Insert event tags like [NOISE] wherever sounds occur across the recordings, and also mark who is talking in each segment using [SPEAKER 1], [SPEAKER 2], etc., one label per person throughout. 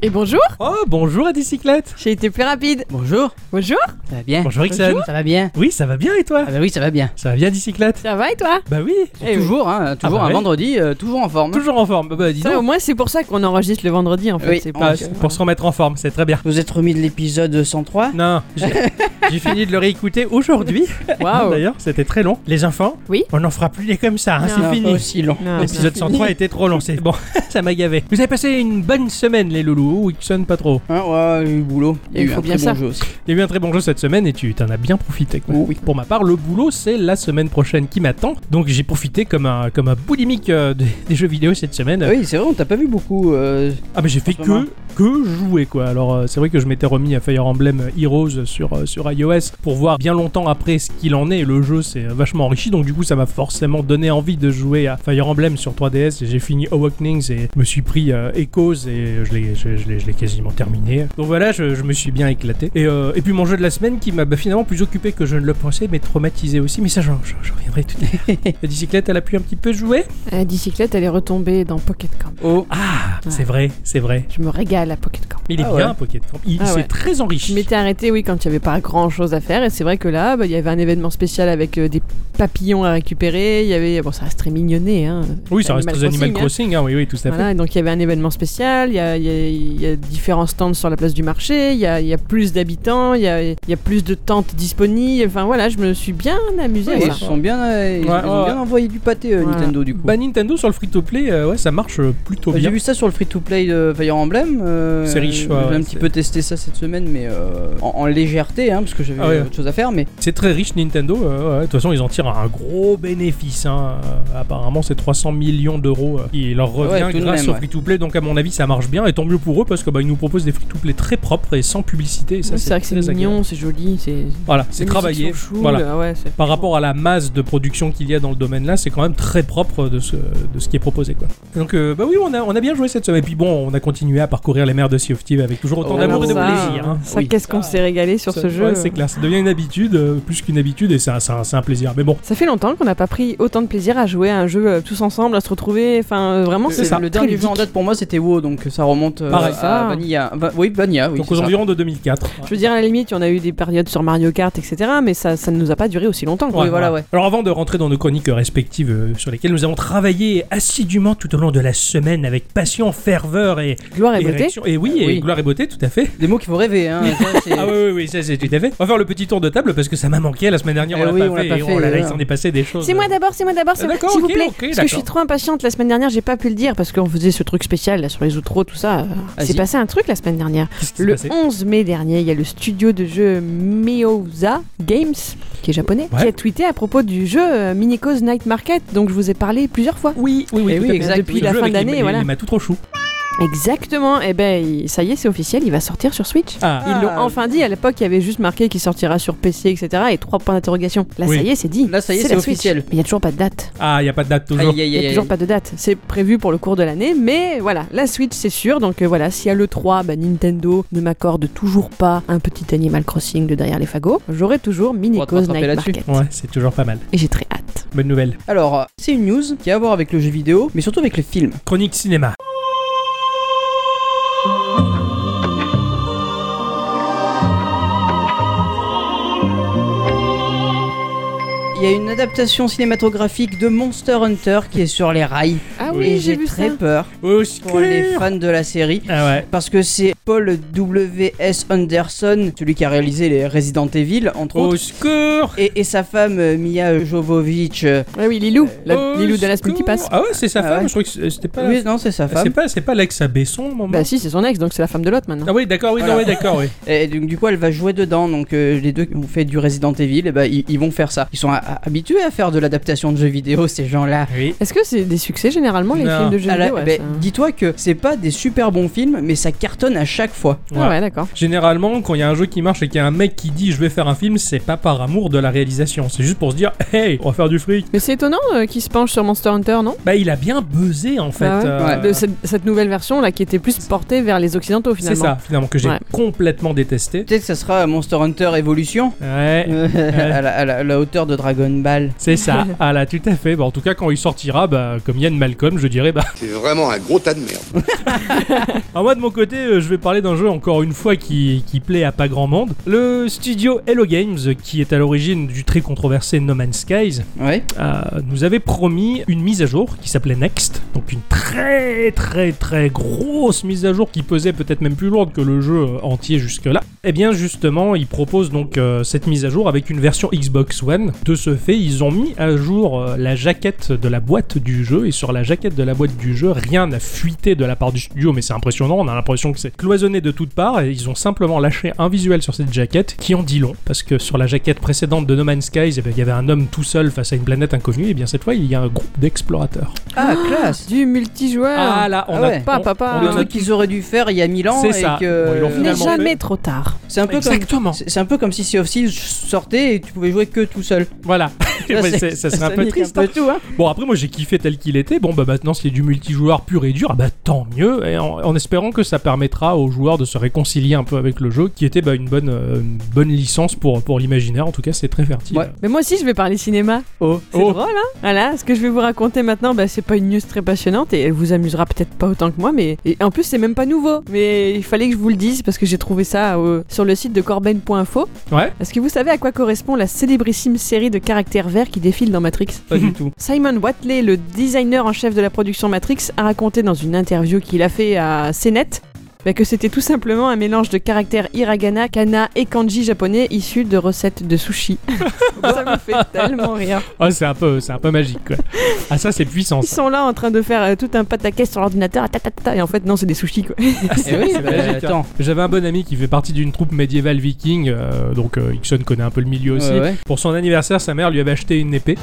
[SPEAKER 1] Et bonjour
[SPEAKER 2] Oh, bonjour à bicyclette
[SPEAKER 1] J'ai été plus rapide
[SPEAKER 3] Bonjour,
[SPEAKER 1] Bonjour
[SPEAKER 3] ça va bien
[SPEAKER 2] Bonjour Ixon
[SPEAKER 3] Ça va bien
[SPEAKER 2] Oui, ça va bien et toi
[SPEAKER 3] Ah bah oui, ça va bien.
[SPEAKER 2] Ça va bien bicyclette
[SPEAKER 1] Ça va et toi
[SPEAKER 2] Bah oui
[SPEAKER 1] Eh oui.
[SPEAKER 3] toujours, hein, toujours
[SPEAKER 2] bah
[SPEAKER 3] un
[SPEAKER 2] oui.
[SPEAKER 3] vendredi, euh, toujours en forme.
[SPEAKER 2] Toujours en forme, bah, bah dis
[SPEAKER 1] Ça, Au
[SPEAKER 2] donc
[SPEAKER 1] moins c'est pour ça qu'on enregistre le vendredi en fait.
[SPEAKER 3] Oui.
[SPEAKER 1] c'est
[SPEAKER 3] Ah,
[SPEAKER 1] pas...
[SPEAKER 2] Ah, c'est Pour se remettre en forme, c'est très bien.
[SPEAKER 3] Vous êtes remis de l'épisode 103
[SPEAKER 2] Non, j'ai j'ai fini de le réécouter aujourd'hui.
[SPEAKER 1] Waouh
[SPEAKER 2] D'ailleurs, c'était très long. Les enfants,
[SPEAKER 1] Oh. Oui
[SPEAKER 2] on n'en fera plus des comme ça, hein,
[SPEAKER 1] Non.
[SPEAKER 2] c'est
[SPEAKER 3] Pas
[SPEAKER 2] fini.
[SPEAKER 3] aussi long.
[SPEAKER 1] Non,
[SPEAKER 2] L'épisode
[SPEAKER 3] c'est
[SPEAKER 2] 103
[SPEAKER 3] oh, fini.
[SPEAKER 2] était trop long, c'est bon, [LAUGHS] ça m'a gavé. Vous avez passé une bonne semaine, les loulous, ou Ixon pas trop.
[SPEAKER 3] Hein, ouais, j'ai eu le boulot. Il y a
[SPEAKER 1] Il
[SPEAKER 3] eu
[SPEAKER 1] faut
[SPEAKER 3] un
[SPEAKER 1] bien
[SPEAKER 3] très
[SPEAKER 1] ça.
[SPEAKER 3] bon jeu aussi.
[SPEAKER 2] Il y a eu un très bon jeu cette semaine et tu t'en as bien profité. quoi.
[SPEAKER 3] Oh oui.
[SPEAKER 2] Pour ma part, le boulot, c'est la semaine prochaine qui m'attend. Donc j'ai profité comme un, comme un boulimique euh, des, des jeux vidéo cette semaine.
[SPEAKER 3] Ah oui, c'est vrai, on t'a pas vu beaucoup. euh,
[SPEAKER 2] Ah mais j'ai fait
[SPEAKER 3] ce moment.
[SPEAKER 2] que, que jouer quoi. Alors euh, c'est vrai que je m'étais remis à Fire Emblem Heroes sur, euh, sur iOS pour voir bien longtemps après ce qu'il en est. Le jeu s'est vachement enrichi donc du coup ça m'a forcément donné envie de jouer à Fire Emblem sur 3DS et j'ai fini Awakenings et me suis pris euh, Echoes et je l'ai, je, je l'ai, je l'ai quasiment terminé. Donc voilà, je, je me suis bien éclaté. Et, euh, et puis mon jeu de la semaine qui m'a bah, finalement plus occupé que je ne le pensais mais traumatisé aussi. Mais ça j'en, j'en- j'en reviendrai tout à l'heure.
[SPEAKER 3] [LAUGHS]
[SPEAKER 2] La bicyclette elle a pu un petit peu jouer
[SPEAKER 1] La bicyclette elle est retombée dans Pocket Camp.
[SPEAKER 3] Oh,
[SPEAKER 2] Ah c'est vrai, c'est vrai.
[SPEAKER 1] Je me régale à Pocket Camp.
[SPEAKER 2] Mais il est
[SPEAKER 3] Ah
[SPEAKER 2] bien
[SPEAKER 3] ouais.
[SPEAKER 2] Pocket Camp. Il
[SPEAKER 1] Ah
[SPEAKER 2] s'est
[SPEAKER 1] ouais.
[SPEAKER 2] très enrichi.
[SPEAKER 1] Je m'étais arrêtée oui quand il n'y avait pas grand chose à faire et c'est vrai que là bah, il y avait un événement spécial avec euh, des papillons à récupérer, il y avait... Bon ça reste très mignonné hein.
[SPEAKER 2] Oui, ça reste
[SPEAKER 1] Animal
[SPEAKER 2] très Animal
[SPEAKER 1] Crossing, hein.
[SPEAKER 2] Crossing, hein, oui, oui, tout à fait.
[SPEAKER 1] Voilà, et donc il y avait un événement spécial, il y a, il y a- il y a différents stands sur la place du marché, il y a, il y a plus d'habitants, il y a, il y a plus de tentes disponibles. Enfin voilà, je me suis bien amusée
[SPEAKER 3] ils
[SPEAKER 1] à
[SPEAKER 3] se
[SPEAKER 1] ça.
[SPEAKER 3] sont bien, euh, ils
[SPEAKER 2] Ouais,
[SPEAKER 3] ont
[SPEAKER 2] ouais.
[SPEAKER 3] bien envoyé du pâté euh,
[SPEAKER 1] Voilà.
[SPEAKER 3] Nintendo du coup.
[SPEAKER 2] Bah, Nintendo sur le free-to-play, euh, ouais, ça marche euh, plutôt
[SPEAKER 1] Bah,
[SPEAKER 3] J'ai
[SPEAKER 2] bien.
[SPEAKER 3] vu ça sur le free-to-play de Fire Emblem. euh,
[SPEAKER 2] C'est riche, ouais,
[SPEAKER 3] J'ai
[SPEAKER 2] ouais,
[SPEAKER 3] un petit
[SPEAKER 2] c'est-
[SPEAKER 3] peu testé ça cette semaine, mais euh, en, en légèreté, hein, parce que j'avais
[SPEAKER 2] Ah ouais.
[SPEAKER 3] autre chose à faire. Mais
[SPEAKER 2] C'est très riche Nintendo. euh, ouais, de toute façon, ils en tirent un gros bénéfice. hein, euh, apparemment, c'est 300 millions d'euros euh, qui leur revient
[SPEAKER 3] Ouais, tout de
[SPEAKER 2] grâce
[SPEAKER 3] même,
[SPEAKER 2] au
[SPEAKER 3] ouais.
[SPEAKER 2] free-to-play. Donc, à mon avis, ça marche bien. Et tant mieux pour eux parce que bah, ils nous proposent des free-to-play très propres et sans publicité. Et ça,
[SPEAKER 1] Oui, c'est vrai que c'est
[SPEAKER 2] très agréable.
[SPEAKER 1] mignon, c'est joli, c'est
[SPEAKER 2] Voilà, c'est
[SPEAKER 1] les
[SPEAKER 2] travaillé.
[SPEAKER 1] musiques sont choules,
[SPEAKER 2] Voilà.
[SPEAKER 1] ah ouais, c'est-
[SPEAKER 2] Par rapport à la masse de production qu'il y a dans le domaine là, c'est quand même très propre de ce, de ce qui est proposé quoi. Donc euh, bah oui, on a, on a bien joué cette semaine. Et puis bon, on a continué à parcourir les mers de Sea of Thieves avec toujours autant
[SPEAKER 3] Oh,
[SPEAKER 2] d'amour et de
[SPEAKER 1] ça,
[SPEAKER 2] plaisir. hein.
[SPEAKER 1] ça,
[SPEAKER 2] Oui.
[SPEAKER 1] qu'est-ce qu'on
[SPEAKER 2] Ah,
[SPEAKER 1] s'est régalé sur
[SPEAKER 2] ça-
[SPEAKER 1] ce jeu euh.
[SPEAKER 2] ouais, c'est clair, ça devient une habitude, euh, plus qu'une habitude, et c'est un, c'est un- c'est un plaisir. Mais bon,
[SPEAKER 1] Ça fait longtemps qu'on n'a pas pris autant de plaisir à jouer à un jeu euh, tous ensemble, à se retrouver. Enfin, euh, vraiment,
[SPEAKER 3] le-
[SPEAKER 1] c'est
[SPEAKER 2] ça,
[SPEAKER 3] le
[SPEAKER 1] très
[SPEAKER 3] dernier jeu en
[SPEAKER 1] ludique.
[SPEAKER 3] date pour moi c'était WoW, donc ça remonte euh,
[SPEAKER 2] Pareil.
[SPEAKER 3] à
[SPEAKER 1] Ah.
[SPEAKER 3] Vanilla. Va- oui, Vanilla, oui.
[SPEAKER 2] donc
[SPEAKER 3] c'est
[SPEAKER 2] aux
[SPEAKER 3] ça.
[SPEAKER 2] environs de 2004.
[SPEAKER 1] Je veux dire, à la limite, on a eu des périodes sur Mario Kart, etc. Mais ça, ça ne nous a pas duré aussi longtemps. quoi.
[SPEAKER 2] Ouais,
[SPEAKER 3] voilà, ouais.
[SPEAKER 2] Alors avant de rentrer dans nos chroniques respectives euh, sur lesquelles nous avons travaillé assidûment tout au long de la semaine avec passion, ferveur et,
[SPEAKER 1] Gloire et
[SPEAKER 2] et
[SPEAKER 1] beauté.
[SPEAKER 2] réaction- et oui,
[SPEAKER 3] Ah,
[SPEAKER 2] et
[SPEAKER 3] oui.
[SPEAKER 2] gloire et beauté, tout à fait.
[SPEAKER 3] Des mots qu'il faut
[SPEAKER 2] [LAUGHS]
[SPEAKER 3] rêver, hein. ça, c'est-
[SPEAKER 2] Ah oui, oui, oui, ça c'est tout à fait. On va faire le petit tour de table parce que ça m'a manqué la semaine dernière.
[SPEAKER 3] Eh
[SPEAKER 2] on l'a
[SPEAKER 3] oui,
[SPEAKER 2] pas
[SPEAKER 3] on
[SPEAKER 2] fait.
[SPEAKER 3] l'a pas
[SPEAKER 2] et
[SPEAKER 3] fait,
[SPEAKER 2] oh là là,
[SPEAKER 3] euh.
[SPEAKER 2] il s'en est passé des choses.
[SPEAKER 1] C'est moi d'abord, c'est moi d'abord, c'est
[SPEAKER 2] Ah,
[SPEAKER 1] moi
[SPEAKER 2] d'accord,
[SPEAKER 1] s'il
[SPEAKER 2] ok,
[SPEAKER 1] vous plaît.
[SPEAKER 2] ok,
[SPEAKER 1] parce que
[SPEAKER 2] d'accord.
[SPEAKER 1] je suis trop impatiente. La semaine dernière, j'ai pas pu le dire parce qu'on faisait ce truc spécial là, sur les outros, tout ça.
[SPEAKER 3] Vas-y.
[SPEAKER 1] C'est passé un truc la semaine dernière.
[SPEAKER 2] Qu'est-ce qui s'est
[SPEAKER 1] Le
[SPEAKER 2] passé
[SPEAKER 1] 11 mai dernier, il y a le studio de jeu Meoza Games, qui est japonais,
[SPEAKER 2] Ouais.
[SPEAKER 1] qui a tweeté à propos du jeu euh, Minico's Night Market, dont je vous ai parlé plusieurs fois.
[SPEAKER 2] Oui, oui, oui,
[SPEAKER 3] Eh
[SPEAKER 2] tout
[SPEAKER 3] oui,
[SPEAKER 2] à fait.
[SPEAKER 3] exact,
[SPEAKER 2] Depuis
[SPEAKER 3] oui.
[SPEAKER 2] la
[SPEAKER 1] Le jeu
[SPEAKER 2] fin
[SPEAKER 1] avec les-
[SPEAKER 2] d'année,
[SPEAKER 1] les-
[SPEAKER 2] voilà.
[SPEAKER 1] les
[SPEAKER 2] m'a tout trop chou.
[SPEAKER 1] Exactement. Et ben, il- ça y est, c'est officiel, il va sortir sur Switch.
[SPEAKER 2] Ah,
[SPEAKER 1] Ils l'ont
[SPEAKER 3] Ah.
[SPEAKER 1] enfin dit, à l'époque il y avait juste marqué qu'il sortira sur PC, etc. Et trois points d'interrogation. Là
[SPEAKER 2] Oui.
[SPEAKER 1] ça y est, c'est dit.
[SPEAKER 3] Là, ça y est, c'est
[SPEAKER 1] la Switch.
[SPEAKER 3] officiel.
[SPEAKER 1] Mais il n'y a toujours pas de date.
[SPEAKER 2] ah, y a pas de date toujours.
[SPEAKER 3] Aïe, aïe,
[SPEAKER 1] Il n'y
[SPEAKER 3] aïe,
[SPEAKER 1] a
[SPEAKER 3] aïe.
[SPEAKER 1] toujours pas de date. C'est prévu pour le cours de l'année, mais voilà, la Switch c'est sûr. Donc euh, voilà, s'il y a le 3, bah, Nintendo ne m'accorde toujours pas un petit Animal Crossing de derrière les fagots. J'aurai toujours
[SPEAKER 3] te
[SPEAKER 1] Minico's
[SPEAKER 3] rattraper
[SPEAKER 1] Night
[SPEAKER 3] là-dessus.
[SPEAKER 1] Market.
[SPEAKER 2] Ouais, c'est toujours pas mal.
[SPEAKER 1] Et j'ai très hâte.
[SPEAKER 2] Bonne nouvelle.
[SPEAKER 3] Alors, euh, c'est une news qui a à voir avec le jeu vidéo, mais surtout avec le film.
[SPEAKER 2] Chronique cinéma.
[SPEAKER 3] Il y a une adaptation cinématographique de Monster Hunter qui est sur les rails.
[SPEAKER 1] Ah
[SPEAKER 2] oui,
[SPEAKER 1] oui,
[SPEAKER 3] Et
[SPEAKER 1] j'ai
[SPEAKER 3] j'ai
[SPEAKER 1] vu
[SPEAKER 3] très
[SPEAKER 1] ça.
[SPEAKER 3] peur
[SPEAKER 2] Au
[SPEAKER 3] pour les
[SPEAKER 2] secours
[SPEAKER 3] fans de la série.
[SPEAKER 2] Ah ouais.
[SPEAKER 3] Parce que c'est Paul W.S. Anderson, celui qui a réalisé les Resident Evil, entre
[SPEAKER 2] Au
[SPEAKER 3] autres,
[SPEAKER 2] secours
[SPEAKER 3] et, et sa femme euh, Mia Jovovich. euh,
[SPEAKER 1] Ah oui, Lilou, la,
[SPEAKER 2] Au
[SPEAKER 1] Lilou de la
[SPEAKER 2] secours.
[SPEAKER 1] Multipass.
[SPEAKER 2] Ah ouais, c'est sa
[SPEAKER 3] Ah
[SPEAKER 2] femme.
[SPEAKER 3] ouais.
[SPEAKER 2] Je crois que c'était pas.
[SPEAKER 3] Oui, non, c'est sa
[SPEAKER 2] Ah, C'est
[SPEAKER 3] femme.
[SPEAKER 2] pas, c'est pas l'ex à Besson, maman.
[SPEAKER 1] Bah si, c'est son ex, donc c'est la femme de l'autre maintenant.
[SPEAKER 2] Ah oui, d'accord, oui, non,
[SPEAKER 3] Voilà.
[SPEAKER 2] oui, d'accord, oui.
[SPEAKER 3] Et donc, du coup, elle va jouer dedans. Donc, euh, les deux qui ont fait du Resident Evil, et ben ils, ils vont faire ça. Ils sont a- a- habitués à faire de l'adaptation de jeux vidéo, ces gens-là.
[SPEAKER 2] Oui.
[SPEAKER 1] Est-ce que c'est des succès généralement les
[SPEAKER 2] Non.
[SPEAKER 1] films de jeux
[SPEAKER 3] Ah là,
[SPEAKER 1] vidéo ouais,
[SPEAKER 3] ben,
[SPEAKER 1] ça-
[SPEAKER 3] Dis-toi que c'est pas des super bons films, mais ça cartonne à chaque fois.
[SPEAKER 1] Ah ouais, d'accord.
[SPEAKER 2] Généralement, quand il y a un jeu qui marche et qu'il y a un mec qui dit je vais faire un film, c'est pas par amour de la réalisation, c'est juste pour se dire hey, on va faire du fric.
[SPEAKER 1] Mais c'est étonnant euh, qu'il se penche sur Monster Hunter, non
[SPEAKER 2] Bah, il a bien buzzé en fait.
[SPEAKER 1] Ah ouais
[SPEAKER 2] euh,
[SPEAKER 1] de cette, cette nouvelle version là qui était plus portée vers les occidentaux
[SPEAKER 2] C'est
[SPEAKER 1] finalement.
[SPEAKER 2] ça, finalement, que j'ai
[SPEAKER 1] Ouais.
[SPEAKER 2] complètement détesté.
[SPEAKER 3] Peut-être que ça sera Monster Hunter Evolution
[SPEAKER 2] Ouais.
[SPEAKER 3] euh, à, la, à la- à la hauteur de Dragon Dragon Ball.
[SPEAKER 1] [LAUGHS]
[SPEAKER 2] C'est ça. ah là, tout à fait. Bon, en tout cas, quand il sortira, bah, comme Yann Malcolm, je dirais, bah. [LAUGHS]
[SPEAKER 4] C'est vraiment un gros tas de merde.
[SPEAKER 2] Alors moi, de mon côté, euh, je vais parler d'un jeu encore une fois qui, qui plaît à pas grand monde. Le studio Hello Games, qui est à l'origine du très controversé No Man's Skies,
[SPEAKER 3] Ouais.
[SPEAKER 2] euh, nous avait promis une mise à jour qui s'appelait Next. Donc une très très très grosse mise à jour qui pesait peut-être même plus lourde que le jeu euh, entier jusque-là. Eh bien justement, ils proposent donc euh, cette mise à jour avec une version Xbox One. De ce fait, ils ont mis à jour euh, la jaquette de la boîte du jeu et sur la jaquette de la boîte du jeu, rien n'a fuité de la part du studio, mais c'est impressionnant. On a l'impression que c'est cloisonné de toutes parts et ils ont simplement lâché un visuel sur cette jaquette qui en dit long parce que sur la jaquette précédente de No Man's Skies, eh ben, il y avait un homme tout seul face à une planète inconnue. Et bien cette fois, il y a un groupe d'explorateurs.
[SPEAKER 3] Ah, classe
[SPEAKER 1] Du multijoueur.
[SPEAKER 2] Ah là, on
[SPEAKER 3] Ah
[SPEAKER 2] a
[SPEAKER 3] ouais.
[SPEAKER 1] Pas,
[SPEAKER 2] on-
[SPEAKER 1] pas, pas.
[SPEAKER 2] on
[SPEAKER 3] Le
[SPEAKER 2] en a-
[SPEAKER 3] truc qu'ils auraient dû faire il y a mille ans.
[SPEAKER 2] C'est
[SPEAKER 3] et
[SPEAKER 2] ça.
[SPEAKER 3] que-
[SPEAKER 2] Bon, ils l'ont
[SPEAKER 1] Il n'est
[SPEAKER 2] finalement fait.
[SPEAKER 1] jamais trop tard.
[SPEAKER 3] C'est un peu comme.
[SPEAKER 2] Exactement.
[SPEAKER 3] C'est c'est un peu comme si Sea of Thieves sortait et tu pouvais jouer que tout seul.
[SPEAKER 2] Voilà. [LAUGHS]
[SPEAKER 3] Ça,
[SPEAKER 2] Ouais,
[SPEAKER 3] c'est-
[SPEAKER 2] c'est- ça serait un
[SPEAKER 3] ça
[SPEAKER 2] peu
[SPEAKER 3] nique
[SPEAKER 2] triste.
[SPEAKER 3] Un peu tout, hein.
[SPEAKER 2] Bon, après, moi, j'ai kiffé tel qu'il était. Bon, bah, maintenant, s'il y a du multijoueur pur et dur, ah bah, tant mieux. Et en, en espérant que ça permettra aux joueurs de se réconcilier un peu avec le jeu, qui était bah, une, bonne, euh, une bonne licence pour, pour l'imaginaire. En tout cas, c'est très fertile.
[SPEAKER 3] Ouais.
[SPEAKER 1] Mais moi aussi, je vais parler cinéma.
[SPEAKER 3] Oh.
[SPEAKER 1] C'est
[SPEAKER 2] Oh.
[SPEAKER 1] drôle, hein Voilà, ce que je vais vous raconter maintenant, bah, c'est pas une news très passionnante et elle vous amusera peut-être pas autant que moi, mais et en plus, c'est même pas nouveau. Mais il fallait que je vous le dise parce que j'ai trouvé ça euh, sur le site de corben.info.
[SPEAKER 2] Ouais.
[SPEAKER 1] Est-ce que vous savez à quoi correspond la célébrissime série de caractères verts qui défile dans Matrix
[SPEAKER 3] Pas du tout.
[SPEAKER 1] Simon Watley, le designer en chef de la production Matrix, a raconté dans une interview qu'il a fait à CNET bah, que c'était tout simplement un mélange de caractères hiragana, kana et kanji japonais issus de recettes de sushi. [LAUGHS] ça me fait tellement rire.
[SPEAKER 2] Ah, c'est un, peu- c'est un peu magique, quoi. ah, ça, c'est puissant.
[SPEAKER 1] Ils
[SPEAKER 2] ça.
[SPEAKER 1] sont là en train de faire euh, tout un pataquès sur l'ordinateur, ah, ta, ta, ta, ta, et en fait non c'est des sushis quoi. [LAUGHS]
[SPEAKER 3] Eh oui,
[SPEAKER 2] C'est
[SPEAKER 3] bah,
[SPEAKER 2] magique, hein.
[SPEAKER 3] attends.
[SPEAKER 2] J'avais un bon ami qui fait partie d'une troupe médiévale viking, euh, donc euh, Ixon connaît un peu le milieu aussi.
[SPEAKER 3] Ouais, ouais.
[SPEAKER 2] Pour son anniversaire, sa mère lui avait acheté une épée.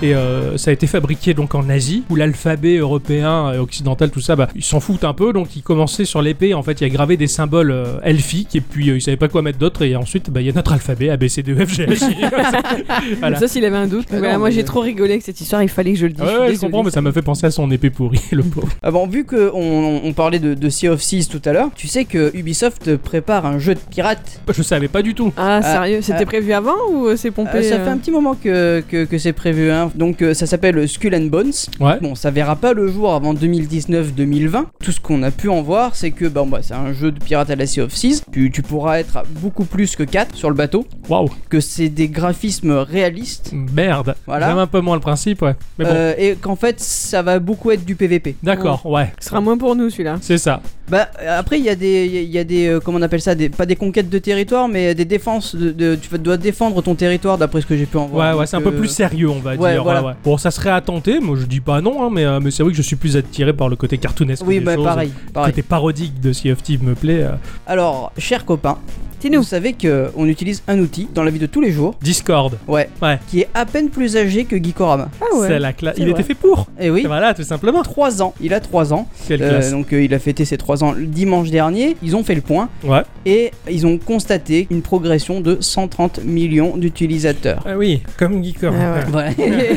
[SPEAKER 2] Et euh, ça a été fabriqué donc en Asie, où l'alphabet européen et occidental, tout ça, bah, ils s'en foutent un peu. Donc ils commençaient sur l'épée, en fait, il y a gravé des symboles euh, elfiques, et puis euh, ils savaient pas quoi mettre d'autre. Et ensuite, bah, il y a notre alphabet, A, B, C, D, E, F, G, H, I.
[SPEAKER 1] [LAUGHS]
[SPEAKER 2] Voilà.
[SPEAKER 1] Ça s'il avait un doute.
[SPEAKER 3] Ah
[SPEAKER 1] Voilà,
[SPEAKER 3] non,
[SPEAKER 1] moi
[SPEAKER 3] mais-
[SPEAKER 1] j'ai trop rigolé avec cette histoire, il fallait que je le dise.
[SPEAKER 2] Ouais,
[SPEAKER 1] suis
[SPEAKER 2] ouais, je
[SPEAKER 1] désolée.
[SPEAKER 2] comprends, mais ça m'a fait penser à son épée pourrie,
[SPEAKER 1] [LAUGHS]
[SPEAKER 2] le pauvre.
[SPEAKER 3] Ah bon, vu qu'on on on parlait de, de Sea of Thieves tout à l'heure, tu sais que Ubisoft prépare un jeu de pirates.
[SPEAKER 2] Je savais pas du tout.
[SPEAKER 1] Ah
[SPEAKER 3] Ah,
[SPEAKER 1] sérieux, c'était
[SPEAKER 3] ah.
[SPEAKER 1] prévu avant ou euh, c'est pompé
[SPEAKER 2] Ah,
[SPEAKER 3] Euh, ça
[SPEAKER 1] euh,
[SPEAKER 3] fait un petit moment que, que, que c'est prévu, hein. donc euh, ça s'appelle Skull and Bones.
[SPEAKER 2] Ouais.
[SPEAKER 3] Bon, ça verra pas le jour avant 2019-2020. Tout ce qu'on a pu en voir, c'est que bon, bah, c'est un jeu de pirates à la Sea of Thieves. Tu, tu pourras être à beaucoup plus que 4 sur le bateau,
[SPEAKER 2] Waouh.
[SPEAKER 3] que c'est des graphismes réalistes.
[SPEAKER 2] Merde.
[SPEAKER 3] Voilà.
[SPEAKER 2] J'aime un peu moins le principe, ouais. Mais bon.
[SPEAKER 3] euh, et qu'en fait, ça va beaucoup être du PVP.
[SPEAKER 2] D'accord, ouais.
[SPEAKER 1] Ce sera moins pour nous celui-là.
[SPEAKER 2] C'est ça.
[SPEAKER 3] Bah euh, après il y a des il y a- il y a des euh, comment on appelle ça des pas des conquêtes de territoire mais des défenses de, de- tu dois défendre ton territoire d'après ce que j'ai pu en voir.
[SPEAKER 2] Ouais, ouais,
[SPEAKER 3] Donc,
[SPEAKER 2] c'est un peu
[SPEAKER 3] euh,
[SPEAKER 2] plus sérieux, on va
[SPEAKER 3] ouais,
[SPEAKER 2] dire.
[SPEAKER 3] voilà.
[SPEAKER 2] ouais, ouais. Bon, ça serait à tenter, moi je dis pas non, hein, mais, euh, mais c'est vrai que je suis plus attiré par le côté cartoonesque.
[SPEAKER 3] Oui,
[SPEAKER 2] des
[SPEAKER 3] bah
[SPEAKER 2] choses.
[SPEAKER 3] pareil,
[SPEAKER 2] Le
[SPEAKER 3] pareil.
[SPEAKER 2] côté parodique de Sea of Thieves me plaît. euh.
[SPEAKER 3] Alors, chers copains,
[SPEAKER 1] Dis-nous.
[SPEAKER 3] vous savez que on utilise un outil dans la vie de tous les jours,
[SPEAKER 2] Discord,
[SPEAKER 3] ouais,
[SPEAKER 2] Ouais.
[SPEAKER 3] qui est à peine plus âgé que Gikorama.
[SPEAKER 1] Ah
[SPEAKER 2] c'est la classe.
[SPEAKER 1] c'est
[SPEAKER 2] Il
[SPEAKER 1] vrai.
[SPEAKER 2] était fait pour.
[SPEAKER 3] Et oui,
[SPEAKER 2] Voilà, tout simplement.
[SPEAKER 3] 3 ans, il a 3 ans.
[SPEAKER 2] Quelle
[SPEAKER 3] Euh,
[SPEAKER 2] classe.
[SPEAKER 3] donc euh, il a fêté ses 3 ans le dimanche dernier, ils ont fait le point
[SPEAKER 2] Ouais.
[SPEAKER 3] et ils ont constaté une progression de 130 millions d'utilisateurs.
[SPEAKER 2] Ah oui, comme Geekor.
[SPEAKER 1] Ah ouais.
[SPEAKER 3] Voilà. [LAUGHS]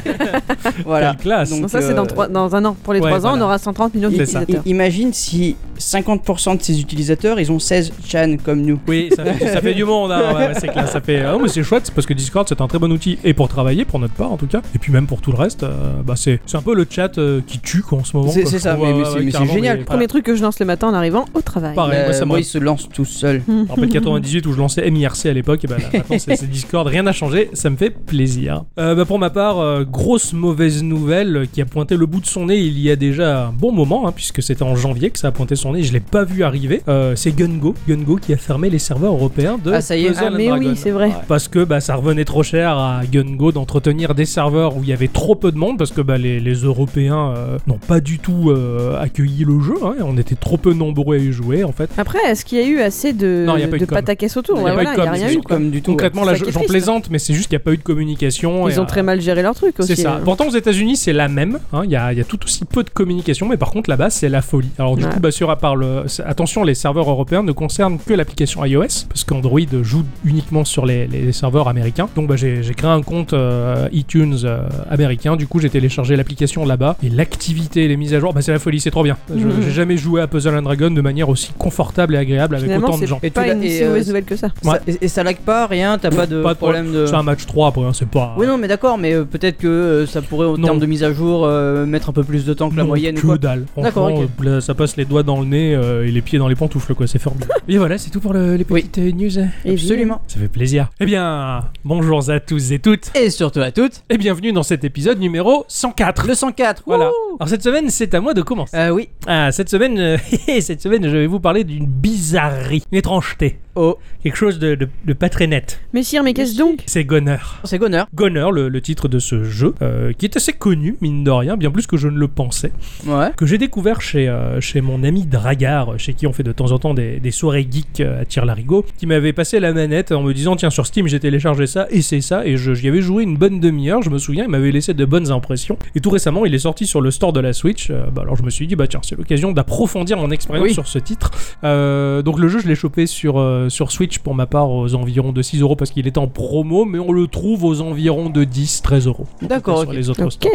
[SPEAKER 3] voilà.
[SPEAKER 2] Quelle classe.
[SPEAKER 3] Donc,
[SPEAKER 1] Non, ça c'est dans,
[SPEAKER 3] euh,
[SPEAKER 1] trois- dans un an. Pour les
[SPEAKER 2] ouais,
[SPEAKER 1] 3 ans, on
[SPEAKER 2] voilà.
[SPEAKER 1] aura 130 millions
[SPEAKER 2] C'est ça.
[SPEAKER 1] d'utilisateurs.
[SPEAKER 3] I- Imagine si 50% de ses utilisateurs, ils ont 16 chan comme nous.
[SPEAKER 2] Oui, ça fait, ça fait du monde, hein. ouais, ouais, c'est clair, ça fait... Ah, mais c'est chouette, c'est parce que Discord, c'est un très bon outil, et pour travailler, pour notre part, en tout cas, et puis même pour tout le reste, euh, bah, c'est c'est un peu le chat euh, qui tue, quoi, en ce moment.
[SPEAKER 3] C'est-
[SPEAKER 2] quoi,
[SPEAKER 3] c'est
[SPEAKER 2] je
[SPEAKER 3] ça,
[SPEAKER 2] trouve,
[SPEAKER 3] mais-
[SPEAKER 2] ouais,
[SPEAKER 3] mais
[SPEAKER 2] ouais,
[SPEAKER 3] c'est- mais c'est
[SPEAKER 2] carrément,
[SPEAKER 3] génial.
[SPEAKER 2] voilà.
[SPEAKER 1] Premier truc que je lance le matin en arrivant au travail.
[SPEAKER 2] Pareil. Ouais, moi, ça me-
[SPEAKER 3] Euh, moi, ils se lancent tout seuls.
[SPEAKER 1] Mhm.
[SPEAKER 2] Je me rappelle 98 où je lançais MIRC à l'époque,
[SPEAKER 1] [LAUGHS]
[SPEAKER 2] et bah là, maintenant c'est c'est Discord, rien n'a changé, ça me fait plaisir. Euh, bah, pour ma part, euh, grosse mauvaise nouvelle euh, qui a pointé le bout de son nez il y a déjà un bon moment, hein, puisque c'était en janvier que ça a pointé son nez, je l'ai pas vu arriver. Euh, c'est Gungo, Gungo qui a fermé les serveurs européens de
[SPEAKER 3] Ah, ça y est.
[SPEAKER 2] Puzzle
[SPEAKER 1] Ah,
[SPEAKER 2] and
[SPEAKER 1] mais oui,
[SPEAKER 2] Dragon.
[SPEAKER 1] c'est vrai.
[SPEAKER 2] Parce que bah, ça revenait trop cher à Gungo d'entretenir des serveurs où il y avait trop peu de monde, parce que bah, les, les Européens euh, n'ont pas du tout euh, accueilli le jeu, hein, et on était trop peu nombreux à y jouer en fait.
[SPEAKER 1] Après, est-ce qu'il y a eu assez de,
[SPEAKER 2] Non, il y a pas eu
[SPEAKER 1] de
[SPEAKER 2] de com.
[SPEAKER 1] pataquès autour
[SPEAKER 2] Il y a
[SPEAKER 1] Ouais,
[SPEAKER 2] pas eu
[SPEAKER 1] voilà,
[SPEAKER 2] de
[SPEAKER 1] Il n'y a
[SPEAKER 2] com,
[SPEAKER 1] rien
[SPEAKER 2] c'est
[SPEAKER 1] eu.
[SPEAKER 2] sûr.
[SPEAKER 1] quoi.
[SPEAKER 3] Comme du tout.
[SPEAKER 2] Concrètement,
[SPEAKER 1] Ouais.
[SPEAKER 2] là,
[SPEAKER 1] Ça qui est
[SPEAKER 2] j'en
[SPEAKER 1] triste.
[SPEAKER 2] plaisante, mais c'est juste qu'il n'y a pas eu de communication. et,
[SPEAKER 1] hein. Ils
[SPEAKER 2] euh,
[SPEAKER 1] ont très mal géré leur truc aussi.
[SPEAKER 2] C'est ça.
[SPEAKER 1] euh.
[SPEAKER 2] Pourtant, aux États-Unis, c'est la même. hein, Il y, a, il y a tout aussi peu de communication, mais par contre, là-bas, c'est la folie. Alors, du
[SPEAKER 1] Ouais.
[SPEAKER 2] coup, bah, sur à part le. c'est- Attention, les serveurs européens ne concernent que l'application iOS. parce qu'Android joue uniquement sur les, les serveurs américains. Donc bah, j'ai j'ai créé un compte euh, iTunes euh, américain, du coup j'ai téléchargé l'application là-bas, et l'activité, les mises à jour, bah, c'est la folie, c'est trop bien. Je-
[SPEAKER 1] Mhm.
[SPEAKER 2] J'ai jamais joué à Puzzle and Dragon de manière aussi confortable et agréable avec
[SPEAKER 1] Finalement,
[SPEAKER 2] autant de
[SPEAKER 1] c'est
[SPEAKER 2] gens.
[SPEAKER 3] Et
[SPEAKER 1] pas
[SPEAKER 3] tu l'as-
[SPEAKER 1] une
[SPEAKER 3] et,
[SPEAKER 1] si
[SPEAKER 3] euh,
[SPEAKER 1] mauvaise nouvelle que ça.
[SPEAKER 2] Ouais.
[SPEAKER 3] Ça- et, et ça lag pas, rien, t'as pas de
[SPEAKER 2] Pas de
[SPEAKER 3] problème
[SPEAKER 1] euh,
[SPEAKER 3] de.
[SPEAKER 2] C'est un match 3 après, hein, c'est pas...
[SPEAKER 3] Oui, non, mais d'accord, mais euh, peut-être que euh, ça pourrait, en
[SPEAKER 2] Non.
[SPEAKER 3] termes de mise à jour, euh, mettre un peu plus de temps que la
[SPEAKER 2] Non,
[SPEAKER 3] moyenne
[SPEAKER 2] que
[SPEAKER 3] ou quoi.
[SPEAKER 2] dalle.
[SPEAKER 3] D'accord,
[SPEAKER 2] Franchement, euh, ça passe les doigts dans le nez euh, et les pieds dans les pantoufles, quoi. C'est formidable. et voilà, c'est tout pour le- les
[SPEAKER 3] Oui.
[SPEAKER 2] petites euh, news.
[SPEAKER 3] Absolument.
[SPEAKER 2] Ça fait plaisir. Eh bien, bonjour à tous et toutes
[SPEAKER 3] Et surtout à toutes,
[SPEAKER 2] et bienvenue dans cet épisode numéro 104.
[SPEAKER 3] le 104.
[SPEAKER 2] Voilà.
[SPEAKER 3] wouh
[SPEAKER 2] Alors cette semaine, c'est à moi de commencer.
[SPEAKER 3] Euh, oui.
[SPEAKER 2] Ah, cette semaine, euh, [LAUGHS] cette semaine, je vais vous parler d'une bizarrerie, une étrangeté,
[SPEAKER 3] Oh,
[SPEAKER 2] quelque chose de, de- de pas très net.
[SPEAKER 1] Mais sire, mais qu'est-ce donc
[SPEAKER 2] C'est Goner.
[SPEAKER 3] c'est Goner.
[SPEAKER 2] Goner, le, le titre de ce jeu, euh, qui est assez connu, mine de rien, bien plus que je ne le pensais.
[SPEAKER 3] Ouais.
[SPEAKER 2] que j'ai découvert chez, euh, chez mon ami Dragar, chez qui on fait de temps en temps des, des soirées geeks euh, à Tire-Larigot, qui m'avait passé la manette en me disant Tiens, sur Steam, j'ai téléchargé ça et c'est ça, et je- j'y avais joué une bonne demi-heure, je me souviens, il m'avait laissé de bonnes impressions. Et tout récemment, il est sorti sur le store de la Switch. euh, bah, alors je me suis dit Bah tiens, c'est l'occasion d'approfondir mon expérience
[SPEAKER 3] Oui.
[SPEAKER 2] sur ce titre. Euh, donc le jeu, je l'ai chopé sur, euh, sur Switch pour ma part aux environs de 6 euros parce qu'il était en promo, mais on le trouve aux environs de 10, 13 euros.
[SPEAKER 3] D'accord,
[SPEAKER 2] Sur
[SPEAKER 3] ok.
[SPEAKER 2] les autres
[SPEAKER 1] Ok.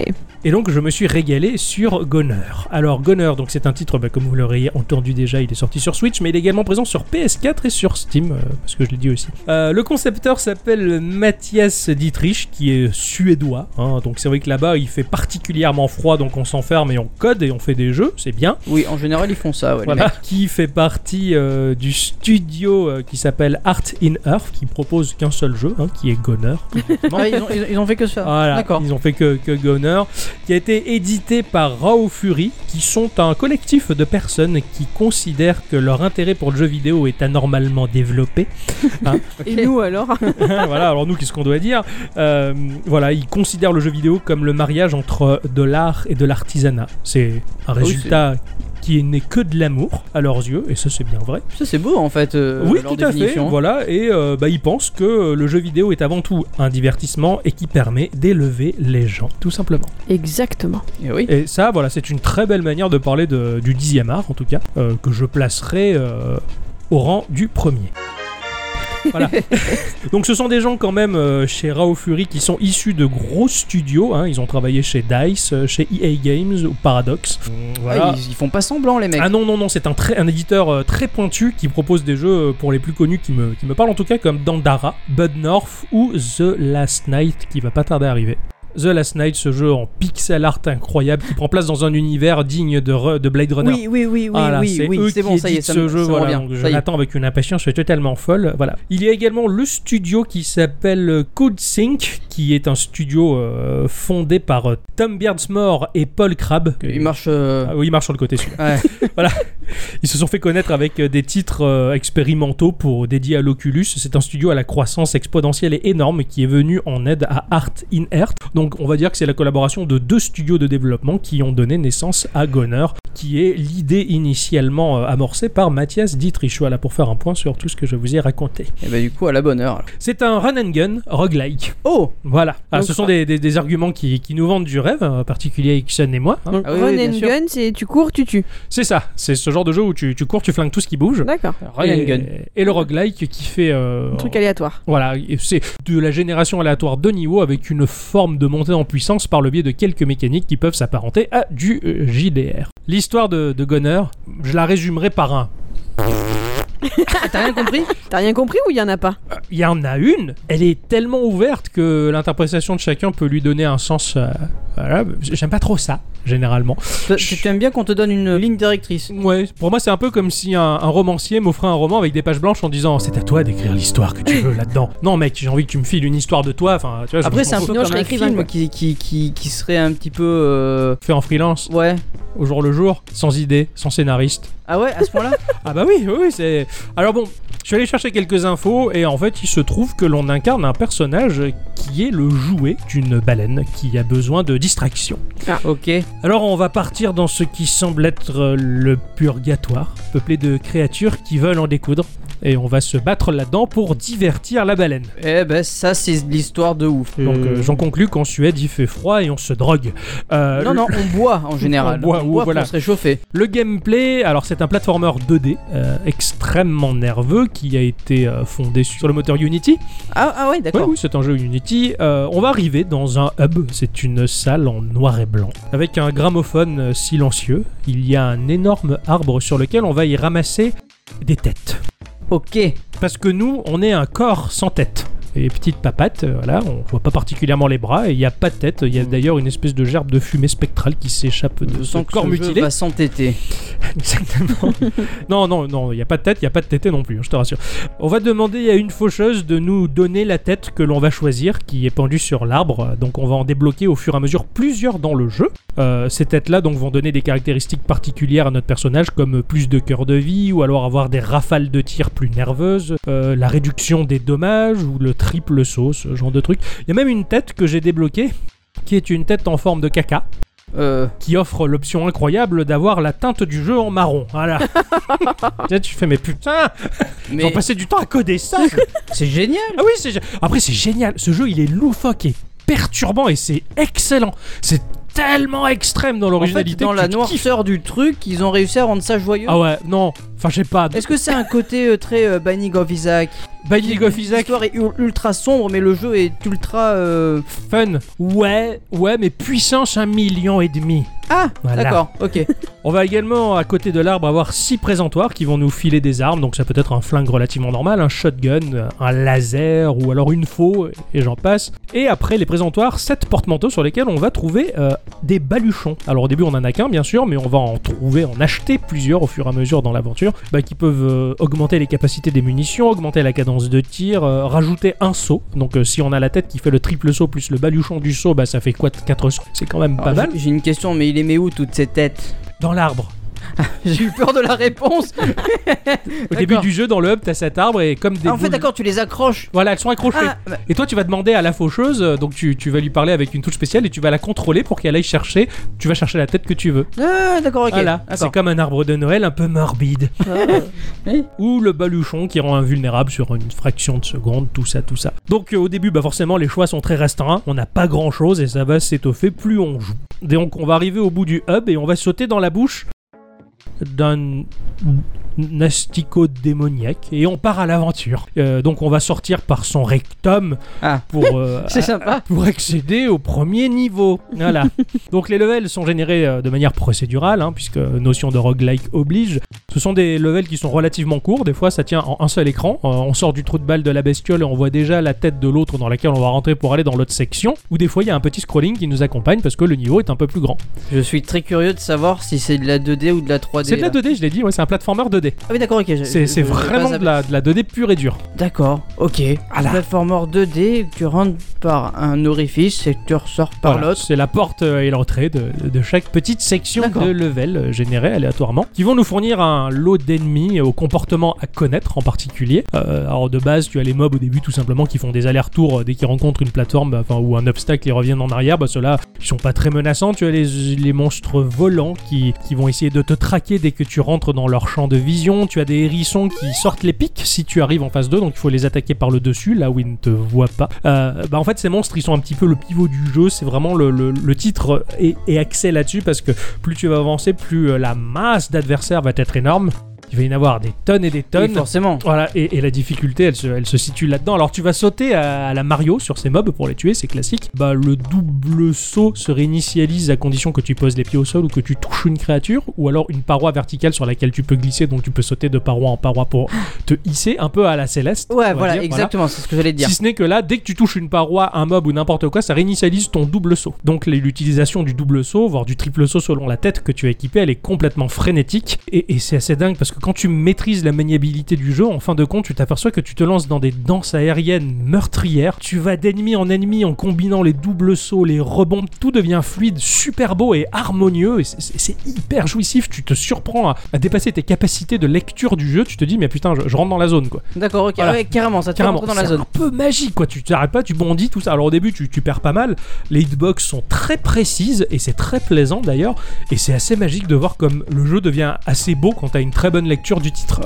[SPEAKER 2] et donc je me suis régalé sur Goner. Alors Goner, donc c'est un titre, bah, comme vous l'aurez entendu déjà, il est sorti sur Switch, mais il est également présent sur PS4 et sur Steam, euh, parce que je l'ai dit aussi. Euh, le concepteur s'appelle Mathias Dietrich, qui est suédois. hein. donc c'est vrai que là-bas il fait particulièrement froid, donc on s'enferme et on code et on fait des jeux, c'est bien.
[SPEAKER 3] Oui, en général, ils font ça, ouais, les [LAUGHS]
[SPEAKER 2] Voilà.
[SPEAKER 3] mecs.
[SPEAKER 2] Qui fait partie euh, du studio euh, qui s'appelle Art in Earth, qui propose qu'un seul jeu, hein, qui est
[SPEAKER 3] [LAUGHS]
[SPEAKER 2] Goner. Non.
[SPEAKER 3] Ouais, Ah, ils, ont, ils ont- ils ont fait que ça.
[SPEAKER 2] Voilà,
[SPEAKER 3] D'accord.
[SPEAKER 2] ils ont fait que, que Goner, qui a été édité par Raw Fury, qui sont un collectif de personnes qui considèrent que leur intérêt pour le jeu vidéo est anormalement
[SPEAKER 3] [LAUGHS]
[SPEAKER 2] développé. [LAUGHS]
[SPEAKER 1] Et nous alors
[SPEAKER 2] voilà, alors nous, qu'est-ce qu'on doit dire Euh, Voilà, ils considèrent le jeu vidéo comme le mariage entre de l'art et de l'artisanat. C'est un
[SPEAKER 3] Ah oui,
[SPEAKER 2] résultat qui n'est que de l'amour à leurs yeux, et ça c'est bien vrai.
[SPEAKER 3] Ça, c'est beau en fait. euh,
[SPEAKER 2] Oui,
[SPEAKER 3] leur
[SPEAKER 2] tout à fait.
[SPEAKER 3] définition.
[SPEAKER 2] Voilà, et euh, bah, ils pensent que euh, le jeu vidéo est avant tout un divertissement et qui permet d'élever les gens, tout simplement.
[SPEAKER 1] Exactement.
[SPEAKER 3] Et oui.
[SPEAKER 2] Et ça, voilà, c'est une très belle manière de parler de- du dixième art, en tout cas, euh, que je placerai euh, au rang du premier. Voilà. [LAUGHS] Donc ce sont des gens quand même euh, chez Rao Fury qui sont issus de gros studios. hein. Ils ont travaillé chez DICE, euh, chez EA Games ou Paradox. Voilà.
[SPEAKER 3] Ah, ils, ils font pas semblant, les mecs.
[SPEAKER 2] Ah non, non, non, c'est un, très- un éditeur euh, très pointu qui propose des jeux euh, pour les plus connus qui me, qui me parlent en tout cas, comme Dandara, Bud North ou The Last Night qui va pas tarder à arriver. The Last Night, ce jeu en pixel art incroyable qui prend place dans un univers digne de, Re- de Blade Runner.
[SPEAKER 3] oui, oui, oui, oui,
[SPEAKER 2] Voilà,
[SPEAKER 3] oui,
[SPEAKER 2] c'est
[SPEAKER 3] oui,
[SPEAKER 2] eux
[SPEAKER 3] c'est
[SPEAKER 2] qui
[SPEAKER 3] bon, ça y est,
[SPEAKER 2] éditent
[SPEAKER 3] ça,
[SPEAKER 2] ce
[SPEAKER 3] me-
[SPEAKER 2] jeu,
[SPEAKER 3] ça me
[SPEAKER 2] voilà,
[SPEAKER 3] revient.
[SPEAKER 2] donc je
[SPEAKER 3] ça y est.
[SPEAKER 2] l'attends avec une impatience totalement folle. Voilà. Il y a également le studio qui s'appelle euh, CodeSync, qui est un studio euh, fondé par euh, Tom Beardsmore et Paul Crabbe.
[SPEAKER 3] Il marche. euh,
[SPEAKER 2] Ah oui, il marche sur le côté celui
[SPEAKER 3] Ouais.
[SPEAKER 2] [LAUGHS] Ils se sont fait connaître avec euh, des titres euh, expérimentaux pour dédiés à l'Oculus. C'est un studio à la croissance exponentielle et énorme qui est venu en aide à Art in Earth. Donc on va dire que c'est la collaboration de deux studios de développement qui ont donné naissance à Goner, qui est l'idée initialement euh, amorcée par Mathias Dietrich. Voilà pour faire un point sur tout ce que je vous ai raconté.
[SPEAKER 3] Et bah, du coup, à la bonne heure. alors.
[SPEAKER 2] C'est un run and gun roguelike.
[SPEAKER 3] Oh
[SPEAKER 2] Voilà. Ah,
[SPEAKER 1] Donc,
[SPEAKER 2] ce sont des, des- des arguments qui, qui nous vendent du rêve, en particulier Ixon et moi. hein.
[SPEAKER 1] Donc
[SPEAKER 3] Ah oui,
[SPEAKER 1] run
[SPEAKER 3] oui, bien
[SPEAKER 1] and
[SPEAKER 3] sûr.
[SPEAKER 1] gun, c'est tu cours, tu tues.
[SPEAKER 2] C'est ça. C'est ce genre de jeu où tu, tu cours, tu flingues tout ce qui bouge.
[SPEAKER 1] D'accord.
[SPEAKER 3] Run
[SPEAKER 2] et,
[SPEAKER 3] and gun.
[SPEAKER 2] et le roguelike qui fait. euh,
[SPEAKER 1] Un truc aléatoire.
[SPEAKER 2] Voilà, et c'est de la génération aléatoire de niveaux avec une forme de montée en puissance par le biais de quelques mécaniques qui peuvent s'apparenter à du euh, JDR. L'histoire de, de Gunner, je la résumerai par un.
[SPEAKER 3] Ah, T'as rien compris
[SPEAKER 1] [LAUGHS] T'as rien compris ou il y en a pas
[SPEAKER 2] Il y en a une, elle est tellement ouverte que l'interprétation de chacun peut lui donner un sens. euh, voilà, j'aime pas trop ça, généralement.
[SPEAKER 3] Toi, Tu tu aimes bien qu'on te donne une ligne directrice
[SPEAKER 2] Ouais, pour moi c'est un peu comme si un, un romancier m'offrait un roman avec des pages blanches en disant c'est à toi d'écrire l'histoire que tu veux là-dedans. Non mec, j'ai envie que tu me files une histoire de toi. Enfin, tu vois, je
[SPEAKER 3] Après,
[SPEAKER 2] m'en
[SPEAKER 3] c'est un
[SPEAKER 2] fous.
[SPEAKER 3] peu
[SPEAKER 1] Sinon, je
[SPEAKER 3] comme
[SPEAKER 1] serais
[SPEAKER 3] un
[SPEAKER 1] écrivain, quoi.
[SPEAKER 3] film qui, qui, qui, qui serait un petit peu. euh,
[SPEAKER 2] fait en freelance,
[SPEAKER 3] Ouais.
[SPEAKER 2] au jour le jour, sans idée, sans scénariste.
[SPEAKER 3] Ah ouais, à ce point-là
[SPEAKER 2] Ah bah oui, oui, oui, c'est. Alors bon, je suis allé chercher quelques infos et en fait il se trouve que l'on incarne un personnage qui est le jouet d'une baleine qui a besoin de distraction.
[SPEAKER 3] [LAUGHS] Ok.
[SPEAKER 2] Alors on va partir dans ce qui semble être euh, le purgatoire, peuplé de créatures qui veulent en découdre. et on va se battre là-dedans pour divertir la baleine.
[SPEAKER 3] Eh ben ça c'est de l'histoire de ouf.
[SPEAKER 2] Donc euh, j'en conclus qu'en Suède il fait froid et on se drogue. Euh,
[SPEAKER 3] non non, on boit
[SPEAKER 2] [LAUGHS]
[SPEAKER 3] en général.
[SPEAKER 2] boit, ou voilà.
[SPEAKER 3] pour se réchauffer.
[SPEAKER 2] Le gameplay, alors c'est un platformer 2D euh, extrêmement nerveux qui a été euh, fondé sur le moteur Unity.
[SPEAKER 3] Ah, ah ouais
[SPEAKER 2] Oui,
[SPEAKER 3] d'accord.
[SPEAKER 2] oui, c'est un jeu Unity. Euh, on va arriver dans un hub, c'est une salle en noir et blanc, avec un gramophone euh, silencieux. Il y a un énorme arbre sur lequel on va y ramasser des têtes.
[SPEAKER 3] Ok.
[SPEAKER 2] Parce que nous, on est un corps sans tête. Et petite papate, euh, voilà, on voit pas particulièrement les bras, et il n'y a pas de tête. Il y a d'ailleurs une espèce de gerbe de fumée spectrale qui s'échappe de
[SPEAKER 3] Hmm. Je
[SPEAKER 2] son
[SPEAKER 3] sens que
[SPEAKER 2] corps
[SPEAKER 3] ce jeu
[SPEAKER 2] mutilé.
[SPEAKER 3] va s'entêter.
[SPEAKER 2] [LAUGHS] Exactement. non, non, non, il n'y a pas de tête, il n'y a pas de tété non plus, hein, je te rassure. On va demander à une faucheuse de nous donner la tête que l'on va choisir, qui est pendue sur l'arbre. Donc on va en débloquer au fur et à mesure plusieurs dans le jeu. Euh, ces têtes-là donc vont donner des caractéristiques particulières à notre personnage, comme plus de cœur de vie, ou alors avoir des rafales de tir plus nerveuses, euh, la réduction des dommages, ou le triple saut, ce genre de truc. Il y a même une tête que j'ai débloquée, qui est une tête en forme de caca
[SPEAKER 3] Euh,
[SPEAKER 2] qui offre l'option incroyable d'avoir la teinte du jeu en marron.
[SPEAKER 3] [LAUGHS]
[SPEAKER 2] Voilà. Tu sais, tu fais mais putain, ils
[SPEAKER 3] mais
[SPEAKER 2] ont passé du temps à coder
[SPEAKER 3] [LAUGHS]
[SPEAKER 2] ça.
[SPEAKER 3] c'est génial.
[SPEAKER 2] ah oui, c'est gé- après c'est génial. Ce jeu, il est loufoque et perturbant et c'est excellent. C'est tellement extrême dans
[SPEAKER 3] En fait,
[SPEAKER 2] l'originalité.
[SPEAKER 3] dans
[SPEAKER 2] que
[SPEAKER 3] la
[SPEAKER 2] tu te kiffes.
[SPEAKER 3] noirceur du truc, ils ont réussi à rendre ça joyeux.
[SPEAKER 2] Ah ouais, non. Enfin, je sais pas.
[SPEAKER 3] Est-ce que c'est un côté euh, très euh, Banning of Isaac
[SPEAKER 2] Binding of Isaac,
[SPEAKER 3] L'histoire est ul- ultra sombre, mais le jeu est ultra. euh,
[SPEAKER 2] fun. Ouais, ouais, mais puissance un million et demi.
[SPEAKER 3] Ah,
[SPEAKER 2] Voilà.
[SPEAKER 3] d'accord, ok.
[SPEAKER 2] On va également, à côté de l'arbre, avoir six présentoirs qui vont nous filer des armes. Donc ça peut être un flingue relativement normal, un shotgun, un laser ou alors une faux, et j'en passe. Et après les présentoirs, sept porte-manteaux sur lesquels on va trouver euh, des baluchons. Alors au début, on en a qu'un, bien sûr, mais on va en trouver, en acheter plusieurs au fur et à mesure dans l'aventure, bah, qui peuvent euh, augmenter les capacités des munitions, augmenter la cadence de tir, euh, rajouter un saut. Donc euh, si on a la tête qui fait le triple saut plus le baluchon du saut, bah ça fait quoi 4 sauts C'est quand même pas
[SPEAKER 3] Alors,
[SPEAKER 2] mal.
[SPEAKER 3] j'ai- J'ai une question, mais il aimait où toutes ces têtes
[SPEAKER 2] Dans l'arbre.
[SPEAKER 3] [LAUGHS] J'ai eu peur de la [LAUGHS] réponse.
[SPEAKER 2] Au début
[SPEAKER 3] D'accord.
[SPEAKER 2] du jeu, dans le hub, t'as cet arbre et comme des.
[SPEAKER 3] Ah, en fait,
[SPEAKER 2] boules-
[SPEAKER 3] d'accord, tu les accroches.
[SPEAKER 2] Voilà, elles sont accrochées.
[SPEAKER 3] Ah, bah,
[SPEAKER 2] Et toi, tu vas demander à la faucheuse, euh, donc tu, tu vas lui parler avec une touche spéciale et tu vas la contrôler pour qu'elle aille chercher. Tu vas chercher la tête que tu veux.
[SPEAKER 3] ah, d'accord, ok.
[SPEAKER 2] voilà, c'est
[SPEAKER 3] d'accord. Ah,
[SPEAKER 2] comme un arbre de Noël un peu
[SPEAKER 3] [LAUGHS]
[SPEAKER 2] morbide.
[SPEAKER 3] oui.
[SPEAKER 2] Ou le baluchon qui rend invulnérable sur une fraction de seconde, tout ça, tout ça. Donc euh, au début, bah forcément, les choix sont très restreints. On n'a pas grand chose et ça va s'étoffer plus on joue. Donc on va arriver au bout du hub et on va sauter dans la bouche d'un nastico démoniaque et on part à l'aventure. Euh, donc on va sortir par son rectum
[SPEAKER 3] Ah.
[SPEAKER 2] pour euh,
[SPEAKER 3] [LAUGHS] C'est sympa.
[SPEAKER 2] pour accéder au premier niveau.
[SPEAKER 3] [LAUGHS]
[SPEAKER 2] Voilà. Donc les levels sont générés euh, de manière procédurale, hein, puisque notion de roguelike oblige. Ce sont des levels qui sont relativement courts, des fois ça tient en un seul écran. Euh, on sort du trou de balle de la bestiole et on voit déjà la tête de l'autre dans laquelle on va rentrer pour aller dans l'autre section, ou des fois il y a un petit scrolling qui nous accompagne parce que le niveau est un peu plus grand.
[SPEAKER 3] Je suis très curieux de savoir si c'est de la 2D ou de la 3D.
[SPEAKER 2] C'est de la
[SPEAKER 3] là.
[SPEAKER 2] 2D, je l'ai dit, ouais, c'est un platformer 2D.
[SPEAKER 3] Ah oui, d'accord, ok. j'ai-
[SPEAKER 2] C'est
[SPEAKER 3] je-
[SPEAKER 2] c'est
[SPEAKER 3] je- j'ai
[SPEAKER 2] vraiment
[SPEAKER 3] pas
[SPEAKER 2] de la, de la 2D pure et dure.
[SPEAKER 3] D'accord, ok.
[SPEAKER 2] Ah là.
[SPEAKER 3] Platformer 2D, tu rentres par un orifice et tu ressors par
[SPEAKER 2] Voilà,
[SPEAKER 3] l'autre.
[SPEAKER 2] C'est la porte euh, et l'entrée de, de chaque petite section
[SPEAKER 3] D'accord.
[SPEAKER 2] de level euh, générée aléatoirement, qui vont nous fournir un lot d'ennemis euh, au comportement à connaître en particulier. Euh, alors de base, tu as les mobs au début tout simplement qui font des allers-retours euh, dès qu'ils rencontrent une plateforme bah, enfin, ou un obstacle, ils reviennent en arrière. Bah, Ceux-là, ils sont pas très menaçants. Tu as les, les monstres volants qui, qui vont essayer de te traquer dès que tu rentres dans leur champ de vision. Tu as des hérissons qui sortent les pics si tu arrives en face d'eux, donc il faut les attaquer par le dessus, là où ils ne te voient pas. Euh, bah en fait, ces monstres, ils sont un petit peu le pivot du jeu. C'est vraiment le, le- le titre est, est axé là-dessus parce que plus tu vas avancer, plus euh, la masse d'adversaires va être énorme. Il va y en avoir des tonnes et des
[SPEAKER 3] Oui,
[SPEAKER 2] tonnes.
[SPEAKER 3] forcément.
[SPEAKER 2] Voilà, et, et la difficulté, elle se, elle se situe là-dedans. Alors tu vas sauter à, à la Mario sur ces mobs pour les tuer, c'est classique. Bah le double saut se réinitialise à condition que tu poses les pieds au sol ou que tu touches une créature, ou alors une paroi verticale sur laquelle tu peux glisser, donc tu peux sauter de paroi en paroi pour te hisser, un peu à la céleste. on
[SPEAKER 3] Ouais,
[SPEAKER 2] va
[SPEAKER 3] voilà,
[SPEAKER 2] dire,
[SPEAKER 3] exactement, c'est ce que j'allais te dire.
[SPEAKER 2] Si ce n'est que là, dès que tu touches une paroi, un mob ou n'importe quoi, ça réinitialise ton double saut. Donc les- l'utilisation du double saut, voire du triple saut selon la tête que tu as équipée, elle est complètement frénétique. Et, et c'est assez dingue parce que quand tu maîtrises la maniabilité du jeu, en fin de compte, tu t'aperçois que tu te lances dans des danses aériennes meurtrières. Tu vas d'ennemi en ennemi en combinant les doubles sauts, les rebonds, tout devient fluide, super beau et harmonieux. Et c'est- c'est c'est hyper jouissif. Tu te surprends à, à dépasser tes capacités de lecture du jeu. Tu te dis, mais putain, je- je rentre dans la zone quoi.
[SPEAKER 3] D'accord, ok.
[SPEAKER 2] Voilà.
[SPEAKER 3] Ouais, carrément, ça te fait
[SPEAKER 2] Carrément,
[SPEAKER 3] rentrer dans la
[SPEAKER 2] c'est
[SPEAKER 3] zone.
[SPEAKER 2] un peu magique quoi. Tu t'arrêtes pas, tu bondis tout ça. Alors au début, tu, tu perds pas mal. Les hitbox sont très précises et c'est très plaisant d'ailleurs. Et c'est assez magique de voir comme le jeu devient assez beau quand t'as une très bonne lecture du titre.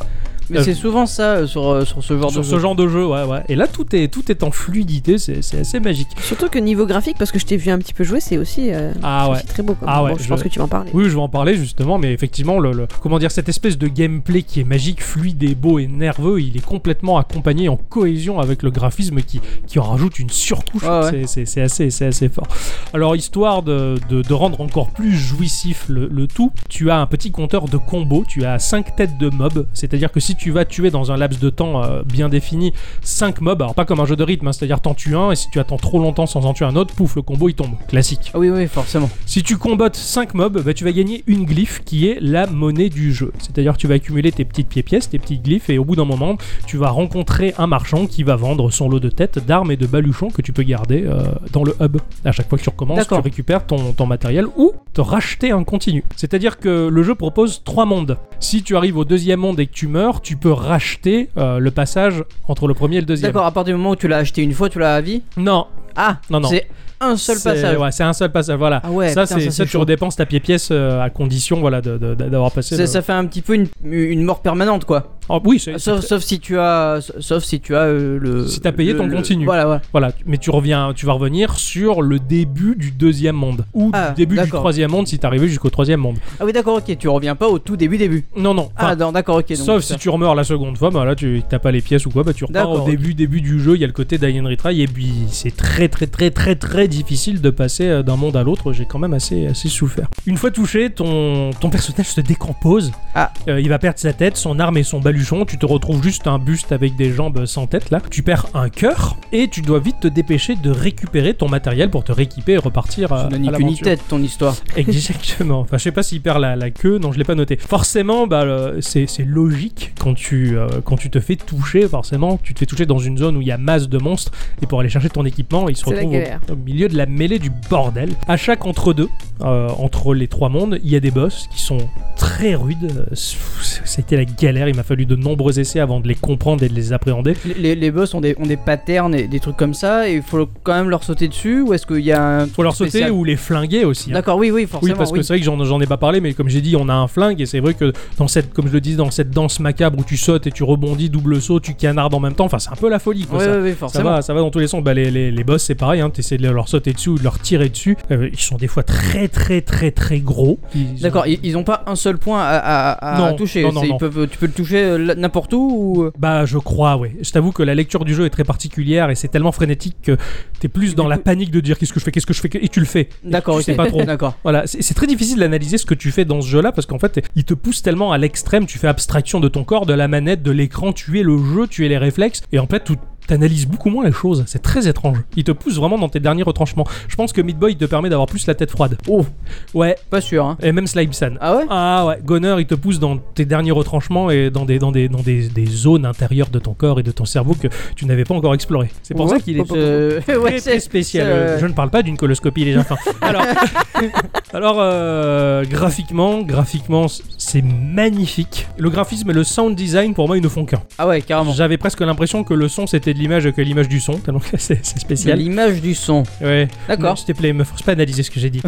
[SPEAKER 3] Mais
[SPEAKER 2] Euh,
[SPEAKER 3] c'est souvent ça euh, sur, euh, sur ce genre
[SPEAKER 2] sur
[SPEAKER 3] de
[SPEAKER 2] ce genre de jeu, ouais, ouais. Et là, tout est, tout est en fluidité, c'est c'est assez magique.
[SPEAKER 1] Surtout que niveau graphique, parce que je t'ai vu un petit peu jouer, c'est aussi, euh,
[SPEAKER 2] Ah
[SPEAKER 1] c'est
[SPEAKER 2] ouais.
[SPEAKER 1] aussi très beau. Quoi.
[SPEAKER 2] Ah ouais,
[SPEAKER 1] Bon, je,
[SPEAKER 2] je-
[SPEAKER 1] pense que tu vas en parler.
[SPEAKER 2] Oui, je vais en parler justement, mais effectivement, le, le- comment dire, cette espèce de gameplay qui est magique, fluide et beau et nerveux, il est complètement accompagné en cohésion avec le graphisme qui, qui en rajoute une surcouche.
[SPEAKER 3] Ouais, ouais.
[SPEAKER 2] C'est- C'est c'est assez, c'est assez fort. Alors, histoire de, de- de rendre encore plus jouissif le, le tout, tu as un petit compteur de combos, tu as 5 têtes de mobs, c'est-à-dire que si tu vas tuer dans un laps de temps euh, bien défini 5 mobs, alors pas comme un jeu de rythme, hein, c'est-à-dire t'en tues un et si tu attends trop longtemps sans en tuer un autre, pouf, le combo il tombe. Classique.
[SPEAKER 3] Ah oui, oui, forcément.
[SPEAKER 2] Si tu combattes 5 mobs, bah, tu vas gagner une glyphe qui est la monnaie du jeu. C'est-à-dire que tu vas accumuler tes petites pièces, tes petites glyphes, et au bout d'un moment, tu vas rencontrer un marchand qui va vendre son lot de têtes, d'armes et de baluchons que tu peux garder euh, dans le hub. À chaque fois que tu recommences, tu
[SPEAKER 3] D'accord.
[SPEAKER 2] récupères ton, ton matériel ou te racheter un continu. C'est-à-dire que le jeu propose trois mondes. Si tu arrives au deuxième monde et que tu meurs, tu peux racheter euh, le passage entre le premier et le deuxième.
[SPEAKER 3] D'accord, à partir du moment où tu l'as acheté une fois, tu l'as à vie
[SPEAKER 2] Non,
[SPEAKER 3] Ah,
[SPEAKER 2] Non, non.
[SPEAKER 3] C'est un seul
[SPEAKER 2] c'est-
[SPEAKER 3] passage.
[SPEAKER 2] ouais, c'est un seul passage, voilà.
[SPEAKER 3] Ah ouais,
[SPEAKER 2] ça,
[SPEAKER 3] putain,
[SPEAKER 2] c'est
[SPEAKER 3] ça,
[SPEAKER 2] ça,
[SPEAKER 3] c'est
[SPEAKER 2] tu
[SPEAKER 3] chaud.
[SPEAKER 2] redépenses ta pièce euh, à condition voilà, de- de- d'avoir passé.
[SPEAKER 3] Ça, Ah,
[SPEAKER 2] le-
[SPEAKER 3] ça fait un petit peu une, une mort permanente quoi.
[SPEAKER 2] Oh, oui, c'est-
[SPEAKER 3] Sauf, sauf si tu as sauf si tu as euh, le
[SPEAKER 2] Si t'as payé
[SPEAKER 3] le-
[SPEAKER 2] ton
[SPEAKER 3] le-
[SPEAKER 2] continu.
[SPEAKER 3] Voilà, voilà.
[SPEAKER 2] voilà, mais tu reviens, tu vas revenir sur le début du deuxième monde ou
[SPEAKER 3] Ah,
[SPEAKER 2] du début du
[SPEAKER 3] d'accord.
[SPEAKER 2] troisième monde si t'es arrivé jusqu'au troisième monde.
[SPEAKER 3] Ah oui, d'accord, OK, tu reviens pas au tout début début.
[SPEAKER 2] Non, non.
[SPEAKER 3] Ah
[SPEAKER 2] enfin,
[SPEAKER 3] non, d'accord, OK. donc
[SPEAKER 2] Sauf
[SPEAKER 3] ça-
[SPEAKER 2] si tu remeurs la seconde fois, bah là tu t'as pas les pièces ou quoi, bah tu repars au
[SPEAKER 3] D'accord, ok.
[SPEAKER 2] début début du jeu, il y a le côté die and retry et puis c'est très très très très très difficile de passer euh, d'un monde à l'autre, j'ai quand même assez assez souffert. Une fois touché, ton ton personnage se décompose.
[SPEAKER 3] Ah.
[SPEAKER 2] Euh, il va perdre sa tête, son arme et son baluchon, tu te retrouves juste un buste avec des jambes sans tête là. Tu perds un cœur et tu dois vite te dépêcher de récupérer ton matériel pour te rééquiper et repartir à,
[SPEAKER 3] ça
[SPEAKER 2] à
[SPEAKER 3] n'a ni queue ni
[SPEAKER 2] l'aventure.
[SPEAKER 3] tête ton histoire.
[SPEAKER 2] [LAUGHS] Exactement. Enfin, je sais pas s'il perd la, la queue. Non, je l'ai pas noté. Forcément, bah, le- c'est c'est logique quand tu, euh, quand tu te fais toucher. Forcément, tu te fais toucher dans une zone où il y a masse de monstres. Et pour aller chercher ton équipement, il se
[SPEAKER 1] C'est la
[SPEAKER 2] retrouve
[SPEAKER 1] galère.
[SPEAKER 2] au, au milieu de la mêlée du bordel. À chaque entre-deux, euh, entre les trois mondes, il y a des boss qui sont très rudes. Euh, C'était la galère. Il m'a fallu de nombreux essais avant de les comprendre et de les appréhender.
[SPEAKER 3] Les- Les, les boss ont des, ont des patterns et des trucs comme ça et il faut quand même leur sauter dessus ou est-ce qu'il y a un
[SPEAKER 2] Faut leur sauter
[SPEAKER 3] Spécial.
[SPEAKER 2] ou les flinguer aussi. hein.
[SPEAKER 3] D'accord, oui oui, forcément
[SPEAKER 2] Oui, parce que c'est vrai que j'en, j'en ai pas parlé, mais comme j'ai dit, on a un flingue, et c'est vrai que dans cette, comme je le disais, dans cette danse macabre où tu sautes et tu rebondis, double saut, tu canardes en même temps, enfin, c'est un peu la folie, quoi.
[SPEAKER 3] Oui,
[SPEAKER 2] ça.
[SPEAKER 3] oui, oui,
[SPEAKER 2] Ça
[SPEAKER 3] forcément.
[SPEAKER 2] va, ça va dans tous les sens. Bah, les, les, les boss, c'est pareil, hein. t'essaies de leur sauter dessus ou de leur tirer dessus. Euh, ils sont des fois très, très, très, très gros. Ils ont-
[SPEAKER 3] D'accord, ils, ils ont pas un seul point à, à- à-
[SPEAKER 2] Non,
[SPEAKER 3] à toucher.
[SPEAKER 2] non, non,
[SPEAKER 3] C'est- ils
[SPEAKER 2] non.
[SPEAKER 3] peuvent- tu peux le toucher euh, là- n'importe où ou... euh,
[SPEAKER 2] Bah, je crois, ouais. Je t'avoue que la lecture du jeu est très particulière et c'est tellement frénétique que t'es plus dans la panique de dire qu'est-ce que je fais, qu'est-ce que je fais, et tu le fais.
[SPEAKER 3] D'accord,
[SPEAKER 2] tu sais
[SPEAKER 3] ok.
[SPEAKER 2] pas trop.
[SPEAKER 3] [LAUGHS] D'accord.
[SPEAKER 2] Voilà, c'est c'est très difficile d'analyser ce que tu fais dans ce jeu-là parce qu'en fait, il te pousse tellement à l'extrême, tu fais abstraction de ton corps, de la manette, de l'écran, tu es le jeu, tu es les réflexes, et en fait, tu t'analyses beaucoup moins les choses. C'est très étrange. Il te pousse vraiment dans tes derniers retranchements. Je pense que Meat Boy te permet d'avoir plus la tête froide.
[SPEAKER 3] Oh,
[SPEAKER 2] Ouais,
[SPEAKER 3] pas sûr. Hein.
[SPEAKER 2] et même Slime San.
[SPEAKER 3] Ah ouais
[SPEAKER 2] Ah ouais, Goner, il te pousse dans tes derniers retranchements et dans des, dans des, dans des, des zones intérieures de ton corps et de ton cerveau que tu n'avais pas encore explorées. C'est pour
[SPEAKER 3] Ouais,
[SPEAKER 2] ça qu'il est
[SPEAKER 3] [LAUGHS] euh, ouais,
[SPEAKER 2] très,
[SPEAKER 3] c'est-
[SPEAKER 2] très spécial.
[SPEAKER 3] c'est, euh,
[SPEAKER 2] Je ne parle pas d'une coloscopie les
[SPEAKER 3] [LAUGHS]
[SPEAKER 2] enfants. Alors, alors euh, graphiquement, graphiquement, c'est magnifique. Le graphisme et le sound design, pour moi, ils ne font qu'un.
[SPEAKER 3] Ah ouais, carrément.
[SPEAKER 2] J'avais presque l'impression que le son c'était de l'image et que l'image du son, tellement que c'est c'est
[SPEAKER 3] C'est
[SPEAKER 2] spécial.
[SPEAKER 3] l'image du son.
[SPEAKER 2] Ouais.
[SPEAKER 3] D'accord.
[SPEAKER 2] S'il te plaît, me force pas à analyser ce
[SPEAKER 1] [LAUGHS]
[SPEAKER 2] que j'ai dit.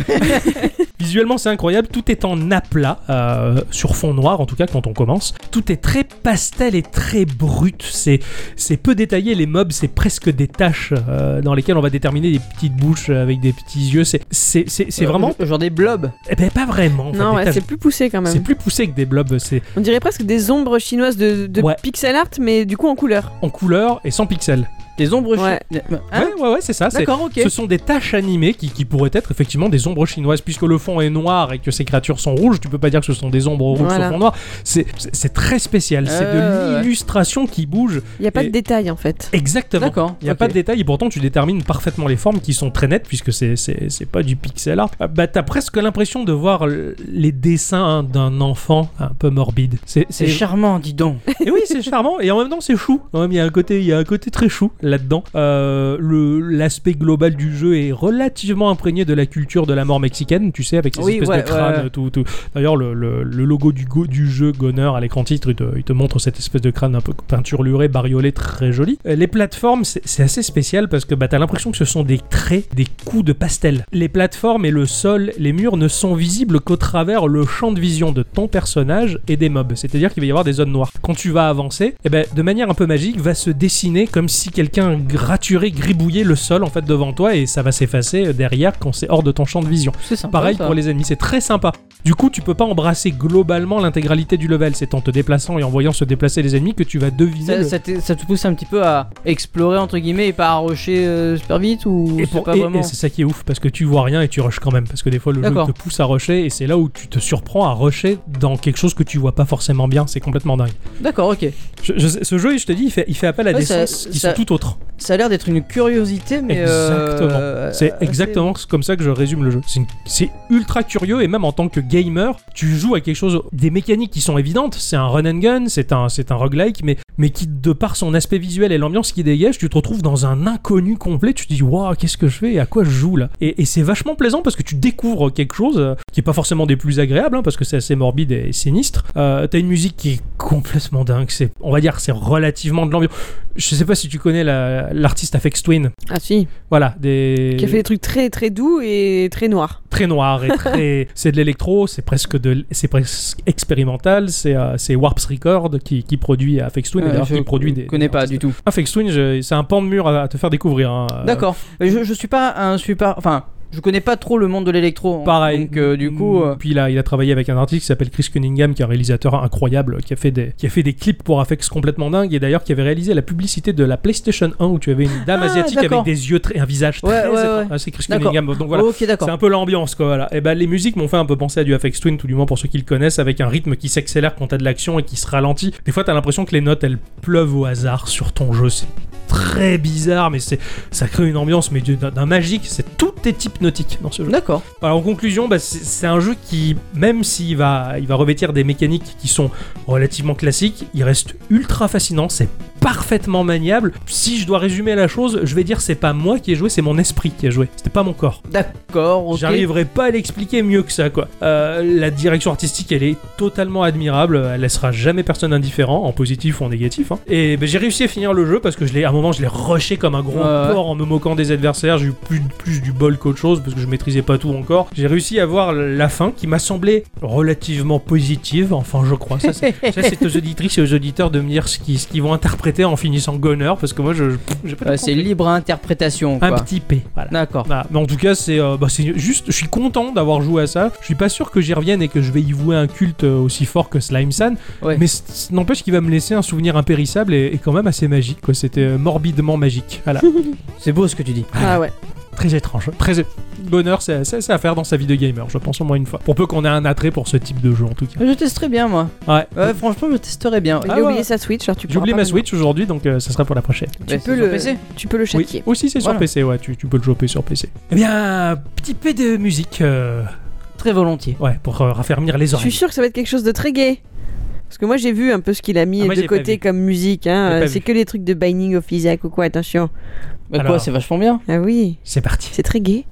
[SPEAKER 2] Visuellement, c'est incroyable. Tout est en aplat, euh, sur fond noir en tout cas quand on commence. Tout est très pastel et très brut. C'est c'est peu détaillé. Les mobs, c'est presque des taches euh, dans lesquelles on va déterminer des petites bouches avec des petits yeux. C'est c'est- c'est- c'est
[SPEAKER 3] Euh,
[SPEAKER 2] vraiment.
[SPEAKER 3] genre des blobs.
[SPEAKER 2] Eh ben, pas vraiment. en fait,
[SPEAKER 1] non,
[SPEAKER 2] des
[SPEAKER 1] ouais,
[SPEAKER 2] taches.
[SPEAKER 1] c'est plus poussé quand
[SPEAKER 2] C'est
[SPEAKER 1] même.
[SPEAKER 2] plus poussé que des blobs. C'est
[SPEAKER 1] On dirait presque des ombres chinoises de, de
[SPEAKER 2] Ouais.
[SPEAKER 1] pixel art, mais du coup en couleur.
[SPEAKER 2] en couleur et sans pixels.
[SPEAKER 3] Des ombres.
[SPEAKER 1] Ouais.
[SPEAKER 3] chi-
[SPEAKER 1] Ah.
[SPEAKER 3] Hein
[SPEAKER 2] ouais, ouais, ouais, c'est ça. c'est-
[SPEAKER 3] D'accord, ok.
[SPEAKER 2] Ce sont des taches animées qui, qui pourraient être effectivement des ombres chinoises, puisque le fond est noir et que ces créatures sont rouges, tu peux pas dire que ce sont des ombres rouges
[SPEAKER 1] Voilà.
[SPEAKER 2] sur fond noir. C'est- C'est c'est très spécial,
[SPEAKER 3] Euh,
[SPEAKER 2] c'est de
[SPEAKER 3] ouais.
[SPEAKER 2] l'illustration qui bouge.
[SPEAKER 1] Il n'y a pas
[SPEAKER 2] Et-
[SPEAKER 1] de détails en fait.
[SPEAKER 2] Exactement.
[SPEAKER 3] D'accord.
[SPEAKER 2] Il n'y a
[SPEAKER 3] ok.
[SPEAKER 2] pas de détails et pourtant tu détermines parfaitement les formes qui sont très nettes puisque c'est- c'est c'est pas du pixel art. Ah, Bah t'as presque l'impression de voir le- les dessins hein, d'un enfant un peu morbide. C'est
[SPEAKER 3] C'est charmant, dis donc.
[SPEAKER 2] et oui, c'est charmant et en même temps c'est chou. Quand même, Il y a un côté, il y a un côté très chou. là-dedans. Euh, le- L'aspect global du jeu est relativement imprégné de la culture de la mort mexicaine, tu sais, avec ces
[SPEAKER 3] Oui,
[SPEAKER 2] espèces
[SPEAKER 3] ouais,
[SPEAKER 2] de crânes.
[SPEAKER 3] ouais.
[SPEAKER 2] Tout, tout. D'ailleurs, le, le- le logo du, go- du jeu Goner à l'écran titre, il te, il te montre cette espèce de crâne un peu peinturluré, bariolé, très joli. Euh, Les plateformes, c'est c'est assez spécial parce que bah, t'as l'impression que ce sont des traits, des coups de pastel. Les plateformes et le sol, les murs ne sont visibles qu'au travers le champ de vision de ton personnage et des mobs. C'est-à-dire qu'il va y avoir des zones noires. Quand tu vas avancer, eh ben, de manière un peu magique, va se dessiner comme si quelqu'un graturait, gribouillait le sol en fait devant toi et ça va s'effacer euh, derrière quand [LAUGHS] c'est hors de ton champ de vision.
[SPEAKER 3] C'est sympa.
[SPEAKER 2] Pareil
[SPEAKER 3] ça.
[SPEAKER 2] pour les ennemis, c'est très sympa. Du coup, tu peux pas embrasser globalement l'intégralité du level. C'est en te déplaçant et en voyant se déplacer les ennemis que tu vas deviner.
[SPEAKER 3] Ça,
[SPEAKER 2] le-
[SPEAKER 3] ça te, ça te pousse un petit peu à explorer entre guillemets et pas à rusher euh, super vite ou
[SPEAKER 2] Et,
[SPEAKER 3] c'est
[SPEAKER 2] pour-
[SPEAKER 3] pas
[SPEAKER 2] et-
[SPEAKER 3] vraiment.
[SPEAKER 2] et c'est ça qui est ouf parce que tu vois rien et tu rushes quand même parce que des fois le jeu
[SPEAKER 3] D'accord.
[SPEAKER 2] te pousse à rusher et c'est là où tu te surprends à rusher dans quelque chose que tu vois pas forcément bien c'est complètement dingue
[SPEAKER 3] D'accord, ok.
[SPEAKER 2] Je- je sais- ce jeu je te dis il fait, il fait appel à
[SPEAKER 3] Ouais,
[SPEAKER 2] des
[SPEAKER 3] ça-
[SPEAKER 2] sens qui
[SPEAKER 3] ça-
[SPEAKER 2] sont tout autres
[SPEAKER 3] Ça a l'air d'être une curiosité, mais
[SPEAKER 2] Exactement.
[SPEAKER 3] euh,
[SPEAKER 2] C'est
[SPEAKER 3] assez-
[SPEAKER 2] exactement comme ça que je résume le jeu. C'est une- C'est ultra curieux et même en tant que gamer, tu joues à quelque chose, des mécaniques qui sont évidentes. C'est un run and gun, c'est un, c'est un roguelike, mais, mais qui, de par son aspect visuel et l'ambiance qui dégage, tu te retrouves dans un inconnu complet. Tu te dis, waouh, qu'est-ce que je fais et à quoi je joue là Et, et c'est vachement plaisant parce que tu découvres quelque chose euh, qui est pas forcément des plus agréables, hein, parce que c'est assez morbide et sinistre. Euh, T'as une musique qui est complètement dingue. C'est, on va dire, c'est relativement de l'ambiance. Je sais pas si tu connais la- l'artiste Afex Twin.
[SPEAKER 1] Ah si,
[SPEAKER 2] Voilà, des
[SPEAKER 1] qui a fait des trucs très très doux et très noirs.
[SPEAKER 2] très noir et
[SPEAKER 3] [LAUGHS]
[SPEAKER 2] très c'est de l'électro c'est presque de l- c'est presque expérimental c'est euh, c'est Warps Record qui, qui produit euh, Afex Twin et
[SPEAKER 3] Ouais,
[SPEAKER 2] d'ailleurs
[SPEAKER 3] je
[SPEAKER 2] qui produit des
[SPEAKER 3] connais pas du tout.
[SPEAKER 2] Afex Twin je- c'est un pan de mur à, à te faire découvrir hein. Euh,
[SPEAKER 3] D'accord. Mais Je, je suis pas un super. Enfin, je connais pas trop le monde de l'électro. hein.
[SPEAKER 2] Pareil.
[SPEAKER 3] Donc euh, du coup. euh,
[SPEAKER 2] Puis il a, il a travaillé avec un artiste qui s'appelle Chris Cunningham, qui est un réalisateur incroyable, qui a fait des, qui a fait des clips pour Afex complètement dingues, et d'ailleurs qui avait réalisé la publicité de la PlayStation 1 où tu avais une dame
[SPEAKER 3] Ah,
[SPEAKER 2] asiatique
[SPEAKER 3] d'accord.
[SPEAKER 2] avec des yeux très- un visage
[SPEAKER 3] Ouais,
[SPEAKER 2] très
[SPEAKER 3] ouais,
[SPEAKER 2] étrange.
[SPEAKER 3] ouais.
[SPEAKER 2] Ah, c'est Chris
[SPEAKER 3] D'accord.
[SPEAKER 2] Cunningham. Donc voilà.
[SPEAKER 3] Ok, d'accord.
[SPEAKER 2] C'est un peu l'ambiance quoi. Voilà. Et ben les musiques m'ont fait un peu penser à du Afex Twin, tout du moins pour ceux qui le connaissent, avec un rythme qui s'accélère quand t'as de l'action et qui se ralentit. Des fois t'as l'impression que les notes elles pleuvent au hasard sur ton jeu. C'est très bizarre, mais c'est ça crée une ambiance mais d'un d'un magique. C'est tout est hypnotique dans ce jeu.
[SPEAKER 3] D'accord.
[SPEAKER 2] Alors en conclusion, bah, c'est c'est un jeu qui, même s'il va, il va revêtir des mécaniques qui sont relativement classiques, il reste ultra fascinant, c'est parfaitement maniable. Si je dois résumer la chose, je vais dire c'est pas moi qui ai joué, c'est mon esprit qui a joué, c'était pas mon corps.
[SPEAKER 3] D'accord. Ok.
[SPEAKER 2] J'arriverai pas à l'expliquer mieux que ça, quoi. Euh, la direction artistique, elle est totalement admirable. Elle laissera jamais personne indifférent, en positif ou en négatif. hein. Et ben, j'ai réussi à finir le jeu parce que je l'ai, à un moment, je l'ai rushé comme un gros
[SPEAKER 3] Ouais, ouais.
[SPEAKER 2] porc en me moquant des adversaires. J'ai eu plus, plus du bol qu'autre chose parce que je maîtrisais pas tout encore. J'ai réussi à voir la fin qui m'a semblé relativement positive. Enfin, je crois. Ça, c'est- ça, c'est aux auditrices et aux auditeurs de me dire ce qu'ils, ce qu'ils vont interpréter en finissant Gunner parce que moi, je, je- j'ai pas tout
[SPEAKER 3] Ouais, c'est
[SPEAKER 2] compris.
[SPEAKER 3] libre à interprétation.
[SPEAKER 2] un
[SPEAKER 3] quoi.
[SPEAKER 2] petit P. Voilà.
[SPEAKER 3] D'accord.
[SPEAKER 2] Voilà. Mais en tout cas, c'est euh, bah, c'est juste, je suis content d'avoir joué à ça. Je suis pas sûr que j'y revienne et que je vais y vouer un culte euh, aussi fort que Slime San.
[SPEAKER 3] Ouais.
[SPEAKER 2] Mais c- c- n'empêche qu'il va me laisser un souvenir impérissable et, et quand même assez magique. quoi. C'était euh, morbidement magique. [LAUGHS] Voilà.
[SPEAKER 3] C'est beau ce que tu dis.
[SPEAKER 1] Ah ouais.
[SPEAKER 2] très étrange. Très é- bonheur, c'est c'est- c'est à faire dans sa vie de gamer, je pense au moins une fois. Pour peu qu'on ait un attrait pour ce type de jeu en tout cas.
[SPEAKER 3] Je testerai bien moi.
[SPEAKER 2] Ouais.
[SPEAKER 3] Ouais, franchement, je testerai bien. ouais.
[SPEAKER 1] Il a
[SPEAKER 2] Oh. Ah ouais.
[SPEAKER 1] oublié sa Switch, alors tu
[SPEAKER 2] J'ai
[SPEAKER 1] pourras
[SPEAKER 2] oublié
[SPEAKER 1] pas
[SPEAKER 2] ma
[SPEAKER 1] me-
[SPEAKER 2] Switch aujourd'hui, donc euh, ça sera pour la prochaine.
[SPEAKER 1] Tu
[SPEAKER 3] Bah,
[SPEAKER 1] peux
[SPEAKER 3] c'est sur
[SPEAKER 1] le
[SPEAKER 3] PC.
[SPEAKER 1] Tu peux le
[SPEAKER 2] Oui,
[SPEAKER 1] châtier.
[SPEAKER 2] aussi c'est sur
[SPEAKER 3] Voilà.
[SPEAKER 2] PC, ouais, tu, tu peux le choper sur PC. Eh bien, petit peu de musique, euh,
[SPEAKER 3] Très volontiers.
[SPEAKER 2] ouais, pour euh, raffermir les
[SPEAKER 1] Je suis
[SPEAKER 2] oreilles.
[SPEAKER 1] sûr que ça va être quelque chose de très gai. Parce que moi j'ai vu un peu ce qu'il a mis
[SPEAKER 2] Ah, moi,
[SPEAKER 1] de
[SPEAKER 2] j'ai pas
[SPEAKER 1] côté
[SPEAKER 2] vu.
[SPEAKER 1] comme musique.
[SPEAKER 2] J'ai
[SPEAKER 1] Hein.
[SPEAKER 2] pas
[SPEAKER 1] C'est
[SPEAKER 2] vu.
[SPEAKER 1] que les trucs de Binding of Isaac ou quoi, attention.
[SPEAKER 3] Bah quoi,
[SPEAKER 2] Alors.
[SPEAKER 3] c'est vachement bien.
[SPEAKER 1] Ah oui,
[SPEAKER 2] C'est parti.
[SPEAKER 1] c'est très gai.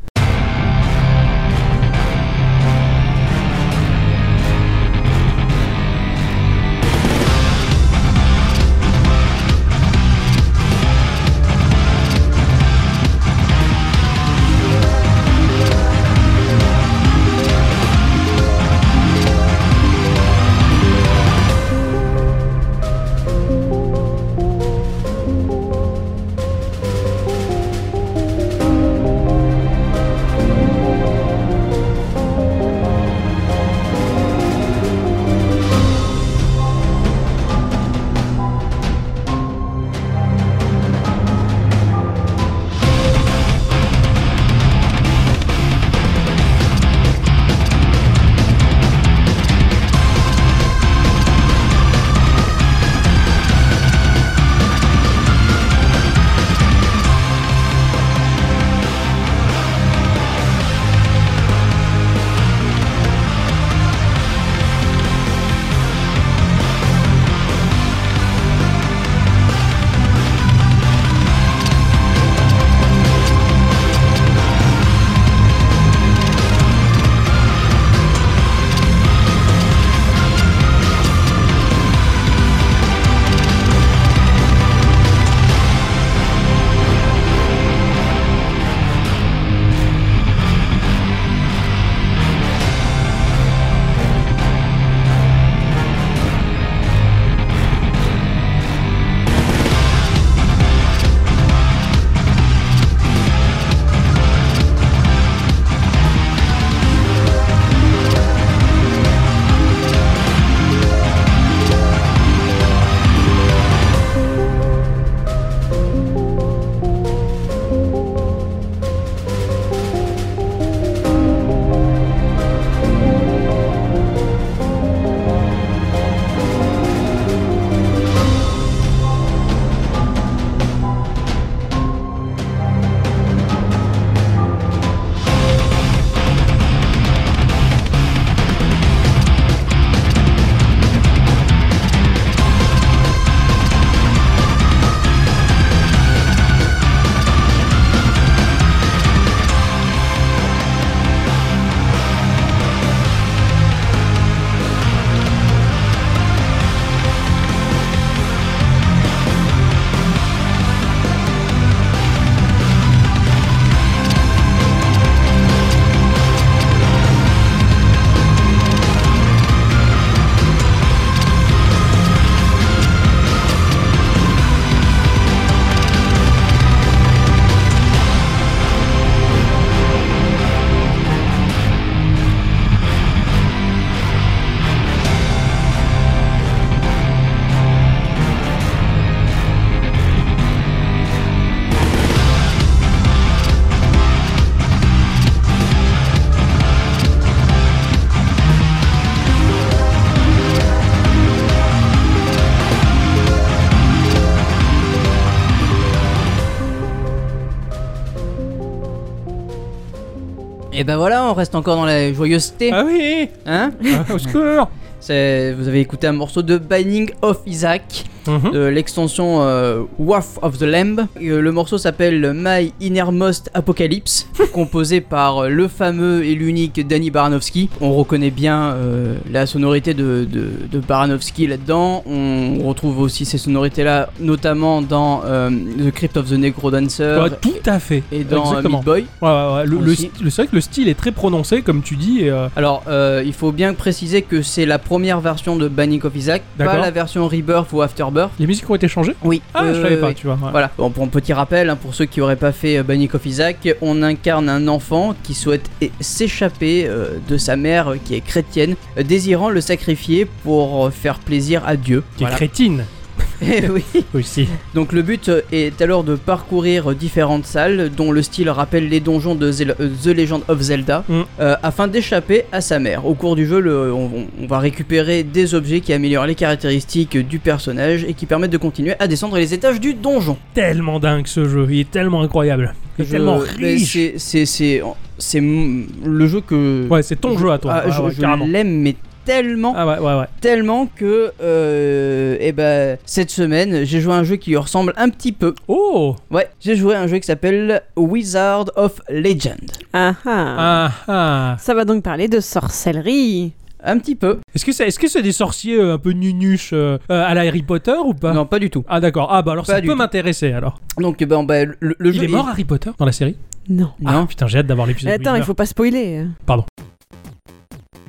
[SPEAKER 3] Et ben voilà, on reste encore dans la joyeuseté.
[SPEAKER 2] Ah oui
[SPEAKER 3] Hein
[SPEAKER 2] ah, Au secours
[SPEAKER 3] C'est- Vous avez écouté un morceau de Binding of Isaac,
[SPEAKER 2] Mhm.
[SPEAKER 3] de l'extension euh, Wrath of the Lamb. Et, euh, le morceau s'appelle My Innermost Apocalypse, [LAUGHS] composé par euh, le fameux et l'unique Danny Baranowski. On reconnaît bien euh, la sonorité de, de- de Baranowski là-dedans. On retrouve aussi ces sonorités-là, notamment dans euh, The Crypt of the Necro Dancer.
[SPEAKER 2] Ouais, tout à fait.
[SPEAKER 3] Euh, Et dans euh,
[SPEAKER 2] Exactement.
[SPEAKER 3] Meat Boy.
[SPEAKER 2] Ouais, ouais, ouais. Le, le
[SPEAKER 3] Aussi.
[SPEAKER 2] sti- le- c'est vrai que le style est très prononcé, comme tu dis. et, euh,
[SPEAKER 3] Alors, euh, il faut bien préciser que c'est la première version de Banning of Isaac, pas
[SPEAKER 2] D'accord.
[SPEAKER 3] la version Rebirth ou Afterbirth.
[SPEAKER 2] les musiques ont été changées
[SPEAKER 3] Oui.
[SPEAKER 2] Ah,
[SPEAKER 3] oui,
[SPEAKER 2] je
[SPEAKER 3] oui,
[SPEAKER 2] savais
[SPEAKER 3] oui,
[SPEAKER 2] pas,
[SPEAKER 3] Euh, oui.
[SPEAKER 2] tu vois. ouais.
[SPEAKER 3] Voilà, bon, pour un petit rappel, hein, pour ceux qui auraient pas fait euh, Banning of Isaac, on incarne un enfant qui souhaite é- s'échapper euh, de sa mère euh, qui est chrétienne, euh, désirant le sacrifier pour euh, faire plaisir à Dieu.
[SPEAKER 2] Qui est crétine
[SPEAKER 3] [LAUGHS] Eh oui.
[SPEAKER 2] aussi.
[SPEAKER 3] Donc le but euh, est alors de parcourir euh, différentes salles dont le style rappelle les donjons de Zel- euh, The Legend of Zelda
[SPEAKER 2] Mm.
[SPEAKER 3] euh, afin d'échapper à sa mère. Au cours du jeu, le- on, on va récupérer des objets qui améliorent les caractéristiques du personnage et qui permettent de continuer à descendre les étages du donjon.
[SPEAKER 2] Tellement dingue ce jeu, il est tellement incroyable. Il est
[SPEAKER 3] Je-
[SPEAKER 2] tellement
[SPEAKER 3] mais
[SPEAKER 2] riche.
[SPEAKER 3] c'est- C'est c'est- c'est m- le jeu que...
[SPEAKER 2] Ouais, c'est ton
[SPEAKER 3] je-
[SPEAKER 2] jeu à toi.
[SPEAKER 3] Ah,
[SPEAKER 2] ouais,
[SPEAKER 3] je
[SPEAKER 2] ouais,
[SPEAKER 3] je
[SPEAKER 2] carrément.
[SPEAKER 3] l'aime mais tellement
[SPEAKER 2] Ah ouais, ouais, ouais.
[SPEAKER 3] tellement que euh, eh ben cette semaine j'ai joué à un jeu qui lui ressemble un petit peu
[SPEAKER 2] Oh
[SPEAKER 3] Ouais, j'ai joué à un jeu qui s'appelle Wizard of Legend.
[SPEAKER 1] Ah ah.
[SPEAKER 2] ah, ah.
[SPEAKER 1] Ça va donc parler de sorcellerie.
[SPEAKER 3] Un petit peu.
[SPEAKER 2] Est-ce que c'est est -ce c'est des sorciers euh, un peu nunuches euh, euh, à la Harry Potter ou pas
[SPEAKER 3] Non, pas du tout.
[SPEAKER 2] Ah d'accord, ah bah alors
[SPEAKER 3] Pas
[SPEAKER 2] ça
[SPEAKER 3] du
[SPEAKER 2] peut
[SPEAKER 3] tout.
[SPEAKER 2] m'intéresser alors.
[SPEAKER 3] Donc, ben, ben, le, le
[SPEAKER 2] Il
[SPEAKER 3] jeu
[SPEAKER 2] est mort Harry Potter dans la série
[SPEAKER 1] Non.
[SPEAKER 3] Non.
[SPEAKER 2] Ah putain j'ai hâte d'avoir l'épisode.
[SPEAKER 1] Attends, il faut pas spoiler. hein.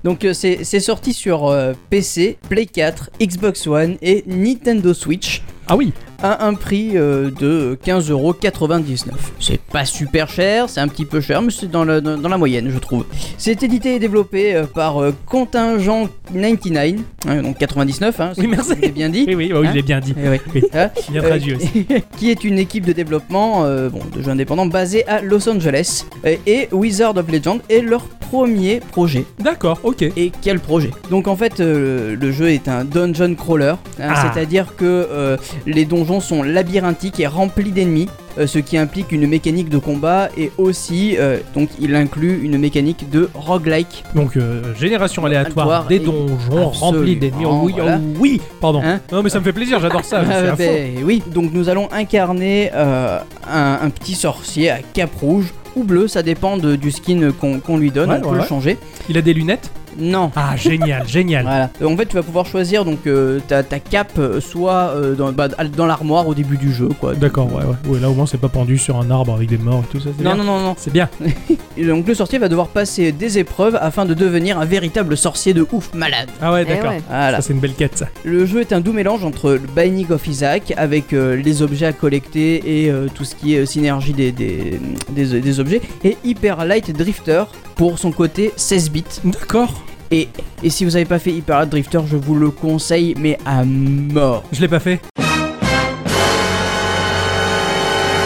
[SPEAKER 3] Donc, euh, c'est c'est sorti sur euh, PC, Play 4, Xbox One et Nintendo Switch
[SPEAKER 2] Ah oui
[SPEAKER 3] à un prix euh, de 15,99€. C'est pas super cher, c'est un petit peu cher, mais c'est dans, la- dans, dans la moyenne, je trouve. C'est édité et développé euh, par euh, Contingent 99, hein, donc 99, hein,
[SPEAKER 2] Oui, merci.
[SPEAKER 3] c'est bien dit.
[SPEAKER 2] Oui oui, bah oui
[SPEAKER 3] Hein
[SPEAKER 2] il est bien dit.
[SPEAKER 3] Eh oui.
[SPEAKER 2] Oui.
[SPEAKER 3] Hein
[SPEAKER 2] Bien
[SPEAKER 3] Euh, [LAUGHS]
[SPEAKER 2] traduit aussi.
[SPEAKER 3] qui est une équipe de développement euh, bon, de jeux indépendants basée à Los Angeles. Et, et Wizard of Legend est leur premier projet.
[SPEAKER 2] eh, D'accord, ok.
[SPEAKER 3] Et quel projet Donc en fait, euh, le jeu est un dungeon crawler, hein,
[SPEAKER 2] Ah.
[SPEAKER 3] c'est-à-dire que euh, les donjons sont labyrinthiques et remplis d'ennemis. euh, ce qui implique une mécanique de combat et aussi, euh, donc il inclut une mécanique de roguelike.
[SPEAKER 2] Donc euh, génération aléatoire
[SPEAKER 3] Aléatoire
[SPEAKER 2] des
[SPEAKER 3] et-
[SPEAKER 2] donjons remplis
[SPEAKER 3] Absolument,
[SPEAKER 2] d'ennemis. Oh oui, oh
[SPEAKER 3] voilà.
[SPEAKER 2] oui, pardon.
[SPEAKER 3] Hein
[SPEAKER 2] non mais ça me fait plaisir, j'adore
[SPEAKER 3] [LAUGHS]
[SPEAKER 2] ça. je suis
[SPEAKER 3] Ah,
[SPEAKER 2] à fond.
[SPEAKER 3] ben, oui, donc nous allons incarner euh, un, un petit sorcier à cap rouge ou bleu, ça dépend de- du skin qu'on qu'on lui donne,
[SPEAKER 2] Ouais,
[SPEAKER 3] on peut
[SPEAKER 2] ouais,
[SPEAKER 3] le
[SPEAKER 2] ouais.
[SPEAKER 3] changer.
[SPEAKER 2] Il a des lunettes
[SPEAKER 3] Non.
[SPEAKER 2] Ah génial, génial.
[SPEAKER 3] Voilà. Euh, En fait, tu vas pouvoir choisir donc euh, ta, ta cape euh, soit euh, dans, bah, dans l'armoire au début du jeu, quoi.
[SPEAKER 2] D'accord, ouais, ouais, ouais. Là au moins c'est pas pendu sur un arbre avec des morts et tout ça. c'est bien.
[SPEAKER 3] Non, non, non, non.
[SPEAKER 2] C'est bien.
[SPEAKER 3] Et donc le sorcier va devoir passer des épreuves afin de devenir un véritable sorcier de ouf malade.
[SPEAKER 2] Ah ouais,
[SPEAKER 1] Eh
[SPEAKER 2] d'accord.
[SPEAKER 1] ouais.
[SPEAKER 3] Voilà.
[SPEAKER 2] Ça c'est une belle quête ça.
[SPEAKER 3] Le jeu est un doux mélange entre le Binding of Isaac avec euh, les objets à collecter et euh, tout ce qui est euh, synergie des, des, des- euh, des objets et Hyper Light Drifter pour son côté 16 bits.
[SPEAKER 2] D'accord.
[SPEAKER 3] Et, et si vous n'avez pas fait Hyper Light Drifter, je vous le conseille mais à mort.
[SPEAKER 2] Je l'ai pas fait.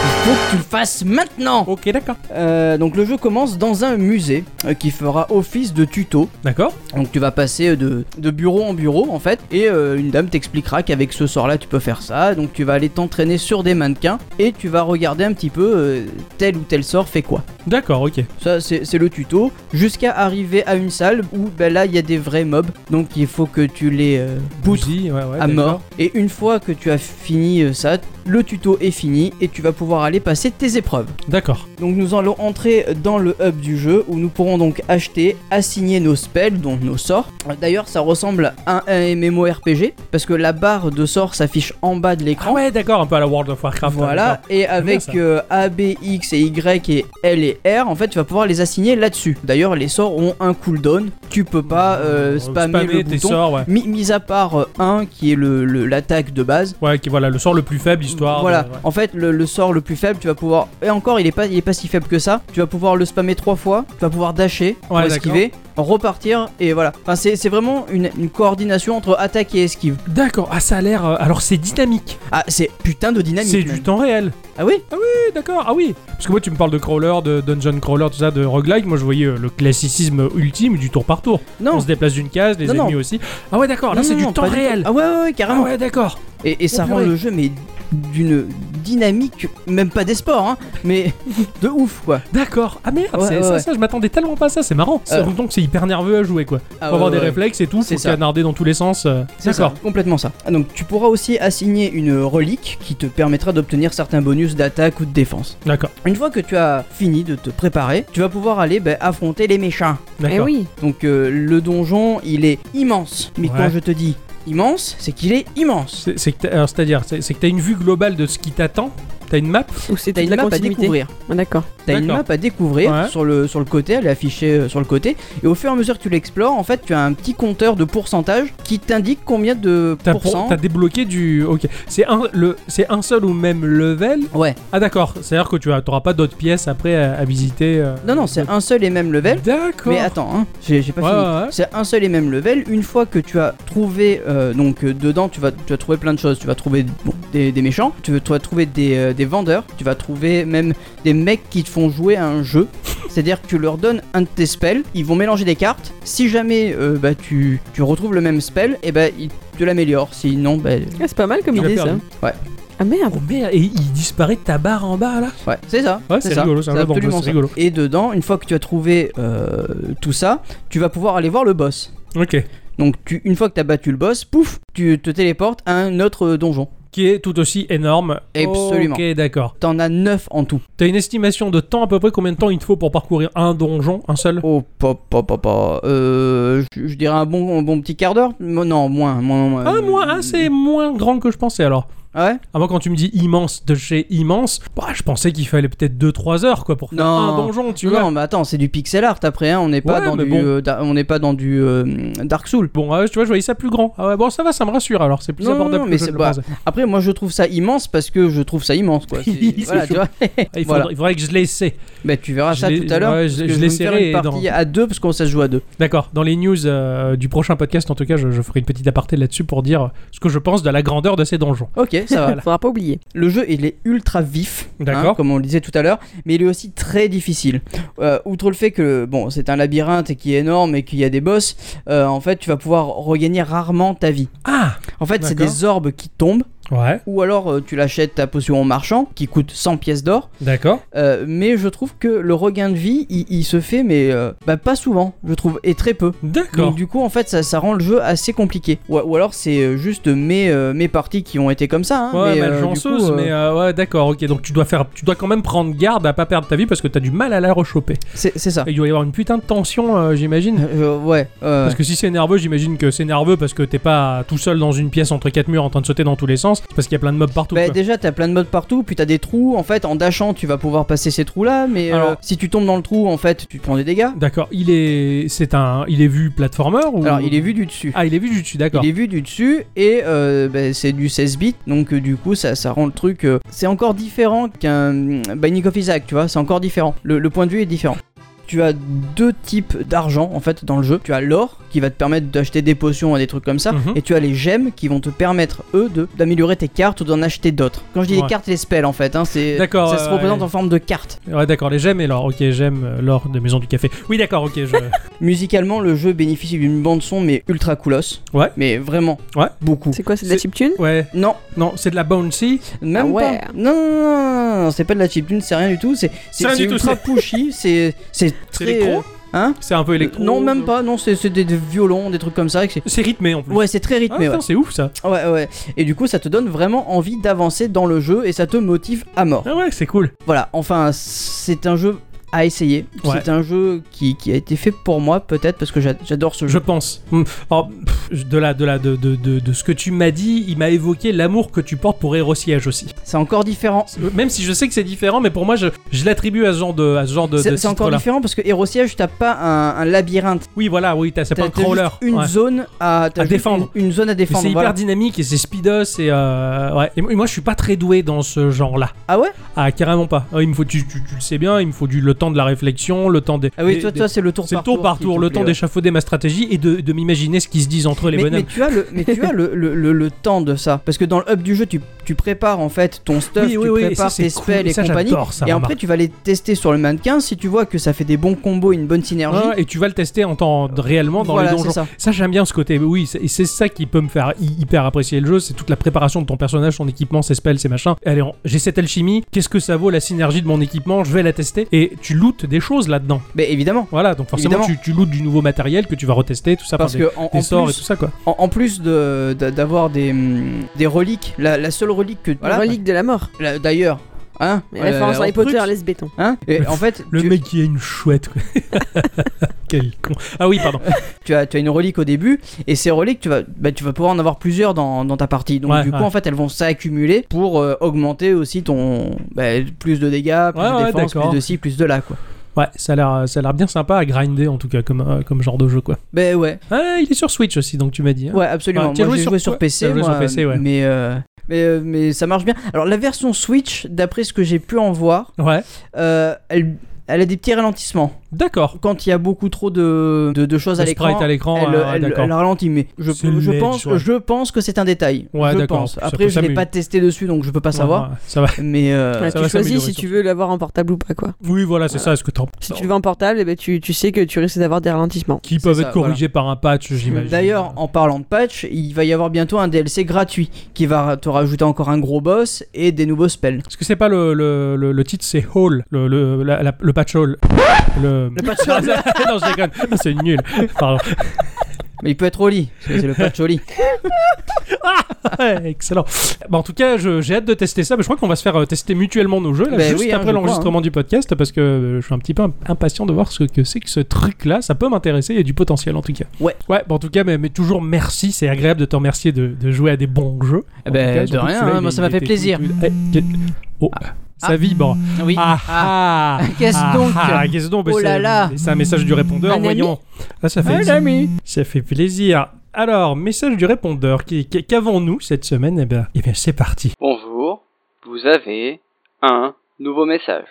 [SPEAKER 3] Il faut que tu le fasses maintenant.
[SPEAKER 2] Ok, d'accord.
[SPEAKER 3] Euh, donc le jeu commence dans un musée euh, qui fera office de tuto.
[SPEAKER 2] D'accord.
[SPEAKER 3] Donc tu vas passer euh, de, de bureau en bureau en fait et euh, une dame t'expliquera qu'avec ce sort là tu peux faire ça. Donc tu vas aller t'entraîner sur des mannequins et tu vas regarder un petit peu euh, tel ou tel sort fait quoi.
[SPEAKER 2] D'accord, ok.
[SPEAKER 3] Ça c'est c'est le tuto jusqu'à arriver à une salle où ben là il y a des vrais mobs donc il faut que tu les euh, boutres
[SPEAKER 2] Bougie, ouais, ouais.
[SPEAKER 3] à
[SPEAKER 2] d'accord.
[SPEAKER 3] mort. Et une fois que tu as fini euh, ça, le tuto est fini et tu vas pouvoir aller passer tes épreuves.
[SPEAKER 2] D'accord.
[SPEAKER 3] Donc nous allons entrer dans le hub du jeu où nous pourrons donc acheter, assigner nos spells, donc nos sorts. D'ailleurs ça ressemble à un MMORPG parce que la barre de sorts s'affiche en bas de
[SPEAKER 2] Ah
[SPEAKER 3] l'écran.
[SPEAKER 2] ouais, d'accord, un peu à la World of Warcraft. hein,
[SPEAKER 3] Voilà,
[SPEAKER 2] Ah, d'accord.
[SPEAKER 3] et
[SPEAKER 2] ça.
[SPEAKER 3] avec euh, A, B, X et Y et L et R, en fait, tu vas pouvoir les assigner là-dessus. D'ailleurs, les sorts ont un cooldown, tu peux pas euh,
[SPEAKER 2] Euh,
[SPEAKER 3] spammer, le
[SPEAKER 2] tes
[SPEAKER 3] bouton.
[SPEAKER 2] sorts, ouais.
[SPEAKER 3] Mi- mis à part euh, un qui est le- le- l'attaque de base,
[SPEAKER 2] Ouais, qui voilà, le sort le plus faible, histoire. de-
[SPEAKER 3] voilà,
[SPEAKER 2] ouais.
[SPEAKER 3] en fait, le, le sort le plus faible, tu vas pouvoir. Et encore, il est pas, il est pas si faible que ça. Tu vas pouvoir le spammer trois fois, tu vas pouvoir dasher pour
[SPEAKER 2] Ouais,
[SPEAKER 3] esquiver, repartir, et voilà. Enfin, c'est c'est vraiment une, une coordination entre attaque et esquive.
[SPEAKER 2] D'accord. Ah, ça a l'air. euh, alors, c'est dynamique.
[SPEAKER 3] Ah, c'est putain de dynamique.
[SPEAKER 2] C'est
[SPEAKER 3] même.
[SPEAKER 2] du temps réel.
[SPEAKER 3] Ah oui
[SPEAKER 2] Ouais, d'accord. Ah oui. Parce que moi, tu me parles de crawler, de dungeon crawler, tout ça, de roguelike. Moi, je voyais euh, le classicisme ultime du tour par tour.
[SPEAKER 3] Non,
[SPEAKER 2] On se déplace d'une case, les
[SPEAKER 3] Non,
[SPEAKER 2] ennemis
[SPEAKER 3] non.
[SPEAKER 2] aussi. Ah ouais, d'accord. Là,
[SPEAKER 3] Non,
[SPEAKER 2] c'est
[SPEAKER 3] non,
[SPEAKER 2] du
[SPEAKER 3] non,
[SPEAKER 2] temps
[SPEAKER 3] pas du
[SPEAKER 2] réel.
[SPEAKER 3] tout. Ah ouais, ouais, ouais,
[SPEAKER 2] Ah
[SPEAKER 3] carrément.
[SPEAKER 2] ouais, d'accord.
[SPEAKER 3] Et, et ça
[SPEAKER 1] Oh,
[SPEAKER 3] rend
[SPEAKER 1] purée.
[SPEAKER 3] le jeu, mais d'une dynamique, même pas des sports, hein, mais de ouf,
[SPEAKER 2] [LAUGHS]
[SPEAKER 3] quoi.
[SPEAKER 2] D'accord. Ah merde,
[SPEAKER 3] Ouais,
[SPEAKER 2] c'est
[SPEAKER 3] ouais,
[SPEAKER 2] ça,
[SPEAKER 3] ouais.
[SPEAKER 2] ça, je m'attendais tellement pas à ça, c'est marrant. C'est-
[SPEAKER 3] Euh.
[SPEAKER 2] Donc c'est hyper nerveux à jouer quoi. Faut
[SPEAKER 3] Ah,
[SPEAKER 2] avoir
[SPEAKER 3] ouais,
[SPEAKER 2] des
[SPEAKER 3] ouais.
[SPEAKER 2] réflexes et tout,
[SPEAKER 3] C'est
[SPEAKER 2] faut
[SPEAKER 3] ça.
[SPEAKER 2] canarder dans tous les sens. euh.
[SPEAKER 3] C'est ça,
[SPEAKER 2] D'accord.
[SPEAKER 3] complètement ça. Ah, donc tu pourras aussi assigner une relique qui te permettra d'obtenir certains bonus d'attaque ou de défense.
[SPEAKER 2] D'accord.
[SPEAKER 3] Une fois que tu as fini de te préparer, tu vas pouvoir aller bah, affronter les méchants.
[SPEAKER 1] Eh
[SPEAKER 2] D'accord.
[SPEAKER 1] oui.
[SPEAKER 3] Donc euh, le donjon, il est immense. Mais
[SPEAKER 2] Ouais.
[SPEAKER 3] quand je te dis immense, c'est qu'il est immense.
[SPEAKER 2] C'est c'est que t'as- alors, c'est-à-dire, c'est c'est que t'as une vue globale de ce qui t'attend. T'as une map.
[SPEAKER 1] Ou c'était
[SPEAKER 3] T'as
[SPEAKER 1] de
[SPEAKER 3] une
[SPEAKER 1] la
[SPEAKER 3] map à
[SPEAKER 1] continuité.
[SPEAKER 3] découvrir.
[SPEAKER 1] Ah, D'accord.
[SPEAKER 3] T'as une
[SPEAKER 2] D'accord.
[SPEAKER 3] map à découvrir
[SPEAKER 2] Ouais.
[SPEAKER 3] sur, le, sur le côté, elle est affichée euh, sur le côté. Et au fur et à mesure que tu l'explores, en fait, tu as un petit compteur de pourcentage qui t'indique combien de
[SPEAKER 2] T'as pour-
[SPEAKER 3] pourcents.
[SPEAKER 2] t'as débloqué du. Ok. C'est un le c'est un seul ou même level.
[SPEAKER 3] Ouais,
[SPEAKER 2] Ah d'accord. C'est-à-dire que tu n'auras pas d'autres pièces après à, à visiter. euh.
[SPEAKER 3] non, non, c'est un seul et même level.
[SPEAKER 2] D'accord.
[SPEAKER 3] Mais attends, hein, j'ai j'ai pas
[SPEAKER 2] Ouais,
[SPEAKER 3] fini.
[SPEAKER 2] ouais, ouais.
[SPEAKER 3] C'est un seul et même level. Une fois que tu as trouvé, euh, donc euh, dedans, tu vas, tu vas trouver plein de choses. Tu vas trouver bon, des, des méchants, tu, vas- tu vas trouver des, euh, des vendeurs, tu vas trouver même des mecs qui te font jouer à un jeu. [LAUGHS] C'est-à-dire que tu leur donnes un de tes spells, ils vont mélanger des cartes. Si jamais euh, bah, tu, tu retrouves le même spell, et ben ils te l'améliorent. Sinon, bah,
[SPEAKER 1] Ah, c'est pas mal comme
[SPEAKER 2] Tu l'as
[SPEAKER 1] idée ça.
[SPEAKER 2] perdu.
[SPEAKER 3] Ouais.
[SPEAKER 1] Ah merde.
[SPEAKER 2] Oh merde, et il disparaît de ta barre en bas là
[SPEAKER 3] ouais, c'est ça.
[SPEAKER 2] Ouais, c'est
[SPEAKER 3] ça.
[SPEAKER 2] rigolo, c'est un jeu d'enjeu,
[SPEAKER 3] absolument
[SPEAKER 2] c'est
[SPEAKER 3] ça.
[SPEAKER 2] rigolo.
[SPEAKER 3] Et dedans, une fois que tu as trouvé euh, tout ça, tu vas pouvoir aller voir le boss.
[SPEAKER 2] Ok.
[SPEAKER 3] Donc tu, une fois que t'as battu le boss, pouf, tu te téléportes à un autre euh, donjon.
[SPEAKER 2] Qui est tout aussi énorme.
[SPEAKER 3] Absolument.
[SPEAKER 2] Ok, d'accord.
[SPEAKER 3] T'en as 9 en tout.
[SPEAKER 2] T'as une estimation de temps à peu près combien de temps il te faut pour parcourir un donjon, un seul
[SPEAKER 3] Oh, pop, pop, pop, pop. Euh, je je dirais un bon, un bon petit quart d'heure. Mo- Non, moins, moins, moins.
[SPEAKER 2] Ah, moins, ah, c'est moins grand que je pensais alors.
[SPEAKER 3] Ah ouais
[SPEAKER 2] Avant, quand tu me dis immense de chez immense, bah, je pensais qu'il fallait peut-être 2-3 heures quoi pour faire
[SPEAKER 3] Non.
[SPEAKER 2] un donjon, tu vois.
[SPEAKER 3] Non, mais attends, c'est du pixel art après, hein. On n'est pas,
[SPEAKER 2] Ouais,
[SPEAKER 3] dans
[SPEAKER 2] mais
[SPEAKER 3] du,
[SPEAKER 2] bon.
[SPEAKER 3] euh, da- on n'est pas dans du euh, Dark Souls.
[SPEAKER 2] Bon, ah ouais, tu vois, je voyais ça plus grand. Ah ouais, bon, ça va, ça me rassure alors, c'est plus
[SPEAKER 3] Non,
[SPEAKER 2] abordable
[SPEAKER 3] mais
[SPEAKER 2] que je
[SPEAKER 3] c'est
[SPEAKER 2] le
[SPEAKER 3] pas-
[SPEAKER 2] pensais.
[SPEAKER 3] Après, moi, je trouve ça immense parce que je trouve ça immense,
[SPEAKER 2] [LAUGHS]
[SPEAKER 3] quoi. C'est-
[SPEAKER 2] C'est
[SPEAKER 3] voilà,
[SPEAKER 2] chaud.
[SPEAKER 3] tu vois.
[SPEAKER 2] Ah, il,
[SPEAKER 3] Voilà.
[SPEAKER 2] faudrait, il faudrait que je l'essaie.
[SPEAKER 3] Bah, tu verras
[SPEAKER 2] Je
[SPEAKER 3] ça
[SPEAKER 2] l'ai-
[SPEAKER 3] tout à l'heure.
[SPEAKER 2] ouais,
[SPEAKER 3] parce
[SPEAKER 2] je-
[SPEAKER 3] que
[SPEAKER 2] je
[SPEAKER 3] je
[SPEAKER 2] l'ai
[SPEAKER 3] vais me faire
[SPEAKER 2] serré
[SPEAKER 3] une
[SPEAKER 2] dans-
[SPEAKER 3] partie à deux parce qu'on ça se joue à deux.
[SPEAKER 2] D'accord, dans les news euh, du prochain podcast, en tout cas, je, je ferai une petite aparté là-dessus pour dire ce que je pense de la grandeur de ces donjons.
[SPEAKER 3] Ok, ça
[SPEAKER 2] [LAUGHS]
[SPEAKER 3] va.
[SPEAKER 1] Faudra pas oublier.
[SPEAKER 3] Le jeu, il est ultra vif, hein,
[SPEAKER 2] D'accord.
[SPEAKER 3] comme on le disait tout à l'heure, mais il est aussi très difficile. Euh, outre le fait que bon, c'est un labyrinthe qui est énorme et qu'il y a des boss, euh, en fait, tu vas pouvoir regagner rarement ta vie.
[SPEAKER 2] Ah
[SPEAKER 3] En fait, c'est
[SPEAKER 2] D'accord.
[SPEAKER 3] des orbes qui tombent,
[SPEAKER 2] Ouais,
[SPEAKER 3] ou alors euh, tu l'achètes ta potion au marchand, qui coûte 100 pièces d'or.
[SPEAKER 2] d'accord.
[SPEAKER 3] Euh, mais je trouve que le regain de vie, il, il se fait, mais euh, bah, pas souvent, je trouve, et très peu.
[SPEAKER 2] D'accord.
[SPEAKER 3] Donc du coup en fait ça, ça rend le jeu assez compliqué. Ou, ou alors c'est euh, juste mes, euh, mes parties qui ont été comme ça. hein,
[SPEAKER 2] Ouais,
[SPEAKER 3] mais, euh, du
[SPEAKER 2] malchanceuse,
[SPEAKER 3] coup, euh,
[SPEAKER 2] mais euh, ouais, d'accord, ok. Donc tu dois faire, tu dois quand même prendre garde à pas perdre ta vie parce que t'as du mal à la rechoper.
[SPEAKER 3] c'est c'est ça.
[SPEAKER 2] Et Il doit y avoir une putain de tension, euh, j'imagine.
[SPEAKER 3] Euh, ouais. euh,
[SPEAKER 2] Parce que si c'est nerveux, j'imagine que c'est nerveux parce que t'es pas tout seul dans une pièce entre quatre murs en train de sauter dans tous les sens, c'est parce qu'il y a plein de mobs partout.
[SPEAKER 3] Bah,
[SPEAKER 2] quoi.
[SPEAKER 3] déjà, t'as plein de modes partout, puis t'as des trous. En fait, en dashant, tu vas pouvoir passer ces trous-là, mais euh,
[SPEAKER 2] Alors-
[SPEAKER 3] si tu tombes dans le trou, en fait, tu te prends des dégâts.
[SPEAKER 2] D'accord, il est, c'est un, il est vu platformer ou
[SPEAKER 3] Alors, il est vu du dessus.
[SPEAKER 2] Ah, il est vu du dessus, d'accord.
[SPEAKER 3] Il est vu du dessus et euh, bah, c'est du 16 bits, donc euh, du coup ça, ça rend le truc. euh, c'est encore différent qu'un euh, Binding of Isaac, tu vois, c'est encore différent. Le, le point de vue est différent. Tu as deux types d'argent en fait dans le jeu. Tu as l'or qui va te permettre d'acheter des potions et des trucs comme ça,
[SPEAKER 2] Mhm.
[SPEAKER 3] et tu as les gemmes qui vont te permettre eux de d'améliorer tes cartes ou d'en acheter d'autres. Quand je dis
[SPEAKER 2] Ouais.
[SPEAKER 3] les cartes, c'est les spells en fait, hein, c'est
[SPEAKER 2] D'accord,
[SPEAKER 3] ça se
[SPEAKER 2] ouais,
[SPEAKER 3] représente
[SPEAKER 2] ouais.
[SPEAKER 3] en forme de cartes.
[SPEAKER 2] Ouais, d'accord, les j'aime et l'or. Ok, j'aime euh, l'or de Maison du Café. Oui, d'accord, ok,
[SPEAKER 3] [LAUGHS]
[SPEAKER 2] je.
[SPEAKER 3] Musicalement, le jeu bénéficie d'une bande son mais ultra coolos.
[SPEAKER 2] Ouais.
[SPEAKER 3] Mais vraiment.
[SPEAKER 2] Ouais.
[SPEAKER 3] Beaucoup.
[SPEAKER 1] C'est quoi, c'est de la
[SPEAKER 2] C'est-
[SPEAKER 1] chiptune
[SPEAKER 2] ouais,
[SPEAKER 3] Non,
[SPEAKER 2] non, c'est de la bouncy.
[SPEAKER 3] Même
[SPEAKER 1] Ah ouais.
[SPEAKER 3] pas. Non, non, non, non, non, c'est pas de la chiptune, c'est rien du tout. C'est
[SPEAKER 2] rien
[SPEAKER 3] c'est
[SPEAKER 2] du
[SPEAKER 3] c'est
[SPEAKER 2] tout, [LAUGHS]
[SPEAKER 3] ultra pushy, c'est c'est
[SPEAKER 2] C'est
[SPEAKER 3] très.
[SPEAKER 2] électro
[SPEAKER 3] Hein
[SPEAKER 2] C'est un peu électro.
[SPEAKER 3] Non, même pas. Non, c'est c'est des, des violons, des trucs comme ça. et que c'est-
[SPEAKER 2] C'est rythmé en plus.
[SPEAKER 3] Ouais, c'est très
[SPEAKER 2] Ah,
[SPEAKER 3] rythmé.
[SPEAKER 2] putain,
[SPEAKER 3] ouais.
[SPEAKER 2] c'est ouf ça.
[SPEAKER 3] ouais, ouais. Et du coup, ça te donne vraiment envie d'avancer dans le jeu et ça te motive à mort.
[SPEAKER 2] Ah ouais, c'est cool.
[SPEAKER 3] Voilà. Enfin, c'est un jeu à essayer.
[SPEAKER 2] Ouais.
[SPEAKER 3] C'est un jeu qui, qui a été fait pour moi, peut-être parce que j'a- j'adore ce
[SPEAKER 2] Je
[SPEAKER 3] jeu.
[SPEAKER 2] pense. Hmm. Alors, pff, de, la, de, la, de, de, de, de ce que tu m'as dit, il m'a évoqué l'amour que tu portes pour Hero Siege aussi.
[SPEAKER 3] C'est encore différent.
[SPEAKER 2] Même si je sais que c'est différent, mais pour moi, je, je l'attribue à ce genre de, à ce genre de, de
[SPEAKER 3] C'est c'est encore
[SPEAKER 2] titre-là.
[SPEAKER 3] différent parce que Hero Siege, t'as pas un, un labyrinthe.
[SPEAKER 2] Oui, voilà, oui, t'as- c'est
[SPEAKER 3] T'as
[SPEAKER 2] pas un
[SPEAKER 3] t'as juste
[SPEAKER 2] crawler.
[SPEAKER 3] une
[SPEAKER 2] Ouais.
[SPEAKER 3] zone à, t'as
[SPEAKER 2] À
[SPEAKER 3] juste une-
[SPEAKER 2] défendre.
[SPEAKER 3] Une, zone à
[SPEAKER 2] Mais
[SPEAKER 3] défendre.
[SPEAKER 2] c'est
[SPEAKER 3] voilà.
[SPEAKER 2] hyper dynamique et c'est speedos et, euh, ouais. et moi- moi je suis pas très doué dans ce genre-là.
[SPEAKER 3] Ah ouais
[SPEAKER 2] Ah carrément pas. Ah, Il me faut tu, tu- tu le sais bien, il me faut du le temps de la réflexion, le temps des.
[SPEAKER 3] Ah oui,
[SPEAKER 2] des-
[SPEAKER 3] toi,
[SPEAKER 2] des-
[SPEAKER 3] toi c'est le tour
[SPEAKER 2] c'est le
[SPEAKER 3] par
[SPEAKER 2] tour par
[SPEAKER 3] qui
[SPEAKER 2] tour,
[SPEAKER 3] te
[SPEAKER 2] le
[SPEAKER 3] plaît,
[SPEAKER 2] temps
[SPEAKER 3] ouais.
[SPEAKER 2] d'échafauder ma stratégie et de, de m'imaginer ce qui se disent entre les
[SPEAKER 3] Mais, mais
[SPEAKER 2] bonhommes.
[SPEAKER 3] tu as le, mais tu as le, le, le- le temps de ça. Parce que dans le hub du jeu, tu, tu prépares en fait ton stuff,
[SPEAKER 2] Oui,
[SPEAKER 3] tu
[SPEAKER 2] oui, oui, et ça,
[SPEAKER 3] prépares
[SPEAKER 2] c'est
[SPEAKER 3] tes
[SPEAKER 2] cool,
[SPEAKER 3] spells et
[SPEAKER 2] ça,
[SPEAKER 3] compagnie.
[SPEAKER 2] j'adore ça,
[SPEAKER 3] et
[SPEAKER 2] remarque.
[SPEAKER 3] après, tu vas les tester sur le mannequin. Si tu vois que ça fait des bons combos, une bonne synergie,
[SPEAKER 2] Ouais, et tu vas le tester en temps réellement dans
[SPEAKER 3] Voilà,
[SPEAKER 2] les donjons.
[SPEAKER 3] c'est ça.
[SPEAKER 2] j'aime bien ce côté. Oui, c'est- et c'est ça qui peut me faire hy- hyper apprécier le jeu, c'est toute la préparation de ton personnage, son équipement, ses spells, ses machins. Allez, on- j'ai cette alchimie. Qu'est-ce que ça vaut la synergie de mon équipement Je vais la tester. Et tu lootes des choses là-dedans.
[SPEAKER 3] mais évidemment.
[SPEAKER 2] Voilà, donc forcément tu,
[SPEAKER 3] Évidemment.
[SPEAKER 2] tu lootes du nouveau matériel que tu vas retester, tout ça.
[SPEAKER 3] Parce
[SPEAKER 2] par des-
[SPEAKER 3] que en,
[SPEAKER 2] des
[SPEAKER 3] en
[SPEAKER 2] sorts
[SPEAKER 3] plus,
[SPEAKER 2] et tout ça quoi.
[SPEAKER 3] en, en plus de- d'a- d'avoir des, hum, des reliques, la, la seule relique que
[SPEAKER 1] La
[SPEAKER 3] voilà,
[SPEAKER 1] relique de la mort.
[SPEAKER 3] la- d'ailleurs, hein,
[SPEAKER 1] Mais
[SPEAKER 3] euh,
[SPEAKER 1] référence à Harry
[SPEAKER 3] Horcrux,
[SPEAKER 1] Potter, laisse béton.
[SPEAKER 3] hein, et en fait,
[SPEAKER 2] Le
[SPEAKER 3] tu,
[SPEAKER 2] mec qui a une chouette. quoi. [LAUGHS] Quel con. Ah oui, pardon.
[SPEAKER 3] tu as, tu as une relique au début, et ces reliques, tu vas, bah, tu vas pouvoir en avoir plusieurs dans, dans ta partie. Donc
[SPEAKER 2] Ouais,
[SPEAKER 3] du coup,
[SPEAKER 2] ouais.
[SPEAKER 3] en fait, elles vont s'accumuler pour euh, augmenter aussi ton bah, plus de dégâts, plus
[SPEAKER 2] Ouais,
[SPEAKER 3] de
[SPEAKER 2] ouais,
[SPEAKER 3] défense,
[SPEAKER 2] d'accord.
[SPEAKER 3] plus de ci, plus de là, quoi.
[SPEAKER 2] Ouais, ça a l'air ça a l'air bien sympa à grinder en tout cas comme euh, comme genre de jeu quoi.
[SPEAKER 3] Ben ouais,
[SPEAKER 2] Ah, il est sur Switch aussi donc tu m'as dit. hein.
[SPEAKER 3] ouais, absolument.
[SPEAKER 2] Ouais, tu as
[SPEAKER 3] moi,
[SPEAKER 2] joué
[SPEAKER 3] j'ai
[SPEAKER 2] sur
[SPEAKER 3] joué
[SPEAKER 2] quoi
[SPEAKER 3] sur PC,
[SPEAKER 2] T'as joué
[SPEAKER 3] moi,
[SPEAKER 2] sur PC, ouais.
[SPEAKER 3] mais. euh, mais, euh, mais ça marche bien. Alors la version Switch, d'après ce que j'ai pu en voir,
[SPEAKER 2] Ouais.
[SPEAKER 3] euh, elle, elle a des petits ralentissements.
[SPEAKER 2] D'accord.
[SPEAKER 3] Quand il y a beaucoup trop de, de, de choses à
[SPEAKER 2] Le sprite
[SPEAKER 3] l'écran,
[SPEAKER 2] à l'écran,
[SPEAKER 3] elle,
[SPEAKER 2] ouais, ouais,
[SPEAKER 3] elle-
[SPEAKER 2] Euh, d'accord.
[SPEAKER 3] elle ralentit, mais je,
[SPEAKER 2] C'est le
[SPEAKER 3] je
[SPEAKER 2] ledge,
[SPEAKER 3] pense,
[SPEAKER 2] ouais.
[SPEAKER 3] je pense que c'est un détail.
[SPEAKER 2] Ouais,
[SPEAKER 3] je
[SPEAKER 2] d'accord.
[SPEAKER 3] pense.
[SPEAKER 2] Ça
[SPEAKER 3] Après,
[SPEAKER 2] peut
[SPEAKER 3] je l'ai
[SPEAKER 2] s'améliorer.
[SPEAKER 3] pas testé dessus, donc je peux pas savoir.
[SPEAKER 2] Ouais, ouais, ça va.
[SPEAKER 3] Mais euh,
[SPEAKER 1] Ouais,
[SPEAKER 2] ça
[SPEAKER 1] tu
[SPEAKER 2] va s'améliorer,
[SPEAKER 1] choisis si tu
[SPEAKER 2] surtout.
[SPEAKER 1] veux l'avoir en portable ou pas quoi.
[SPEAKER 2] Oui, voilà, c'est ça. Est-ce que t'en
[SPEAKER 1] Si tu le veux en portable, eh ben, tu, tu sais que tu risques d'avoir des ralentissements.
[SPEAKER 2] qui
[SPEAKER 3] C'est
[SPEAKER 2] peuvent
[SPEAKER 3] ça,
[SPEAKER 2] être corrigés par un patch, j'imagine.
[SPEAKER 3] d'ailleurs, en parlant de patch, il va y avoir bientôt un DLC gratuit qui va te rajouter encore un gros boss et des nouveaux spells.
[SPEAKER 2] Parce que c'est pas le, le, le, le titre, c'est Hall, le, le, la- la- le patch Hall. Le,
[SPEAKER 3] patch
[SPEAKER 2] Hall [LAUGHS] Non, je déconne. Non, C'est nul. Pardon.
[SPEAKER 3] Mais il peut être au lit, parce que c'est le patch au lit.
[SPEAKER 2] Ouais, excellent. Bah, en tout cas, je- j'ai hâte de tester ça. Mais je crois qu'on va se faire euh, tester mutuellement nos jeux là,
[SPEAKER 3] Ben
[SPEAKER 2] juste
[SPEAKER 3] oui, hein,
[SPEAKER 2] après
[SPEAKER 3] je
[SPEAKER 2] l'enregistrement du podcast parce que euh, je suis un petit peu im- impatient de voir ce que c'est que ce truc-là. Ça peut m'intéresser. Il y a du potentiel en tout cas.
[SPEAKER 3] Ouais.
[SPEAKER 2] Ouais. bah, en tout cas, mais, mais toujours merci. C'est agréable de te remercier de, de jouer à des bons jeux.
[SPEAKER 3] Eh
[SPEAKER 2] En
[SPEAKER 3] ben,
[SPEAKER 2] tout cas,
[SPEAKER 3] de
[SPEAKER 2] surtout que
[SPEAKER 3] rien,
[SPEAKER 2] celui-là,
[SPEAKER 3] hein,
[SPEAKER 2] il
[SPEAKER 3] moi,
[SPEAKER 2] est-
[SPEAKER 3] ça m'a
[SPEAKER 2] il
[SPEAKER 3] fait
[SPEAKER 2] était
[SPEAKER 3] plaisir.
[SPEAKER 2] tout- tout- Eh, quel- Oh, ça vibre.
[SPEAKER 3] [LAUGHS] Oui.
[SPEAKER 2] Ah, ah,
[SPEAKER 3] Qu'est-ce
[SPEAKER 2] ah,
[SPEAKER 3] donc
[SPEAKER 2] ah, Qu'est-ce donc
[SPEAKER 3] Oh là
[SPEAKER 2] C'est-
[SPEAKER 3] là.
[SPEAKER 2] C'est un message du
[SPEAKER 1] Un
[SPEAKER 2] répondeur,
[SPEAKER 1] ami.
[SPEAKER 2] voyons. Ah, ça, fait,
[SPEAKER 3] ami
[SPEAKER 2] ça fait plaisir. Alors, message du répondeur, qui- qui- qu'avons-nous cette semaine Eh bien, eh bien c'est parti.
[SPEAKER 4] Bonjour, vous avez un nouveau message.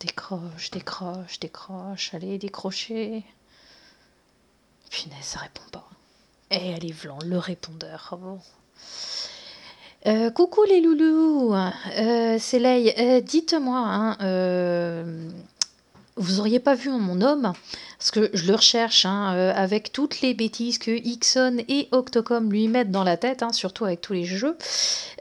[SPEAKER 5] Décroche, décroche, décroche, allez, décrochez. Punaise, ça répond pas. Et allez, Vlan, le répondeur. oh bon. Euh, coucou les loulous, euh, c'est Lei. Euh, Dites-moi, hein, euh, vous auriez pas vu mon homme Parce que je le recherche, hein, euh, avec toutes les bêtises que Ixon et Octocom lui mettent dans la tête, hein, surtout avec tous les jeux.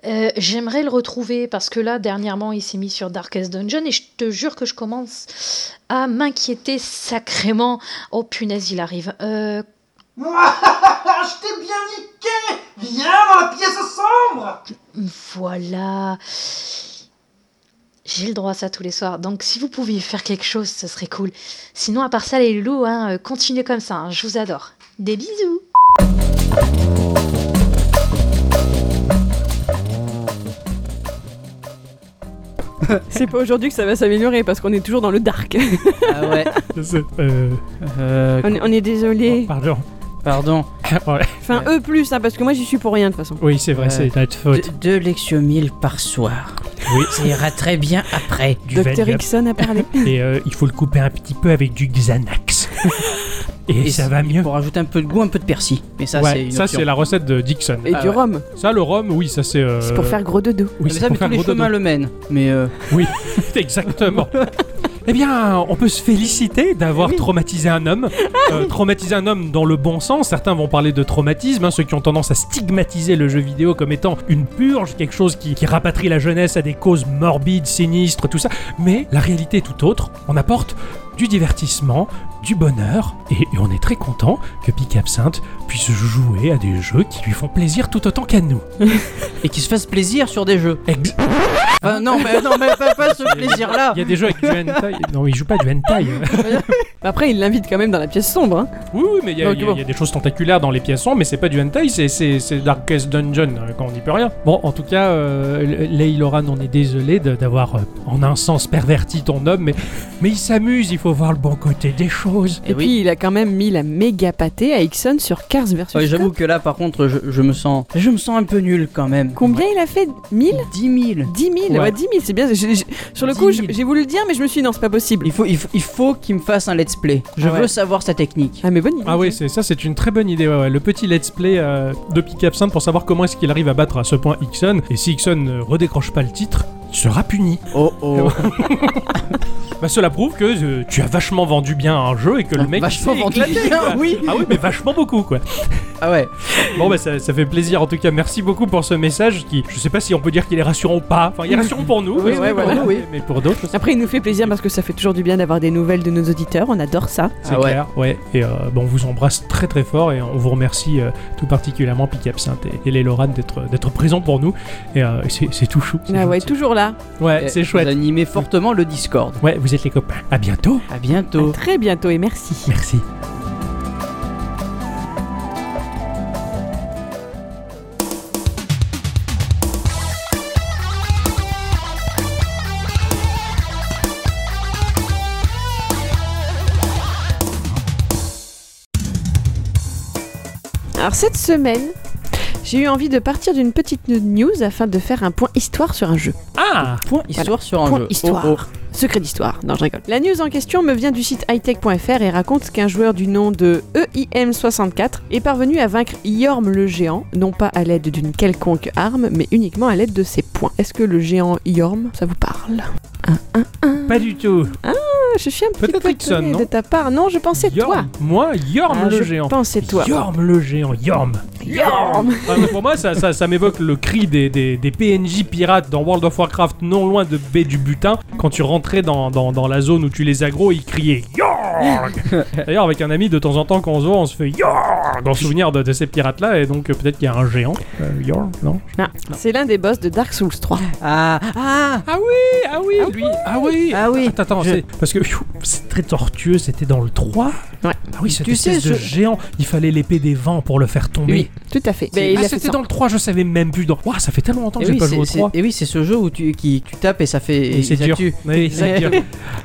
[SPEAKER 5] Euh, j'aimerais le retrouver parce que là, dernièrement, il s'est mis sur Darkest Dungeon et je te jure que je commence à m'inquiéter sacrément. Oh punaise, il arrive. Euh,
[SPEAKER 6] Je t'ai bien niqué Viens dans la pièce sombre
[SPEAKER 5] voilà. J'ai le droit à ça tous les soirs. Donc, si vous pouviez faire quelque chose, ce serait cool. Sinon, à part ça, les loups, hein, euh, continuez comme ça. hein, je vous adore. Des bisous.
[SPEAKER 1] [LAUGHS] C'est pas aujourd'hui que ça va s'améliorer parce qu'on est toujours dans le dark. [LAUGHS]
[SPEAKER 3] Ah ouais.
[SPEAKER 2] Euh,
[SPEAKER 3] Euh,
[SPEAKER 1] on, est, on est
[SPEAKER 2] oh,
[SPEAKER 1] désolé.
[SPEAKER 2] pardon.
[SPEAKER 3] pardon.
[SPEAKER 2] [LAUGHS] Ouais,
[SPEAKER 1] Enfin, eux plus, hein, parce que moi j'y suis pour rien de toute façon.
[SPEAKER 2] oui, c'est vrai,
[SPEAKER 3] Ouais.
[SPEAKER 2] c'est de notre
[SPEAKER 3] De-
[SPEAKER 2] faute.
[SPEAKER 3] deux lections mille par soir.
[SPEAKER 2] Oui.
[SPEAKER 3] Ça ira très bien après.
[SPEAKER 2] Du
[SPEAKER 1] Docteur
[SPEAKER 2] Valium.
[SPEAKER 1] Ixon a parlé.
[SPEAKER 2] Et euh, il faut le couper un petit peu avec du Xanax. Et, ça
[SPEAKER 3] si-
[SPEAKER 2] va mieux.
[SPEAKER 3] Pour rajouter un peu de goût, un peu de persil. Mais ça,
[SPEAKER 2] Ouais,
[SPEAKER 3] c'est une
[SPEAKER 2] ça,
[SPEAKER 3] option.
[SPEAKER 2] c'est la recette de Dixon.
[SPEAKER 1] Et
[SPEAKER 3] Ah
[SPEAKER 1] du
[SPEAKER 3] ouais.
[SPEAKER 1] rhum.
[SPEAKER 2] Ça, le rhum, oui, ça c'est. euh,
[SPEAKER 1] C'est pour faire gros dodo.
[SPEAKER 2] Oui,
[SPEAKER 3] Ah, Mais
[SPEAKER 2] c'est
[SPEAKER 3] ça, mais
[SPEAKER 2] pour
[SPEAKER 3] tous
[SPEAKER 2] faire
[SPEAKER 3] les
[SPEAKER 2] gros dodo.
[SPEAKER 3] chemins le mènent. Mais euh,
[SPEAKER 2] [LAUGHS] Exactement. Eh bien, on peut se féliciter d'avoir traumatisé un homme. Euh, traumatiser un homme dans le bon sens. Certains vont parler de traumatisme, hein, ceux qui ont tendance à stigmatiser le jeu vidéo comme étant une purge, quelque chose qui, qui rapatrie la jeunesse à des causes morbides, sinistres, tout ça. Mais la réalité est tout autre. On apporte du divertissement, du bonheur, et, et on est très content que Pic Absinthe puisse jouer à des jeux qui lui font plaisir tout autant qu'à nous.
[SPEAKER 3] et qu'ils se fassent plaisir sur des jeux.
[SPEAKER 2] Ex-
[SPEAKER 3] Enfin, non, mais non, mais pas, pas ce plaisir-là.
[SPEAKER 2] [LAUGHS] Il y a des jeux avec du hentai. Non, il joue pas du hentai. hein.
[SPEAKER 1] Après, il l'invite quand même dans la pièce sombre. hein.
[SPEAKER 2] Oui, oui, mais il y, a-
[SPEAKER 1] Donc,
[SPEAKER 2] il y a-
[SPEAKER 1] bon.
[SPEAKER 2] il y a des choses tentaculaires dans les pièces sombres, mais c'est pas du hentai, c'est- c'est c'est Darkest Dungeon, euh, quand on n'y peut rien. Bon, en tout cas, euh, Leiloran, on est désolé de- d'avoir, euh, en un sens, perverti ton homme, mais, mais il s'amuse, il faut voir le bon côté des choses. rouge.
[SPEAKER 1] Et
[SPEAKER 3] oui.
[SPEAKER 1] puis il a quand même mis la méga pâtée à Ixon sur Cars versus
[SPEAKER 3] Ouais, J'avoue
[SPEAKER 1] Cobb.
[SPEAKER 3] que là, par contre, je, je me sens, je me sens un peu nul quand même.
[SPEAKER 1] Combien il a fait 1000
[SPEAKER 3] 10 000.
[SPEAKER 1] 10 000
[SPEAKER 2] Ouais.
[SPEAKER 1] ouais, 10 000, c'est bien. J'ai- j'ai- sur le
[SPEAKER 3] 10
[SPEAKER 1] coup,
[SPEAKER 3] 000.
[SPEAKER 1] j'ai j'ai voulu le dire, mais je me suis dit non, c'est pas possible.
[SPEAKER 3] Il faut, il faut, il faut qu'il me fasse un let's play. Je
[SPEAKER 2] Ah ouais.
[SPEAKER 3] veux savoir sa technique.
[SPEAKER 1] Ah, mais bonne idée.
[SPEAKER 2] Ah oui, c'est ça, c'est une très bonne idée. ouais, ouais. Le petit let's play euh, de Pick Absinthe pour savoir comment est-ce qu'il arrive à battre à ce point Ixon. Et si Ixon ne redécroche pas le titre, il sera puni.
[SPEAKER 3] Oh [LAUGHS] oh.
[SPEAKER 2] Bah cela prouve que euh, tu as vachement vendu bien un jeu et que le mec il
[SPEAKER 3] Ah, Vachement
[SPEAKER 2] s'est
[SPEAKER 3] vendu
[SPEAKER 2] éclaté,
[SPEAKER 3] bien,
[SPEAKER 2] quoi.
[SPEAKER 3] [LAUGHS] oui.
[SPEAKER 2] Ah oui, mais vachement beaucoup quoi.
[SPEAKER 3] Ah ouais.
[SPEAKER 2] Bon bah ça, ça fait plaisir en tout cas. Merci beaucoup pour ce message qui, je sais pas si on peut dire qu'il est rassurant ou pas. Enfin, il est rassurant pour nous,
[SPEAKER 3] Oui,
[SPEAKER 2] parce que
[SPEAKER 3] ouais,
[SPEAKER 2] pour
[SPEAKER 3] voilà,
[SPEAKER 2] nous,
[SPEAKER 3] oui.
[SPEAKER 2] mais- mais pour d'autres, c'est
[SPEAKER 1] Après, il nous fait plaisir parce que ça fait toujours du bien d'avoir des nouvelles de nos auditeurs. On adore ça.
[SPEAKER 2] c'est
[SPEAKER 3] Ah ouais.
[SPEAKER 2] clair. Ouais. Et euh, bah, on vous embrasse très très fort et on vous remercie euh, tout particulièrement Pic Absinthe et, et les Lorraine d'être d'être présents pour nous. Et euh, c'est c'est tout chou. c'est
[SPEAKER 1] Ah ouais,
[SPEAKER 2] gentil.
[SPEAKER 1] toujours là.
[SPEAKER 2] Ouais, c'est chouette.
[SPEAKER 3] Vous animez fortement le Discord.
[SPEAKER 2] Ouais, vous êtes les copains. À bientôt.
[SPEAKER 3] À
[SPEAKER 1] À
[SPEAKER 3] bientôt.
[SPEAKER 1] très bientôt et merci.
[SPEAKER 2] Merci.
[SPEAKER 1] Alors cette semaine, j'ai eu envie de partir d'une petite news afin de faire un point histoire sur un jeu.
[SPEAKER 2] Ah.
[SPEAKER 3] Point histoire sur un
[SPEAKER 1] Point
[SPEAKER 3] jeu. Oh,
[SPEAKER 1] histoire.
[SPEAKER 3] oh.
[SPEAKER 1] Secret d'histoire, non je rigole. La news en question me vient du site hightech.fr et raconte qu'un joueur du nom de E EIM64 est parvenu à vaincre Yorm le géant, non pas à l'aide d'une quelconque arme, mais uniquement à l'aide de ses points. Est-ce que le géant Yorm, ça vous parle
[SPEAKER 2] Pas du tout.
[SPEAKER 1] Ah, Je suis un petit
[SPEAKER 2] Peut-être
[SPEAKER 1] peu
[SPEAKER 2] Ixon,
[SPEAKER 1] étonnée
[SPEAKER 2] non
[SPEAKER 1] de ta part. Non, je pensais toi.
[SPEAKER 2] Yorm. Moi, Yorm
[SPEAKER 1] Ah,
[SPEAKER 2] le
[SPEAKER 1] je
[SPEAKER 2] géant.
[SPEAKER 1] pensais toi.
[SPEAKER 2] Yorm le géant, Yorm.
[SPEAKER 1] Yorm.
[SPEAKER 2] Ah, mais pour moi, ça, ça, ça m'évoque le cri des, des, des PNJ pirates dans World of Warcraft, non loin de Baie du Butin. Quand tu rentrais dans, dans, dans la zone où tu les agros, ils criaient Yorg D'ailleurs, avec un ami, de temps en temps, quand on se voit, on se fait Yorg en souvenir de, de ces pirates-là, et donc euh, peut-être qu'il y a un géant. Euh, Yorg, non
[SPEAKER 1] Ah, C'est l'un des boss de Dark Souls 3.
[SPEAKER 3] Ah ah.
[SPEAKER 2] Ah oui, ah oui, lui, ah oui
[SPEAKER 3] Ah oui.
[SPEAKER 2] Attends, attends,
[SPEAKER 3] Je-
[SPEAKER 2] c'est- parce que pfiou, c'est très tortueux, c'était dans le 3.
[SPEAKER 1] Ouais.
[SPEAKER 2] Ah oui, cette
[SPEAKER 3] Tu sais,
[SPEAKER 2] espèce de
[SPEAKER 3] je-
[SPEAKER 2] géant, il fallait l'épée des vents pour le faire tomber.
[SPEAKER 1] Oui, tout à fait. Mais il
[SPEAKER 2] ah,
[SPEAKER 1] a fait
[SPEAKER 2] c'était
[SPEAKER 1] ça.
[SPEAKER 2] dans le 3, je savais même plus. Dans... Ouah, ça fait tellement longtemps que
[SPEAKER 3] Et
[SPEAKER 2] j'ai
[SPEAKER 3] Eh oui,
[SPEAKER 2] pas joué
[SPEAKER 3] c'est-
[SPEAKER 2] au
[SPEAKER 3] c'est-
[SPEAKER 2] 3.
[SPEAKER 3] et oui, c'est ce jeu où tu, qui, tu tapes et ça fait.
[SPEAKER 2] Et c'est
[SPEAKER 3] ça
[SPEAKER 2] dur.
[SPEAKER 3] tue.
[SPEAKER 2] Oui,
[SPEAKER 1] [LAUGHS]
[SPEAKER 2] c'est dur.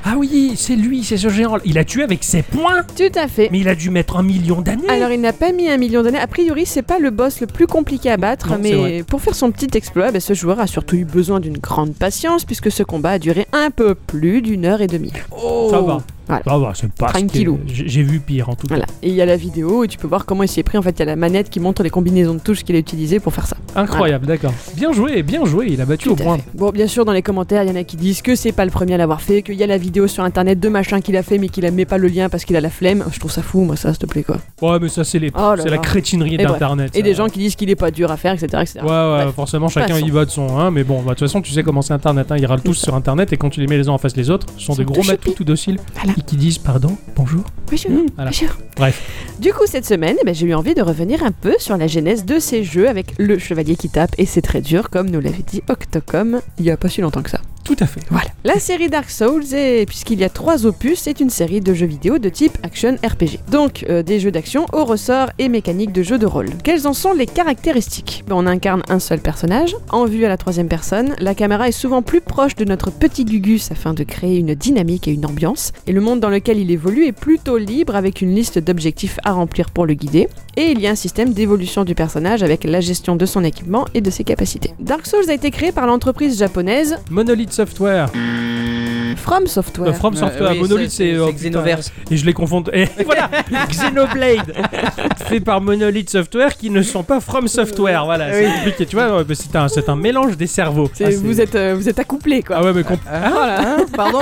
[SPEAKER 2] Ah oui, c'est lui, c'est ce géant. Il a tué avec ses poings,
[SPEAKER 1] Tout à fait.
[SPEAKER 2] mais il a dû mettre un million d'années.
[SPEAKER 1] Alors il n'a pas mis un million d'années. A priori, c'est pas le boss le plus compliqué à battre,
[SPEAKER 2] Non, c'est
[SPEAKER 1] mais pour faire son petit exploit, ben, ce joueur a surtout eu besoin d'une grande patience puisque ce combat a duré un peu plus d'une heure et demie.
[SPEAKER 2] Ça va.
[SPEAKER 1] oh. Voilà.
[SPEAKER 2] Ça va, c'est pas. ce qui est-
[SPEAKER 1] Tranquillou.
[SPEAKER 2] J'ai j'ai vu pire en tout cas.
[SPEAKER 1] Voilà. Et il y a la vidéo et tu peux voir comment il s'y est pris. En fait, il y a la manette qui montre les combinaisons de touches qu'il a utilisées pour faire ça.
[SPEAKER 2] Incroyable, d'accord. Bien joué, bien joué. Il a battu au
[SPEAKER 1] Tout à
[SPEAKER 2] point.
[SPEAKER 1] fait. Bon, bien sûr, dans les commentaires, il y en a qui disent que c'est pas le premier à l'avoir fait, qu'il y a la vidéo sur internet de machin qu'il a fait mais qu'il a met pas le lien parce qu'il a la flemme. Je trouve ça fou, moi, ça, s'il te plaît, quoi.
[SPEAKER 2] Ouais, mais ça, c'est les...
[SPEAKER 1] Oh là
[SPEAKER 2] c'est la
[SPEAKER 1] là.
[SPEAKER 2] crétinerie
[SPEAKER 1] Et bref.
[SPEAKER 2] d'internet.
[SPEAKER 1] Et
[SPEAKER 2] ça.
[SPEAKER 1] des gens qui disent qu'il est pas dur à faire, etc. etc.
[SPEAKER 2] Ouais, ouais,
[SPEAKER 1] Bref.
[SPEAKER 2] forcément, chacun
[SPEAKER 1] Passons.
[SPEAKER 2] y va de son. Hein, mais bon, bah, de toute façon, tu sais comment c'est Internet. Hein, ils râlent tous sur Internet et quand tu les mets les uns en face des autres, ce sont
[SPEAKER 1] Ils
[SPEAKER 2] des
[SPEAKER 1] sont
[SPEAKER 2] gros
[SPEAKER 1] tout
[SPEAKER 2] matous
[SPEAKER 1] choupis.
[SPEAKER 2] tout dociles
[SPEAKER 1] Voilà.
[SPEAKER 2] et qui disent pardon, bonjour.
[SPEAKER 1] Bonjour,
[SPEAKER 2] Hmm. voilà.
[SPEAKER 1] bonjour.
[SPEAKER 2] Bref.
[SPEAKER 1] Du coup, cette semaine, eh ben, j'ai eu envie de revenir un peu sur la genèse de ces jeux avec le chevalier qui tape et c'est très dur, comme nous l'avait dit Octocom il y a pas si longtemps que ça.
[SPEAKER 2] Tout à fait.
[SPEAKER 1] Voilà. La série Dark Souls, est- puisqu'il y a trois opus, est une série de jeux vidéo de type action RPG. Donc, euh, des jeux d'action aux ressorts et mécaniques de jeux de rôle. Quelles en sont les caractéristiques Ben, On incarne un seul personnage, en vue à la troisième personne, la caméra est souvent plus proche de notre petit Gugus afin de créer une dynamique et une ambiance, et le monde dans lequel il évolue est plutôt libre avec une liste d'objectifs à remplir pour le guider, et il y a un système d'évolution du personnage avec la gestion de son équipement et de ses capacités. Dark Souls a été créé par l'entreprise japonaise
[SPEAKER 2] Monolith Software.
[SPEAKER 1] From Software.
[SPEAKER 2] Euh, From Software.
[SPEAKER 3] Ouais, oui,
[SPEAKER 2] Monolith,
[SPEAKER 3] ça,
[SPEAKER 2] c'est. oh, putain.
[SPEAKER 3] Xenoverse.
[SPEAKER 2] Et je les confonds. Eh, Et voilà
[SPEAKER 1] Ah,
[SPEAKER 2] Xenoblade Fait par Monolith Software qui ne sont pas From Software. Voilà, c'est compliqué. Tu vois, ouais, bah, c'est un, c'est un mélange des cerveaux.
[SPEAKER 1] Euh, ah C'est-
[SPEAKER 2] Ah, c'est-
[SPEAKER 1] vous êtes euh, vous êtes accouplés quoi.
[SPEAKER 2] Ah ouais, mais compl-
[SPEAKER 3] Hein, pardon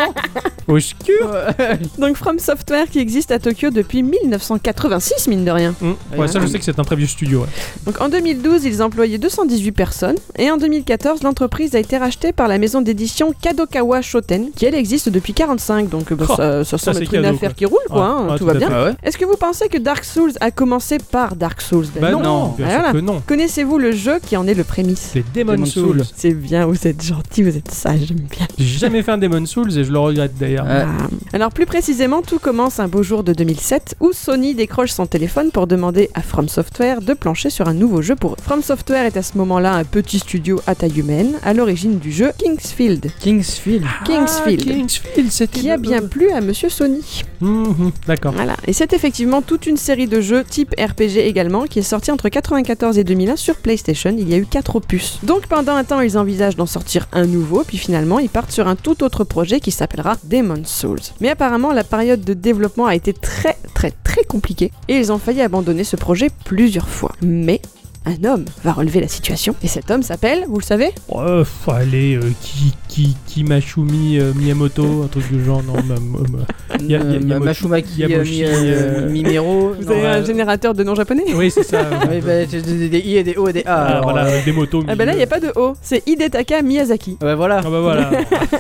[SPEAKER 2] au secours
[SPEAKER 3] [LAUGHS]
[SPEAKER 1] Donc From Software qui existe à Tokyo depuis 1986 mine de rien.
[SPEAKER 2] Hum, Ouais,
[SPEAKER 1] ah.
[SPEAKER 2] ça, je sais que c'est un très vieux studio. ouais.
[SPEAKER 1] Donc en 2012 ils employaient 218 personnes et en 2014 l'entreprise a été rachetée par la maison d'édition Kadokawa Shoten qui elle existe depuis 45 donc euh, bah,
[SPEAKER 2] Oh,
[SPEAKER 1] ça, ça semble
[SPEAKER 2] c'est
[SPEAKER 1] être une
[SPEAKER 2] cadeau,
[SPEAKER 1] affaire
[SPEAKER 2] quoi.
[SPEAKER 1] qui roule quoi,
[SPEAKER 2] Ouais,
[SPEAKER 1] hein,
[SPEAKER 2] ouais,
[SPEAKER 1] tout,
[SPEAKER 2] tout
[SPEAKER 1] va
[SPEAKER 2] à
[SPEAKER 1] bien.
[SPEAKER 2] fait.
[SPEAKER 3] Ah ouais
[SPEAKER 1] Est-ce que vous pensez que Dark Souls a commencé par Dark Souls ben
[SPEAKER 2] Bah
[SPEAKER 1] non.
[SPEAKER 2] non, bien
[SPEAKER 1] Ah,
[SPEAKER 2] sûr
[SPEAKER 1] voilà.
[SPEAKER 2] que non.
[SPEAKER 1] Connaissez-vous le jeu qui en est le prémisse
[SPEAKER 2] C'est Demon,
[SPEAKER 3] Demon's
[SPEAKER 2] Souls.
[SPEAKER 3] Souls.
[SPEAKER 1] C'est bien, vous êtes gentil, vous êtes sage, j'aime bien.
[SPEAKER 2] J'ai jamais fait un Demon Souls et je le regrette d'ailleurs.
[SPEAKER 3] Ouais.
[SPEAKER 1] Ah. Alors plus précisément, tout commence un beau jour de 2007 où Sony décroche son téléphone pour demander à From Software de plancher sur un nouveau jeu pour eux. From Software est à ce moment-là un petit studio à taille humaine, à l'origine du jeu Kingsfield.
[SPEAKER 3] Kingsfield.
[SPEAKER 1] Ah, Kingsfield.
[SPEAKER 2] Kingsfield, c'était
[SPEAKER 1] qui a
[SPEAKER 2] le-
[SPEAKER 1] bien plu à Monsieur Sony.
[SPEAKER 2] Mhm, D'accord.
[SPEAKER 1] Voilà. Et c'est effectivement toute une série de jeux type RPG également qui est sortie entre 94 et 2001 sur PlayStation. Il y a eu 4 opus. Donc pendant un temps, ils envisagent d'en sortir un nouveau, puis finalement, ils partent sur un tout autre projet qui s'appellera Demon's Souls. Mais apparemment, la période de développement a été très très très compliquée et ils ont failli abandonner ce projet plusieurs fois. Mais un homme va relever la situation et cet homme s'appelle, vous le savez
[SPEAKER 2] Ouais, Oh, pff, allez, euh, qui, qui, qui Mashumi euh, Miyamoto, un truc du genre, non, ma- ma- ma- Ah, Y a- y a-
[SPEAKER 3] Euh,
[SPEAKER 2] y a-
[SPEAKER 3] Mashumaki,
[SPEAKER 2] Yamoshi,
[SPEAKER 3] euh, Mi- euh,
[SPEAKER 2] euh, [LAUGHS]
[SPEAKER 3] Mimiro.
[SPEAKER 1] Vous
[SPEAKER 3] non,
[SPEAKER 1] avez un
[SPEAKER 3] euh,
[SPEAKER 1] générateur de noms japonais
[SPEAKER 2] Oui, c'est ça.
[SPEAKER 3] [LAUGHS]
[SPEAKER 2] euh,
[SPEAKER 3] oui, bah, des, des- des I et des O et des
[SPEAKER 2] [LAUGHS]
[SPEAKER 3] A.
[SPEAKER 2] ah,
[SPEAKER 3] alors,
[SPEAKER 2] voilà,
[SPEAKER 3] euh,
[SPEAKER 2] euh, des motos. au
[SPEAKER 1] Ah bah là, il
[SPEAKER 2] milieu.
[SPEAKER 1] n'y a pas de O, c'est Hidetaka Miyazaki.
[SPEAKER 3] ouais, voilà.
[SPEAKER 2] Ah bah voilà.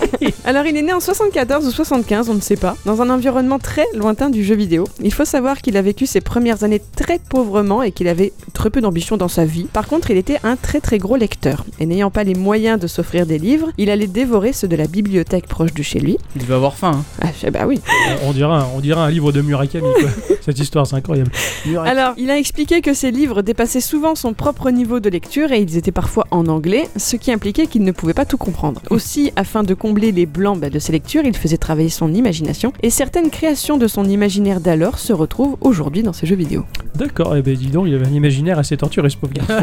[SPEAKER 1] [LAUGHS] Alors il est né en 74 ou 75, on ne sait pas, dans un environnement très lointain du jeu vidéo. Il faut savoir qu'il a vécu ses premières années très pauvrement et qu'il avait très peu d'ambition dans sa vie. Par contre, il était un très très gros lecteur. Et n'ayant pas les moyens de s'offrir des livres, il allait dévorer ceux de la bibliothèque proche de chez lui.
[SPEAKER 3] Il va avoir faim.
[SPEAKER 2] hein.
[SPEAKER 1] Ah je- bah oui.
[SPEAKER 2] Euh, on dirait un, on dirait un livre de Murakami.
[SPEAKER 1] [LAUGHS]
[SPEAKER 2] Quoi. Cette histoire, c'est incroyable.
[SPEAKER 3] hein.
[SPEAKER 1] Alors, il a expliqué que ses livres dépassaient souvent son propre niveau de lecture et ils étaient parfois en anglais, ce qui impliquait qu'il ne pouvait pas tout comprendre. Aussi, afin de combler les blancs bah, de ses lectures, il faisait travailler son imagination et certaines créations de son imaginaire d'alors se retrouvent aujourd'hui dans ses jeux vidéo.
[SPEAKER 2] D'accord, et ben dis donc, il avait un imaginaire assez torturé ce pauvre gars.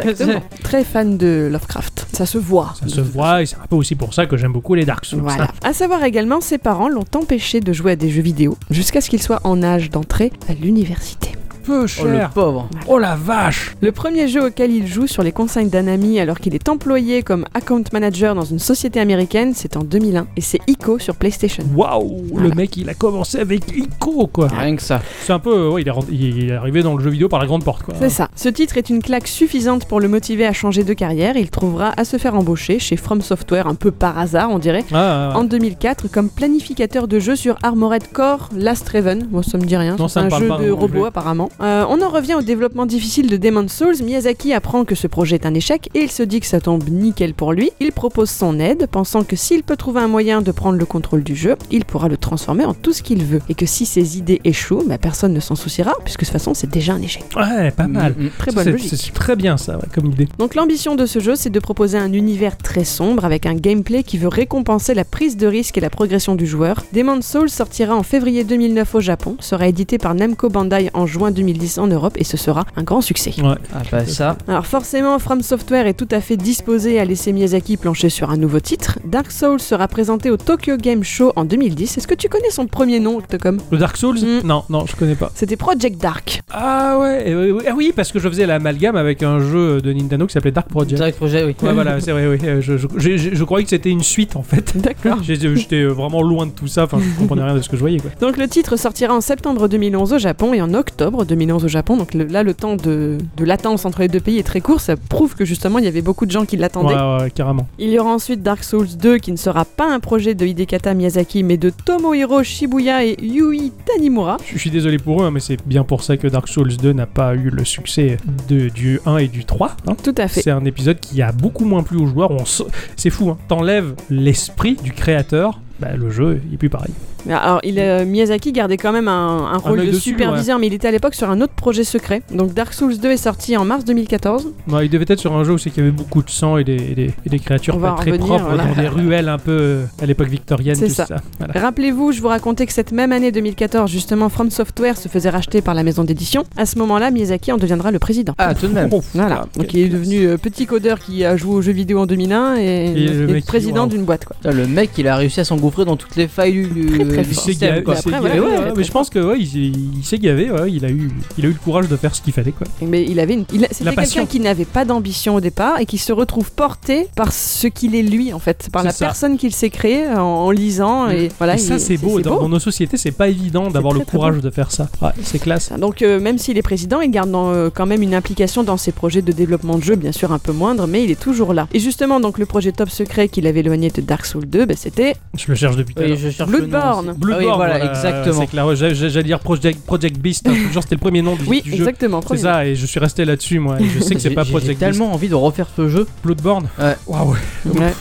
[SPEAKER 1] Très fan de Lovecraft, ça se voit.
[SPEAKER 2] Ça se voit, et c'est un peu aussi pour ça que j'aime beaucoup les Dark Souls.
[SPEAKER 1] Voilà.
[SPEAKER 2] hein.
[SPEAKER 1] À savoir également, ses parents l'ont empêché de jouer à des jeux vidéo jusqu'à ce qu'il soit en âge d'entrer à l'université.
[SPEAKER 2] Peu
[SPEAKER 3] Oh, le
[SPEAKER 2] cher.
[SPEAKER 3] pauvre.
[SPEAKER 2] Oh la vache
[SPEAKER 1] Le premier jeu auquel il joue sur les conseils d'un ami alors qu'il est employé comme account manager dans une société américaine, c'est en 2001 et c'est Ico sur PlayStation.
[SPEAKER 2] Waouh Le
[SPEAKER 1] Voilà.
[SPEAKER 2] mec, il a commencé avec Ico, quoi.
[SPEAKER 3] Rien que ça.
[SPEAKER 2] C'est un peu... euh, ouais, il, est rentré- il est arrivé dans le jeu vidéo par la grande porte, quoi.
[SPEAKER 1] C'est ça. Ce titre est une claque suffisante pour le motiver à changer de carrière. Il trouvera à se faire embaucher chez From Software un peu par hasard, on dirait,
[SPEAKER 2] Ah,
[SPEAKER 1] en 2004 comme planificateur de jeux sur Armored Core Last Raven. Moi, ça me dit rien.
[SPEAKER 2] Non,
[SPEAKER 1] c'est
[SPEAKER 2] ça me
[SPEAKER 1] un
[SPEAKER 2] parle
[SPEAKER 1] jeu
[SPEAKER 2] pas
[SPEAKER 1] de
[SPEAKER 2] non plus.
[SPEAKER 1] robot apparemment. Euh, on en revient au développement difficile de Demon's Souls. Miyazaki apprend que ce projet est un échec et il se dit que ça tombe nickel pour lui. Il propose son aide, pensant que s'il peut trouver un moyen de prendre le contrôle du jeu, il pourra le transformer en tout ce qu'il veut. Et que si ses idées échouent, bah, personne ne s'en souciera, puisque de toute façon, c'est déjà un échec.
[SPEAKER 2] ouais, pas mal.
[SPEAKER 3] Mm, mm.
[SPEAKER 1] Très
[SPEAKER 2] Ça,
[SPEAKER 1] bonne
[SPEAKER 2] c'est-
[SPEAKER 1] logique.
[SPEAKER 2] C'est très bien ça, ouais, comme idée.
[SPEAKER 1] Donc l'ambition de ce jeu, c'est de proposer un univers très sombre avec un gameplay qui veut récompenser la prise de risque et la progression du joueur. Demon's Souls sortira en février 2009 au Japon, sera édité par Namco Bandai en juin 2010 en Europe et ce sera un grand succès.
[SPEAKER 2] Ouais.
[SPEAKER 3] Ah bah ça.
[SPEAKER 1] Alors forcément, From Software est tout à fait disposé à laisser Miyazaki plancher sur un nouveau titre. Dark Souls sera présenté au Tokyo Game Show en 2010. Est-ce que tu connais son premier nom, Octocom
[SPEAKER 2] Le Dark Souls
[SPEAKER 1] Mm.
[SPEAKER 2] Non, non, je connais pas.
[SPEAKER 1] C'était Project Dark.
[SPEAKER 2] Ah ouais, et oui, oui, ah oui, parce que je faisais l'amalgame avec un jeu de Nintendo qui s'appelait Dark Project.
[SPEAKER 3] Direct projet, oui.
[SPEAKER 2] Ouais, voilà, c'est vrai, oui. euh, Je, je- j'ai- j'ai- je croyais que c'était une suite
[SPEAKER 1] [LAUGHS]
[SPEAKER 2] en fait.
[SPEAKER 1] D'accord.
[SPEAKER 2] J'ai- J'étais vraiment loin de tout ça, enfin,
[SPEAKER 1] [LAUGHS]
[SPEAKER 2] je comprenais rien de ce que je voyais quoi.
[SPEAKER 1] Donc le titre sortira en septembre 2011 au Japon et en octobre 2011 au Japon. Donc le- là, le temps de, de latence entre les deux pays est très court. Ça prouve que justement, il y avait beaucoup de gens qui l'attendaient.
[SPEAKER 2] Ouais, ouais, carrément.
[SPEAKER 1] Il y aura ensuite Dark Souls 2 qui ne sera pas un projet de Hidekata Miyazaki mais de Tomohiro Shibuya et Yui Tanimura.
[SPEAKER 2] Je je suis désolé pour eux, hein, mais c'est bien pour ça que Dark Souls 2 n'a pas eu le succès de, du 1 et du 3. hein.
[SPEAKER 1] Tout à fait.
[SPEAKER 2] C'est un épisode qui a beaucoup moins plu aux joueurs. On s- C'est fou, hein. t'enlèves l'esprit du créateur, bah, le jeu il est plus pareil.
[SPEAKER 1] Mais Alors, il, euh, Miyazaki gardait quand même un, un rôle
[SPEAKER 2] œil
[SPEAKER 1] de
[SPEAKER 2] dessus,
[SPEAKER 1] superviseur, mais il était à l'époque sur un autre projet secret. Donc, Dark Souls 2 est sorti en mars 2014.
[SPEAKER 2] Non, il devait être sur un jeu où c'est qu'il y avait beaucoup de sang et des, et des- et des créatures
[SPEAKER 1] On va
[SPEAKER 2] pas
[SPEAKER 1] en
[SPEAKER 2] très
[SPEAKER 1] revenir,
[SPEAKER 2] propres
[SPEAKER 1] voilà.
[SPEAKER 2] dans des ruelles un peu euh, à l'époque victorienne,
[SPEAKER 1] C'est
[SPEAKER 2] tout
[SPEAKER 1] ça.
[SPEAKER 2] ça. Voilà.
[SPEAKER 1] Rappelez-vous, je vous racontais que cette même année 2014, justement, From Software se faisait racheter par la maison d'édition. À ce moment-là, Miyazaki en deviendra le président.
[SPEAKER 3] [LAUGHS] Ah, tout
[SPEAKER 2] [LAUGHS]
[SPEAKER 3] de même.
[SPEAKER 2] Oh,
[SPEAKER 1] Voilà,
[SPEAKER 2] putain,
[SPEAKER 1] donc il est devenu euh, petit codeur qui a joué aux jeux vidéo en 2001 et,
[SPEAKER 2] le
[SPEAKER 1] est
[SPEAKER 2] mec qui-
[SPEAKER 1] président
[SPEAKER 2] waouh.
[SPEAKER 1] d'une boîte. Quoi.
[SPEAKER 3] Putain, Le mec, il a réussi à s'engouffrer dans toutes les failles du, du-
[SPEAKER 1] Très, très
[SPEAKER 3] du
[SPEAKER 2] Il
[SPEAKER 1] fort.
[SPEAKER 2] s'est
[SPEAKER 3] système.
[SPEAKER 2] gavé,
[SPEAKER 3] quoi.
[SPEAKER 2] il s'est
[SPEAKER 1] Après, voilà,
[SPEAKER 2] gavé,
[SPEAKER 1] il
[SPEAKER 2] ouais,
[SPEAKER 1] a
[SPEAKER 2] ouais,
[SPEAKER 1] très
[SPEAKER 2] mais je pense que ouais, il, s'est- il s'est gavé, ouais, il, a eu, il a eu le courage de faire ce qu'il fallait. Quoi.
[SPEAKER 1] Mais il avait une... il a-
[SPEAKER 2] La
[SPEAKER 1] c'était
[SPEAKER 2] passion.
[SPEAKER 1] quelqu'un qui n'avait pas d'ambition au départ et qui se retrouve porté par ce qu'il est lui en fait, par
[SPEAKER 2] C'est
[SPEAKER 1] la
[SPEAKER 2] ça.
[SPEAKER 1] personne qu'il s'est créée en, en lisant et voilà.
[SPEAKER 2] et ça,
[SPEAKER 1] il-
[SPEAKER 2] c'est beau. Dans, dans nos sociétés, c'est pas évident d'avoir
[SPEAKER 1] très,
[SPEAKER 2] le
[SPEAKER 1] très
[SPEAKER 2] courage de faire ça. Ouais, c'est classe.
[SPEAKER 1] Donc euh, même s'il est président, il garde dans, euh, quand même une implication dans ses projets de développement de jeu, bien sûr un peu moindre, mais il est toujours là. Et justement, donc le projet top secret qu'il avait éloigné de Dark Souls 2, bah, c'était
[SPEAKER 2] Je le cherche depuis tout à
[SPEAKER 3] Oui,
[SPEAKER 2] l'heure.
[SPEAKER 3] je cherche
[SPEAKER 1] Bloodborne.
[SPEAKER 3] le nom aussi.
[SPEAKER 2] Bloodborne,
[SPEAKER 3] Ah oui, voilà,
[SPEAKER 2] voilà,
[SPEAKER 3] exactement.
[SPEAKER 2] C'est clair. Ouais, j'a- j'a- J'allais dire Project, Project Beast. hein, genre, c'était le premier nom du,
[SPEAKER 1] oui
[SPEAKER 2] du jeu.
[SPEAKER 1] exactement.
[SPEAKER 2] C'est
[SPEAKER 1] premier.
[SPEAKER 2] ça, et je suis resté là-dessus, moi. et je sais que c'est
[SPEAKER 3] J'ai-
[SPEAKER 2] pas
[SPEAKER 3] j'ai
[SPEAKER 2] Project Beast.
[SPEAKER 3] tellement envie de refaire ce jeu.
[SPEAKER 2] [LAUGHS] Bloodborne.
[SPEAKER 3] Ouais.
[SPEAKER 2] Waouh.
[SPEAKER 1] Ouais.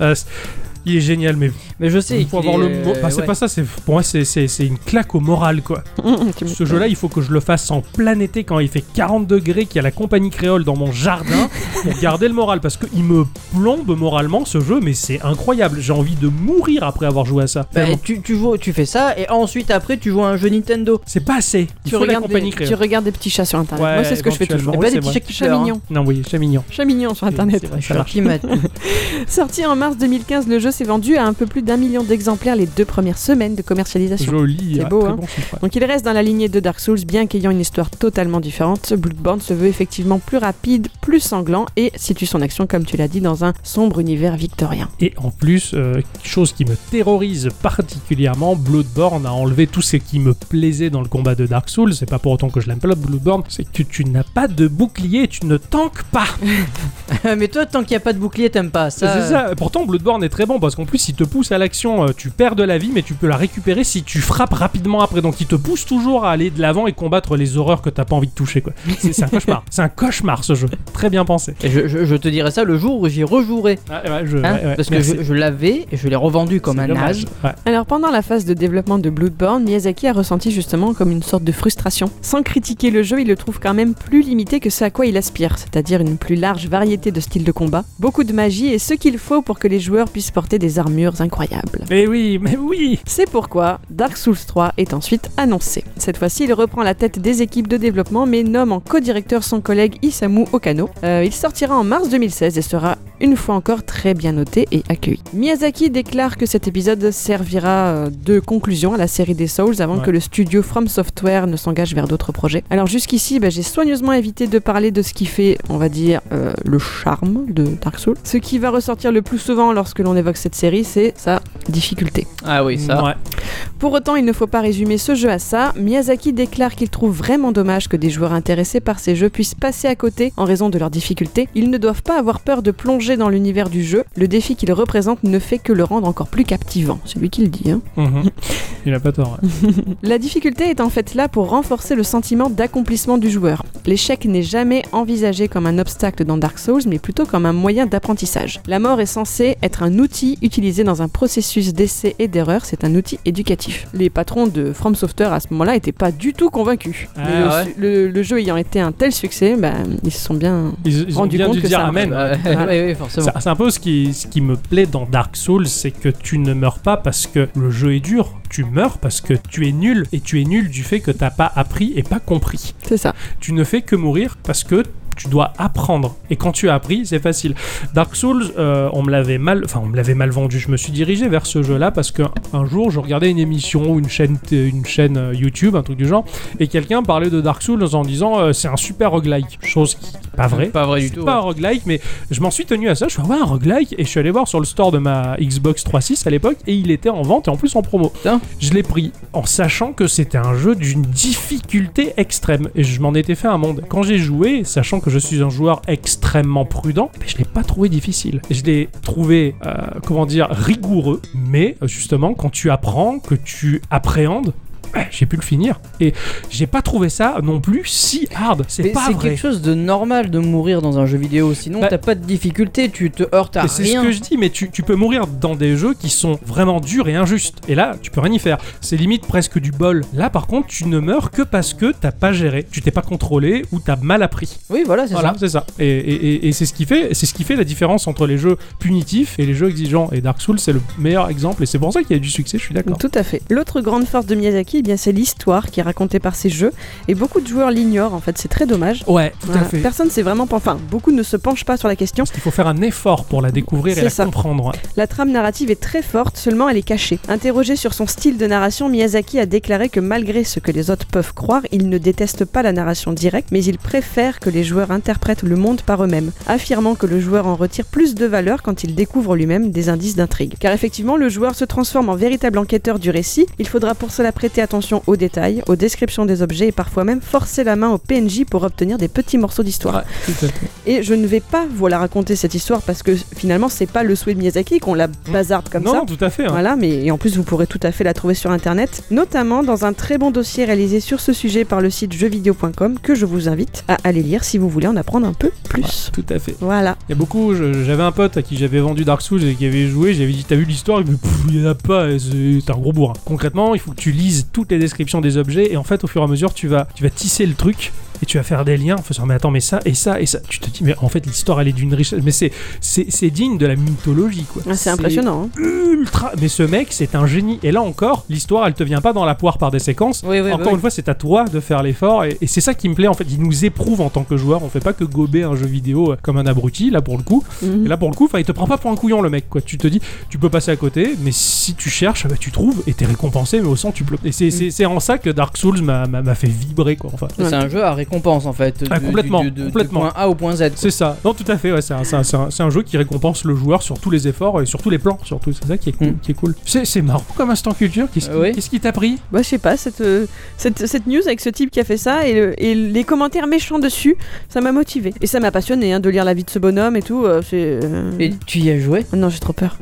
[SPEAKER 2] Euh, c- Il est génial, mais
[SPEAKER 3] Mais je sais.
[SPEAKER 2] faut
[SPEAKER 3] qu'il
[SPEAKER 2] avoir
[SPEAKER 3] est,
[SPEAKER 2] le. mo-
[SPEAKER 3] euh,
[SPEAKER 2] Enfin, c'est
[SPEAKER 3] ouais.
[SPEAKER 2] pas ça. C'est pour moi, c'est- c'est c'est une claque au moral, quoi.
[SPEAKER 1] Mm, Tu
[SPEAKER 2] Ce jeu-là, il faut que je le fasse en plein été quand il fait 40 degrés, qu'il y a la compagnie créole dans
[SPEAKER 1] [LAUGHS]
[SPEAKER 2] mon jardin pour garder le moral. Parce qu'il me plombe moralement ce jeu, mais c'est incroyable. J'ai envie de mourir après avoir joué à ça.
[SPEAKER 3] Bah,
[SPEAKER 2] Tellement.
[SPEAKER 3] tu, tu, joues- tu fais ça et ensuite après tu joues à un jeu Nintendo. [LAUGHS]
[SPEAKER 2] c'est pas assez. Il
[SPEAKER 1] tu
[SPEAKER 2] faut la
[SPEAKER 1] regardes,
[SPEAKER 2] compagnie
[SPEAKER 1] des, tu
[SPEAKER 2] créole.
[SPEAKER 1] regardes des petits chats sur internet.
[SPEAKER 2] euh. Ouais,
[SPEAKER 1] Moi, c'est ce que je fais
[SPEAKER 2] éventuellement.
[SPEAKER 1] toujours.
[SPEAKER 2] Oui,
[SPEAKER 3] pas
[SPEAKER 2] c'est
[SPEAKER 3] des petits
[SPEAKER 2] vrai.
[SPEAKER 3] chats qui
[SPEAKER 1] Chat
[SPEAKER 3] pleurent, hein.
[SPEAKER 1] mignon.
[SPEAKER 2] Non, oui, chat mignon.
[SPEAKER 1] Chat mignon sur internet.
[SPEAKER 2] C'est vrai, ça
[SPEAKER 3] Alors,
[SPEAKER 2] marche.
[SPEAKER 3] qui m'a-
[SPEAKER 1] [LAUGHS] Sorti en mars 2015, le jeu s'est vendu à un peu plus d'un million d'exemplaires les deux premières semaines de commercialisation.
[SPEAKER 2] Joli.
[SPEAKER 1] C'est
[SPEAKER 2] ah,
[SPEAKER 1] beau,
[SPEAKER 2] très
[SPEAKER 1] hein.
[SPEAKER 2] bon chiffre, ouais.
[SPEAKER 1] Donc il reste dans la lignée de Dark Souls, bien qu'ayant une histoire totalement différente, Bloodborne se veut effectivement plus rapide, plus sanglant et situe son action, comme tu l'as dit, dans un sombre univers victorien.
[SPEAKER 2] Et en plus, euh, chose qui me terrorise particulièrement, Bloodborne a enlevé tout ce qui me plaisait dans le combat de Dark Souls. C'est pas pour autant que je l'aime pas, Bloodborne. C'est que tu n'as pas de bouclier, tu ne tanques pas.
[SPEAKER 3] mais toi, tant qu'il n'y a pas de bouclier, t'aimes pas ça.
[SPEAKER 2] C'est ça. Pourtant, Bloodborne est très bon parce qu'en plus, il te pousse à l'action. Euh, Tu perds de la vie, mais tu peux la récupérer si tu frappes rapidement après. Donc, il te pousse toujours à aller de l'avant et combattre les horreurs que t'as pas envie de toucher. [LAUGHS] quoi. C'est c'est un cauchemar. C'est un cauchemar ce jeu. Très bien pensé.
[SPEAKER 3] Et euh, Je, je- je te dirai ça le jour où j'y rejouerai.
[SPEAKER 2] Ah, ouais, je-
[SPEAKER 3] hein,
[SPEAKER 2] ouais, ouais,
[SPEAKER 3] parce
[SPEAKER 2] merci.
[SPEAKER 3] que je, je l'avais et je l'ai revendu comme
[SPEAKER 2] C'est
[SPEAKER 3] un
[SPEAKER 2] dommage.
[SPEAKER 3] âge.
[SPEAKER 2] Ouais.
[SPEAKER 1] Alors pendant la phase de développement de Bloodborne, Miyazaki a ressenti justement comme une sorte de frustration. Sans critiquer le jeu, il le trouve quand même plus limité que ce à quoi il aspire, c'est-à-dire une plus large variété de styles de combat, beaucoup de magie et ce qu'il faut pour que les joueurs puissent porter des armures incroyables.
[SPEAKER 2] Mais oui, mais oui.
[SPEAKER 1] C'est pourquoi Dark Souls 3 est ensuite annoncé. Cette fois-ci, il reprend la tête des équipes de développement mais nomme en co-directeur son collègue Isamu Okano. Euh, il sortira en mars 2016 et sera une fois encore très bien noté et accueilli. Miyazaki déclare que cet épisode servira euh, de conclusion à la série des Souls avant
[SPEAKER 2] Ouais.
[SPEAKER 1] que le studio From Software ne s'engage vers d'autres projets. Alors jusqu'ici, bah, j'ai soigneusement évité de parler de ce qui fait, on va dire, euh, le charme de Dark Souls. Ce qui va ressortir le plus souvent lorsque l'on évoque cette série, c'est sa difficulté.
[SPEAKER 3] Ah oui, ça.
[SPEAKER 2] Ouais.
[SPEAKER 1] Pour autant, il ne faut pas résumer ce jeu à ça. Miyazaki déclare qu'il trouve vraiment dommage que des joueurs intéressés par ces jeux puissent passer à côté en raison de leurs difficultés. Ils ne doivent pas avoir peur de plonger dans l'univers du jeu. Le défi qu'il représente ne fait que le rendre encore plus captivant. C'est lui qui le dit. hein.
[SPEAKER 2] Mhm. Il a pas tort.
[SPEAKER 3] [LAUGHS]
[SPEAKER 2] ouais.
[SPEAKER 1] La difficulté est en fait là pour renforcer le sentiment d'accomplissement du joueur. L'échec n'est jamais envisagé comme un obstacle dans Dark Souls, mais plutôt comme un moyen d'apprentissage. La mort est censée être un outil utilisé dans un processus d'essai et d'erreur, c'est un outil éducatif. Les patrons de From Software à ce moment-là n'étaient pas du tout convaincus.
[SPEAKER 2] Ah
[SPEAKER 1] Mais le,
[SPEAKER 3] ouais.
[SPEAKER 1] su- le- le jeu ayant été un tel succès, bah, ils se sont bien...
[SPEAKER 2] Ils, ils ont
[SPEAKER 1] Rendu
[SPEAKER 2] bien
[SPEAKER 1] compte
[SPEAKER 2] dû
[SPEAKER 1] que
[SPEAKER 2] dire
[SPEAKER 1] ça-
[SPEAKER 2] amen.
[SPEAKER 3] Bah, [LAUGHS] oui, oui, forcément.
[SPEAKER 2] C'est c'est un peu ce qui, ce qui me plaît dans Dark Souls, c'est que tu ne meurs pas parce que le jeu est dur, tu meurs parce que tu es nul, et tu es nul du fait que t'as pas appris et pas compris.
[SPEAKER 1] C'est ça.
[SPEAKER 2] Tu ne fais que mourir parce que tu dois apprendre. Et quand tu as appris, c'est facile. Dark Souls, euh, on me l'avait mal, enfin on me l'avait mal vendu. Je me suis dirigé vers ce jeu-là parce que un jour, je regardais une émission ou une chaîne, t- une chaîne euh, YouTube, un truc du genre, et quelqu'un parlait de Dark Souls en disant euh, c'est un super roguelike. Chose qui n'est pas vraie.
[SPEAKER 3] Pas vrai du
[SPEAKER 2] C'est
[SPEAKER 3] tout. hein.
[SPEAKER 2] pas un
[SPEAKER 3] ouais.
[SPEAKER 2] roguelike, mais je m'en suis tenu à ça. Je suis ouais, un roguelike. Et je suis allé voir sur le store de ma Xbox 360 à l'époque. Et il était en vente et en plus en promo.
[SPEAKER 3] Putain.
[SPEAKER 2] Je l'ai pris en sachant que c'était un jeu d'une difficulté extrême. Et je m'en étais fait un monde. Quand j'ai joué, sachant que je suis un joueur extrêmement prudent, eh ben, je l'ai pas trouvé difficile. Je l'ai trouvé, euh, comment dire, rigoureux. Mais euh, justement, quand tu apprends, que tu appréhendes, ben, j'ai pu le finir. Et j'ai pas trouvé ça non plus si hard. C'est
[SPEAKER 3] Mais
[SPEAKER 2] pas
[SPEAKER 3] c'est
[SPEAKER 2] vrai.
[SPEAKER 3] quelque chose de normal de mourir dans un jeu vidéo, sinon
[SPEAKER 2] Bah-
[SPEAKER 3] t'as pas de difficulté, tu te heurtes à
[SPEAKER 2] Mais c'est ce
[SPEAKER 3] rien.
[SPEAKER 2] que je dis, mais tu, tu peux mourir dans des jeux qui sont vraiment durs et injustes. Et là, tu peux rien y faire. C'est limite presque du bol. Là, par contre, tu ne meurs que parce que t'as pas géré, tu t'es pas contrôlé ou t'as mal appris.
[SPEAKER 3] Oui, voilà, c'est
[SPEAKER 2] Voilà,
[SPEAKER 3] ça.
[SPEAKER 2] c'est ça. Et, et- et- et c'est ce qui fait, c'est ce qui fait la différence entre les jeux punitifs et les jeux exigeants. Et Dark Souls, c'est le meilleur exemple. Et c'est pour ça qu'il y a du succès. Je suis d'accord.
[SPEAKER 1] Tout à fait. L'autre grande force de Miyazaki, eh bien, c'est l'histoire qui est racontée par ces jeux. Et beaucoup de joueurs l'ignorent, en fait, c'est très dommage.
[SPEAKER 2] Ouais, tout
[SPEAKER 1] Voilà. Personne s'est vraiment... pen- Enfin, beaucoup ne se penchent pas sur la question.
[SPEAKER 2] Parce qu'il faut faire un effort pour la découvrir et
[SPEAKER 1] C'est
[SPEAKER 2] la
[SPEAKER 1] ça.
[SPEAKER 2] comprendre.
[SPEAKER 1] La trame narrative est très forte, seulement elle est cachée. Interrogé sur son style de narration, Miyazaki a déclaré que malgré ce que les autres peuvent croire, il ne déteste pas la narration directe, mais il préfère que les joueurs interprètent le monde par eux-mêmes, affirmant que le joueur en retire plus de valeur quand il découvre lui-même des indices d'intrigue. Car effectivement, le joueur se transforme en véritable enquêteur du récit, il faudra pour cela prêter attention aux détails, aux descriptions des objets et parfois même forcer la main au PNJ pour obtenir des petits morceaux d'histoire.
[SPEAKER 2] Tout à fait.
[SPEAKER 1] Et je ne vais pas vous la raconter cette histoire parce que finalement c'est pas le souhait de Miyazaki qu'on la bazarde comme
[SPEAKER 2] non,
[SPEAKER 1] ça.
[SPEAKER 2] non, tout à fait. hein.
[SPEAKER 1] Voilà, mais et en plus vous pourrez tout à fait la trouver sur internet, notamment dans un très bon dossier réalisé sur ce sujet par le site jeuxvideo.com que je vous invite à aller lire si vous voulez en apprendre un peu plus.
[SPEAKER 2] Tout à fait.
[SPEAKER 1] Voilà.
[SPEAKER 2] Il y a beaucoup, je- j'avais un pote à qui j'avais vendu Dark Souls et qui avait joué, j'avais dit t'as vu l'histoire Il me dit Pff, il y en a pas, et c'est c'est un gros bourrin. Concrètement, il faut que tu lises toutes les descriptions des objets et en fait au fur et à mesure tu vas, tu vas tisser le truc et tu vas faire des liens en faisant mais attends mais ça et ça et ça. Tu te dis mais en fait l'histoire elle est d'une richesse, mais c'est c'est c'est digne de la mythologie quoi.
[SPEAKER 1] Ah, c'est impressionnant. hein.
[SPEAKER 2] Ultra, mais ce mec c'est un génie et là encore l'histoire elle te vient pas dans la poire par des séquences.
[SPEAKER 3] Oui, bah oui,
[SPEAKER 2] Encore une fois, c'est à toi de faire l'effort et, et c'est ça qui me plaît en fait. Il nous éprouve en tant que joueur. On fait pas que gober un jeu vidéo euh, comme un abruti là pour le coup.
[SPEAKER 1] Mhm.
[SPEAKER 2] Et là pour le coup, 'fin, il te prend pas pour un couillon le mec quoi. Tu te dis, tu peux passer à côté, mais si tu cherches, bah, tu trouves et t'es récompensé, mais au sang tu pleures. Et c'est, c'est- c'est en ça que Dark Souls m'a, m'a- m'a fait vibrer quoi. Enfin,
[SPEAKER 3] C'est un jeu à récompense en fait.
[SPEAKER 2] Ah,
[SPEAKER 3] du-
[SPEAKER 2] complètement,
[SPEAKER 3] du- du- du
[SPEAKER 2] complètement.
[SPEAKER 3] point A au point Z. quoi.
[SPEAKER 2] c'est ça. Non, tout à fait. ouais, c'est, un, c'est un- c'est un- c'est un jeu qui récompense le joueur sur tous les efforts et sur tous les plans surtout. C'est ça qui est cool.
[SPEAKER 3] Mm.
[SPEAKER 2] Qui est cool. C'est, c'est marrant comme instant culture. Qu'est-ce qui,
[SPEAKER 3] Euh, oui.
[SPEAKER 2] qu'est-ce qui t'a pris
[SPEAKER 1] Bah, je sais pas, cette, euh, cette, cette news avec ce type qui a fait ça et, le- et les commentaires méchants dessus, ça m'a motivé. Et ça m'a passionné de lire la vie de ce bonhomme et tout. euh, c'est. euh,
[SPEAKER 3] Et tu y as joué
[SPEAKER 1] ah non, j'ai trop peur.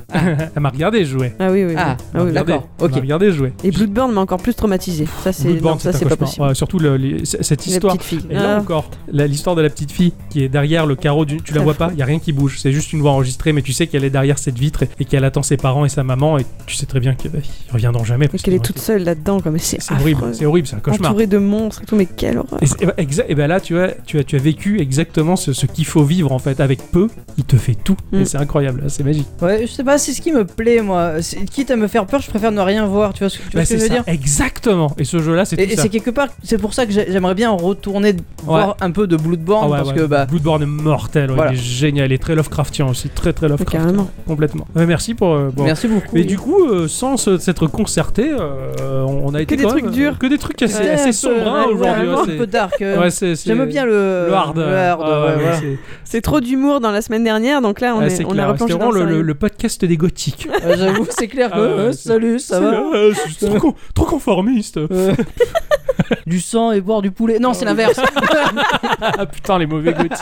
[SPEAKER 2] Elle
[SPEAKER 3] [LAUGHS]
[SPEAKER 2] m'a regardé jouer.
[SPEAKER 1] Ah oui, oui. oui.
[SPEAKER 3] Ah,
[SPEAKER 1] oui, oui.
[SPEAKER 3] d'accord,
[SPEAKER 2] Elle m'a
[SPEAKER 3] ok.
[SPEAKER 2] regardé jouer.
[SPEAKER 1] Et Bloodborne m'a encore plus traumatisé. Ça, c'est
[SPEAKER 2] Bloodborne,
[SPEAKER 1] non, ça,
[SPEAKER 2] un
[SPEAKER 1] c'est pas
[SPEAKER 2] cauchemar.
[SPEAKER 1] possible.
[SPEAKER 2] Ouais, surtout le- les- c- cette
[SPEAKER 1] La
[SPEAKER 2] histoire.
[SPEAKER 1] petite fille.
[SPEAKER 2] Et là
[SPEAKER 1] Ah.
[SPEAKER 2] encore, la- l'histoire de la petite fille qui est derrière le carreau, du, tu la
[SPEAKER 1] Ça
[SPEAKER 2] vois pas, il y a rien qui bouge, c'est juste une voix enregistrée, mais tu sais qu'elle est derrière cette vitre et, et qu'elle attend ses parents et sa maman, et tu sais très bien qu'ils reviendront jamais.
[SPEAKER 1] Et
[SPEAKER 2] parce
[SPEAKER 1] qu'elle est
[SPEAKER 2] qu'ils
[SPEAKER 1] toute
[SPEAKER 2] ont été-
[SPEAKER 1] seule là-dedans, comme c'est
[SPEAKER 2] C'est horrible,
[SPEAKER 1] affreux.
[SPEAKER 2] c'est horrible, c'est un cauchemar.
[SPEAKER 1] Entourée de monstres et tout, mais quelle horreur.
[SPEAKER 2] Et, c'est- et bah, exa- et bah là, tu, as, tu, as, tu as vécu exactement ce, ce qu'il faut vivre en fait. Avec peu, il te fait tout.
[SPEAKER 1] Mm.
[SPEAKER 2] Et c'est incroyable, Ah, c'est magique.
[SPEAKER 3] Ouais, je sais pas, c'est ce qui me plaît moi. C'est- Quitte à me faire peur, je préfère ne rien voir. Tu vois ce que, tu vois
[SPEAKER 2] Bah,
[SPEAKER 3] ce que
[SPEAKER 2] c'est
[SPEAKER 3] je veux
[SPEAKER 2] ça,
[SPEAKER 3] dire
[SPEAKER 2] exactement. Et ce jeu-là, c'est
[SPEAKER 3] Et,
[SPEAKER 2] tout
[SPEAKER 3] et
[SPEAKER 2] ça.
[SPEAKER 3] c'est quelque part, c'est pour ça que j'ai- j'aimerais bien retourner voir un peu de Bloodborne
[SPEAKER 2] Ah ouais,
[SPEAKER 3] parce
[SPEAKER 2] ouais.
[SPEAKER 3] que bah.
[SPEAKER 2] Bloodborne est mortel, ouais,
[SPEAKER 3] Voilà.
[SPEAKER 2] il est génial, et très Lovecraftien aussi, très très Lovecraftien,
[SPEAKER 1] carrément.
[SPEAKER 2] complètement. Ouais, merci pour, euh, pour-
[SPEAKER 3] Merci beaucoup.
[SPEAKER 2] Mais du coup, euh, sans se- s'être concerté, euh, on a été
[SPEAKER 1] des
[SPEAKER 2] quand
[SPEAKER 1] trucs
[SPEAKER 2] même,
[SPEAKER 1] durs.
[SPEAKER 2] que des trucs assez,
[SPEAKER 3] Ouais,
[SPEAKER 2] assez
[SPEAKER 3] un peu-
[SPEAKER 2] sombres hein,
[SPEAKER 3] ouais,
[SPEAKER 2] aujourd'hui.
[SPEAKER 3] vraiment
[SPEAKER 2] ouais,
[SPEAKER 3] un
[SPEAKER 2] c'est-
[SPEAKER 3] peu dark. euh,
[SPEAKER 2] ouais, c'est- c'est-
[SPEAKER 3] J'aime bien le,
[SPEAKER 2] le hard.
[SPEAKER 3] le hard,
[SPEAKER 2] Ah,
[SPEAKER 3] ouais,
[SPEAKER 2] ouais,
[SPEAKER 3] voilà.
[SPEAKER 2] c'est-
[SPEAKER 1] C'est trop d'humour dans la semaine dernière, donc là, on,
[SPEAKER 2] ah,
[SPEAKER 1] est-
[SPEAKER 2] c'est
[SPEAKER 1] on
[SPEAKER 2] clair,
[SPEAKER 1] a
[SPEAKER 2] C'était
[SPEAKER 1] replanché dans
[SPEAKER 2] vraiment
[SPEAKER 1] le
[SPEAKER 2] le, le-
[SPEAKER 1] sérieux.
[SPEAKER 2] le podcast des gothiques.
[SPEAKER 3] Ouais, J'avoue, c'est clair que.
[SPEAKER 2] Ah ouais,
[SPEAKER 3] euh,
[SPEAKER 2] c'est-
[SPEAKER 3] salut, [LAUGHS] ça
[SPEAKER 2] C'est
[SPEAKER 3] va
[SPEAKER 2] le- euh, je suis trop, con- trop conformiste.
[SPEAKER 3] Euh, Du sang et boire du poulet. Non, c'est l'inverse.
[SPEAKER 2] [LAUGHS] ah putain, les mauvais gothiques.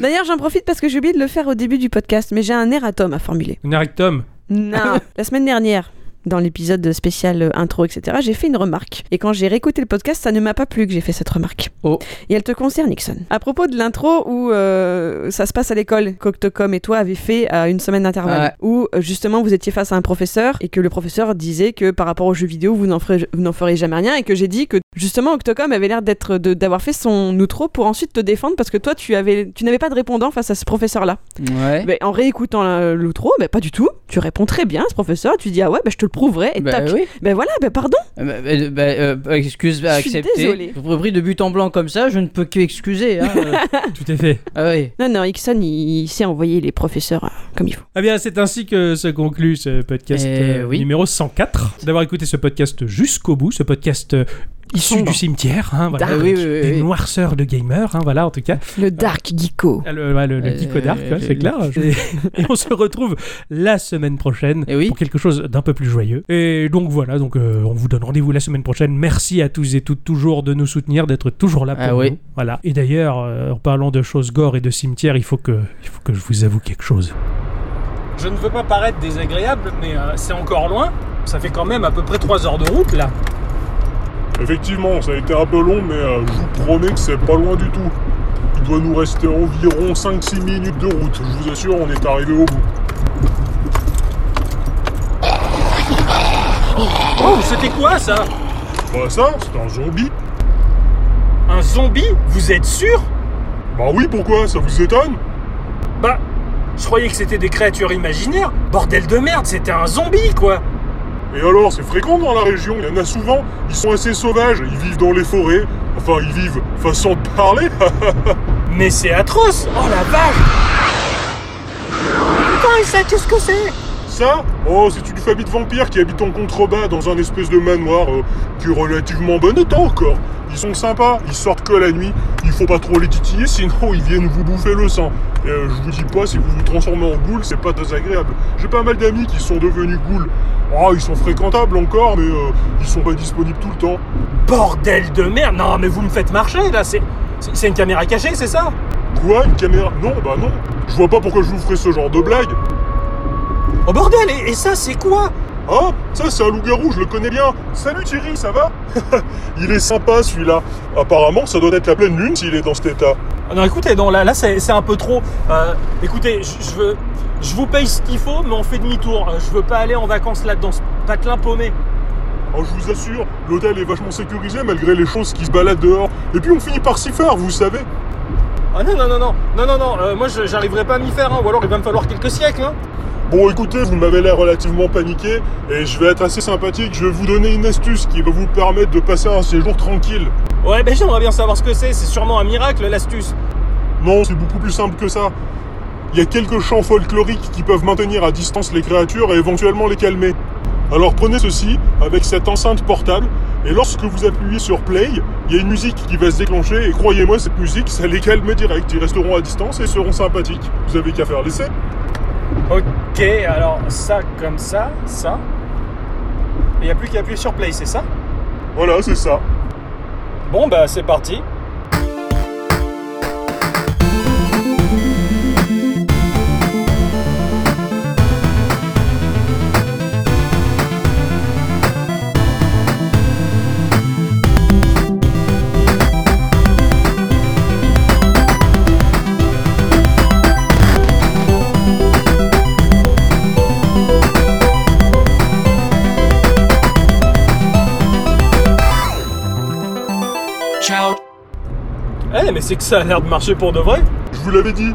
[SPEAKER 1] D'ailleurs, j'en profite parce que j'ai oublié de le faire au début du podcast, mais j'ai un erratum à formuler.
[SPEAKER 3] [LAUGHS]
[SPEAKER 2] Nerictum.
[SPEAKER 1] Non. la semaine dernière, dans l'épisode spécial euh, intro, etc., j'ai fait une remarque. Et quand j'ai réécouté le podcast, ça ne m'a pas plu que j'ai fait cette remarque.
[SPEAKER 3] Oh.
[SPEAKER 1] Et elle te concerne, Nixon. À propos de l'intro où euh, ça se passe à l'école, qu'Octocom et toi avez fait à une semaine d'intervalle, où euh, justement vous étiez face à un professeur et que le professeur disait que par rapport aux jeux vidéo, vous n'en ferez, vous n'en ferez jamais rien et que j'ai dit que justement Octocom avait l'air d'être de- d'avoir fait son outro pour ensuite te défendre parce que toi tu avais tu n'avais pas de répondant face à ce professeur là.
[SPEAKER 3] Ouais.
[SPEAKER 1] Ben, en réécoutant la- l'outro, ben, pas du tout. Tu réponds très bien, ce professeur. Tu dis ah ouais, ben, je te le prouverai. Et
[SPEAKER 3] Bah
[SPEAKER 1] tac.
[SPEAKER 3] oui.
[SPEAKER 1] Ben voilà, ben pardon.
[SPEAKER 3] Bah, bah, bah, euh, excuse à
[SPEAKER 1] Je suis
[SPEAKER 3] accepter.
[SPEAKER 1] désolée.
[SPEAKER 3] Repris de but en blanc comme ça, je ne peux que
[SPEAKER 1] [LAUGHS]
[SPEAKER 3] excuser. Hein. euh.
[SPEAKER 2] Tout à fait.
[SPEAKER 3] ah oui.
[SPEAKER 1] Non non, Ixon, il, il sait envoyer les professeurs euh, comme il faut.
[SPEAKER 2] Ah bien, c'est ainsi que se conclut ce podcast
[SPEAKER 3] Eh
[SPEAKER 2] euh,
[SPEAKER 3] oui.
[SPEAKER 2] numéro 104. D'avoir écouté ce podcast jusqu'au bout, ce podcast euh, issu
[SPEAKER 1] Sombre.
[SPEAKER 2] du cimetière, hein, voilà,
[SPEAKER 3] Dark. Oui,
[SPEAKER 2] avec
[SPEAKER 3] oui, oui,
[SPEAKER 2] des
[SPEAKER 3] oui.
[SPEAKER 2] noirceurs de gamers, hein, voilà en tout cas.
[SPEAKER 1] Le Dark Geeko.
[SPEAKER 2] Ah, Le, ouais, le, le
[SPEAKER 3] Euh,
[SPEAKER 2] Geeko Dark, ouais,
[SPEAKER 3] euh,
[SPEAKER 2] c'est clair. Et, [LAUGHS] et on se retrouve la semaine prochaine
[SPEAKER 3] Et Eh oui.
[SPEAKER 2] pour quelque chose d'un peu plus joyeux. Et donc voilà, donc euh, on vous donne rendez-vous la semaine prochaine. Merci à tous et toutes toujours de nous soutenir, d'être toujours là pour
[SPEAKER 3] Ah
[SPEAKER 2] nous.
[SPEAKER 3] oui.
[SPEAKER 2] Voilà. Et d'ailleurs, euh, en parlant de choses gore et de cimetière, il faut que, il faut que je vous avoue quelque chose. Je ne veux pas paraître désagréable, mais euh, c'est encore loin. Ça fait quand même à peu près 3 heures de route là.
[SPEAKER 7] Effectivement, ça a été un peu long, mais euh, je vous promets que c'est pas loin du tout. Il doit nous rester environ 5-6 minutes de route. Je vous assure, on est arrivé au bout.
[SPEAKER 2] Oh, c'était quoi ça
[SPEAKER 7] Bah ça, c'est un zombie.
[SPEAKER 2] Un zombie Vous êtes sûr
[SPEAKER 7] Bah oui, pourquoi Ça vous étonne
[SPEAKER 2] Bah, je croyais que c'était des créatures imaginaires. Bordel de merde, c'était un zombie, quoi.
[SPEAKER 7] Et alors, c'est fréquent dans la région, il y en a souvent. Ils sont assez sauvages, ils vivent dans les forêts. Enfin, ils vivent façon de parler. [LAUGHS]
[SPEAKER 2] Mais c'est atroce. Oh la vache.
[SPEAKER 7] ça, oh, c'est une famille de vampires qui habitent en contrebas dans un espèce de manoir euh, qui est relativement bon état encore. Ils sont sympas, ils sortent que la nuit. Il faut pas trop les titiller, sinon ils viennent vous bouffer le sang. Et euh, je vous dis pas, si vous vous transformez en boule, c'est pas désagréable. J'ai pas mal d'amis qui sont devenus ghouls. Oh, ils sont fréquentables encore, mais euh, ils sont pas disponibles tout le temps.
[SPEAKER 8] Bordel de merde Non, mais vous me faites marcher là, c'est. c'est- C'est une caméra cachée, c'est ça
[SPEAKER 7] Quoi, une caméra Non, bah non. Je vois pas pourquoi je vous ferais ce genre de blague.
[SPEAKER 8] Oh bordel Et, et ça, c'est quoi
[SPEAKER 7] Ah, ça c'est un loup-garou, je le connais bien. Salut Thierry, ça va [LAUGHS] Il est sympa celui-là. Apparemment, ça doit être la pleine lune s'il est dans cet état.
[SPEAKER 8] Ah Non, écoutez, non, là, là c'est c'est un peu trop. Euh, écoutez, je je veux. Je vous paye ce qu'il faut, mais on fait demi-tour. Euh, Je veux pas aller en vacances là-dedans, ce patelin paumé.
[SPEAKER 7] Oh, je vous assure, l'hôtel est vachement sécurisé malgré les choses qui se baladent dehors. Et puis on finit par s'y faire, vous savez.
[SPEAKER 8] Ah non, non, non, non, non, non, non, euh, moi je- j'arriverai pas à m'y faire, hein, ou alors il va me falloir quelques siècles. Hein.
[SPEAKER 7] Bon, écoutez, vous m'avez l'air relativement paniqué et je vais être assez sympathique. Je vais vous donner une astuce qui va vous permettre de passer un séjour tranquille.
[SPEAKER 8] Ouais, ben j'aimerais bien savoir ce que c'est, c'est sûrement un miracle l'astuce.
[SPEAKER 7] Non, c'est beaucoup plus simple que ça. Il y a quelques chants folkloriques qui peuvent maintenir à distance les créatures et éventuellement les calmer. Alors prenez ceci avec cette enceinte portable et lorsque vous appuyez sur play, il y a une musique qui va se déclencher et croyez-moi, cette musique, ça les calme direct. Ils resteront à distance et seront sympathiques. Vous avez qu'à faire l'essai.
[SPEAKER 8] Ok, alors ça comme ça, ça. Il y a plus qu'à appuyer sur play, c'est ça
[SPEAKER 7] Voilà, c'est ça.
[SPEAKER 8] Bon bah c'est parti. Eh mais c'est que ça a l'air de marcher pour de vrai.
[SPEAKER 7] Je vous l'avais dit,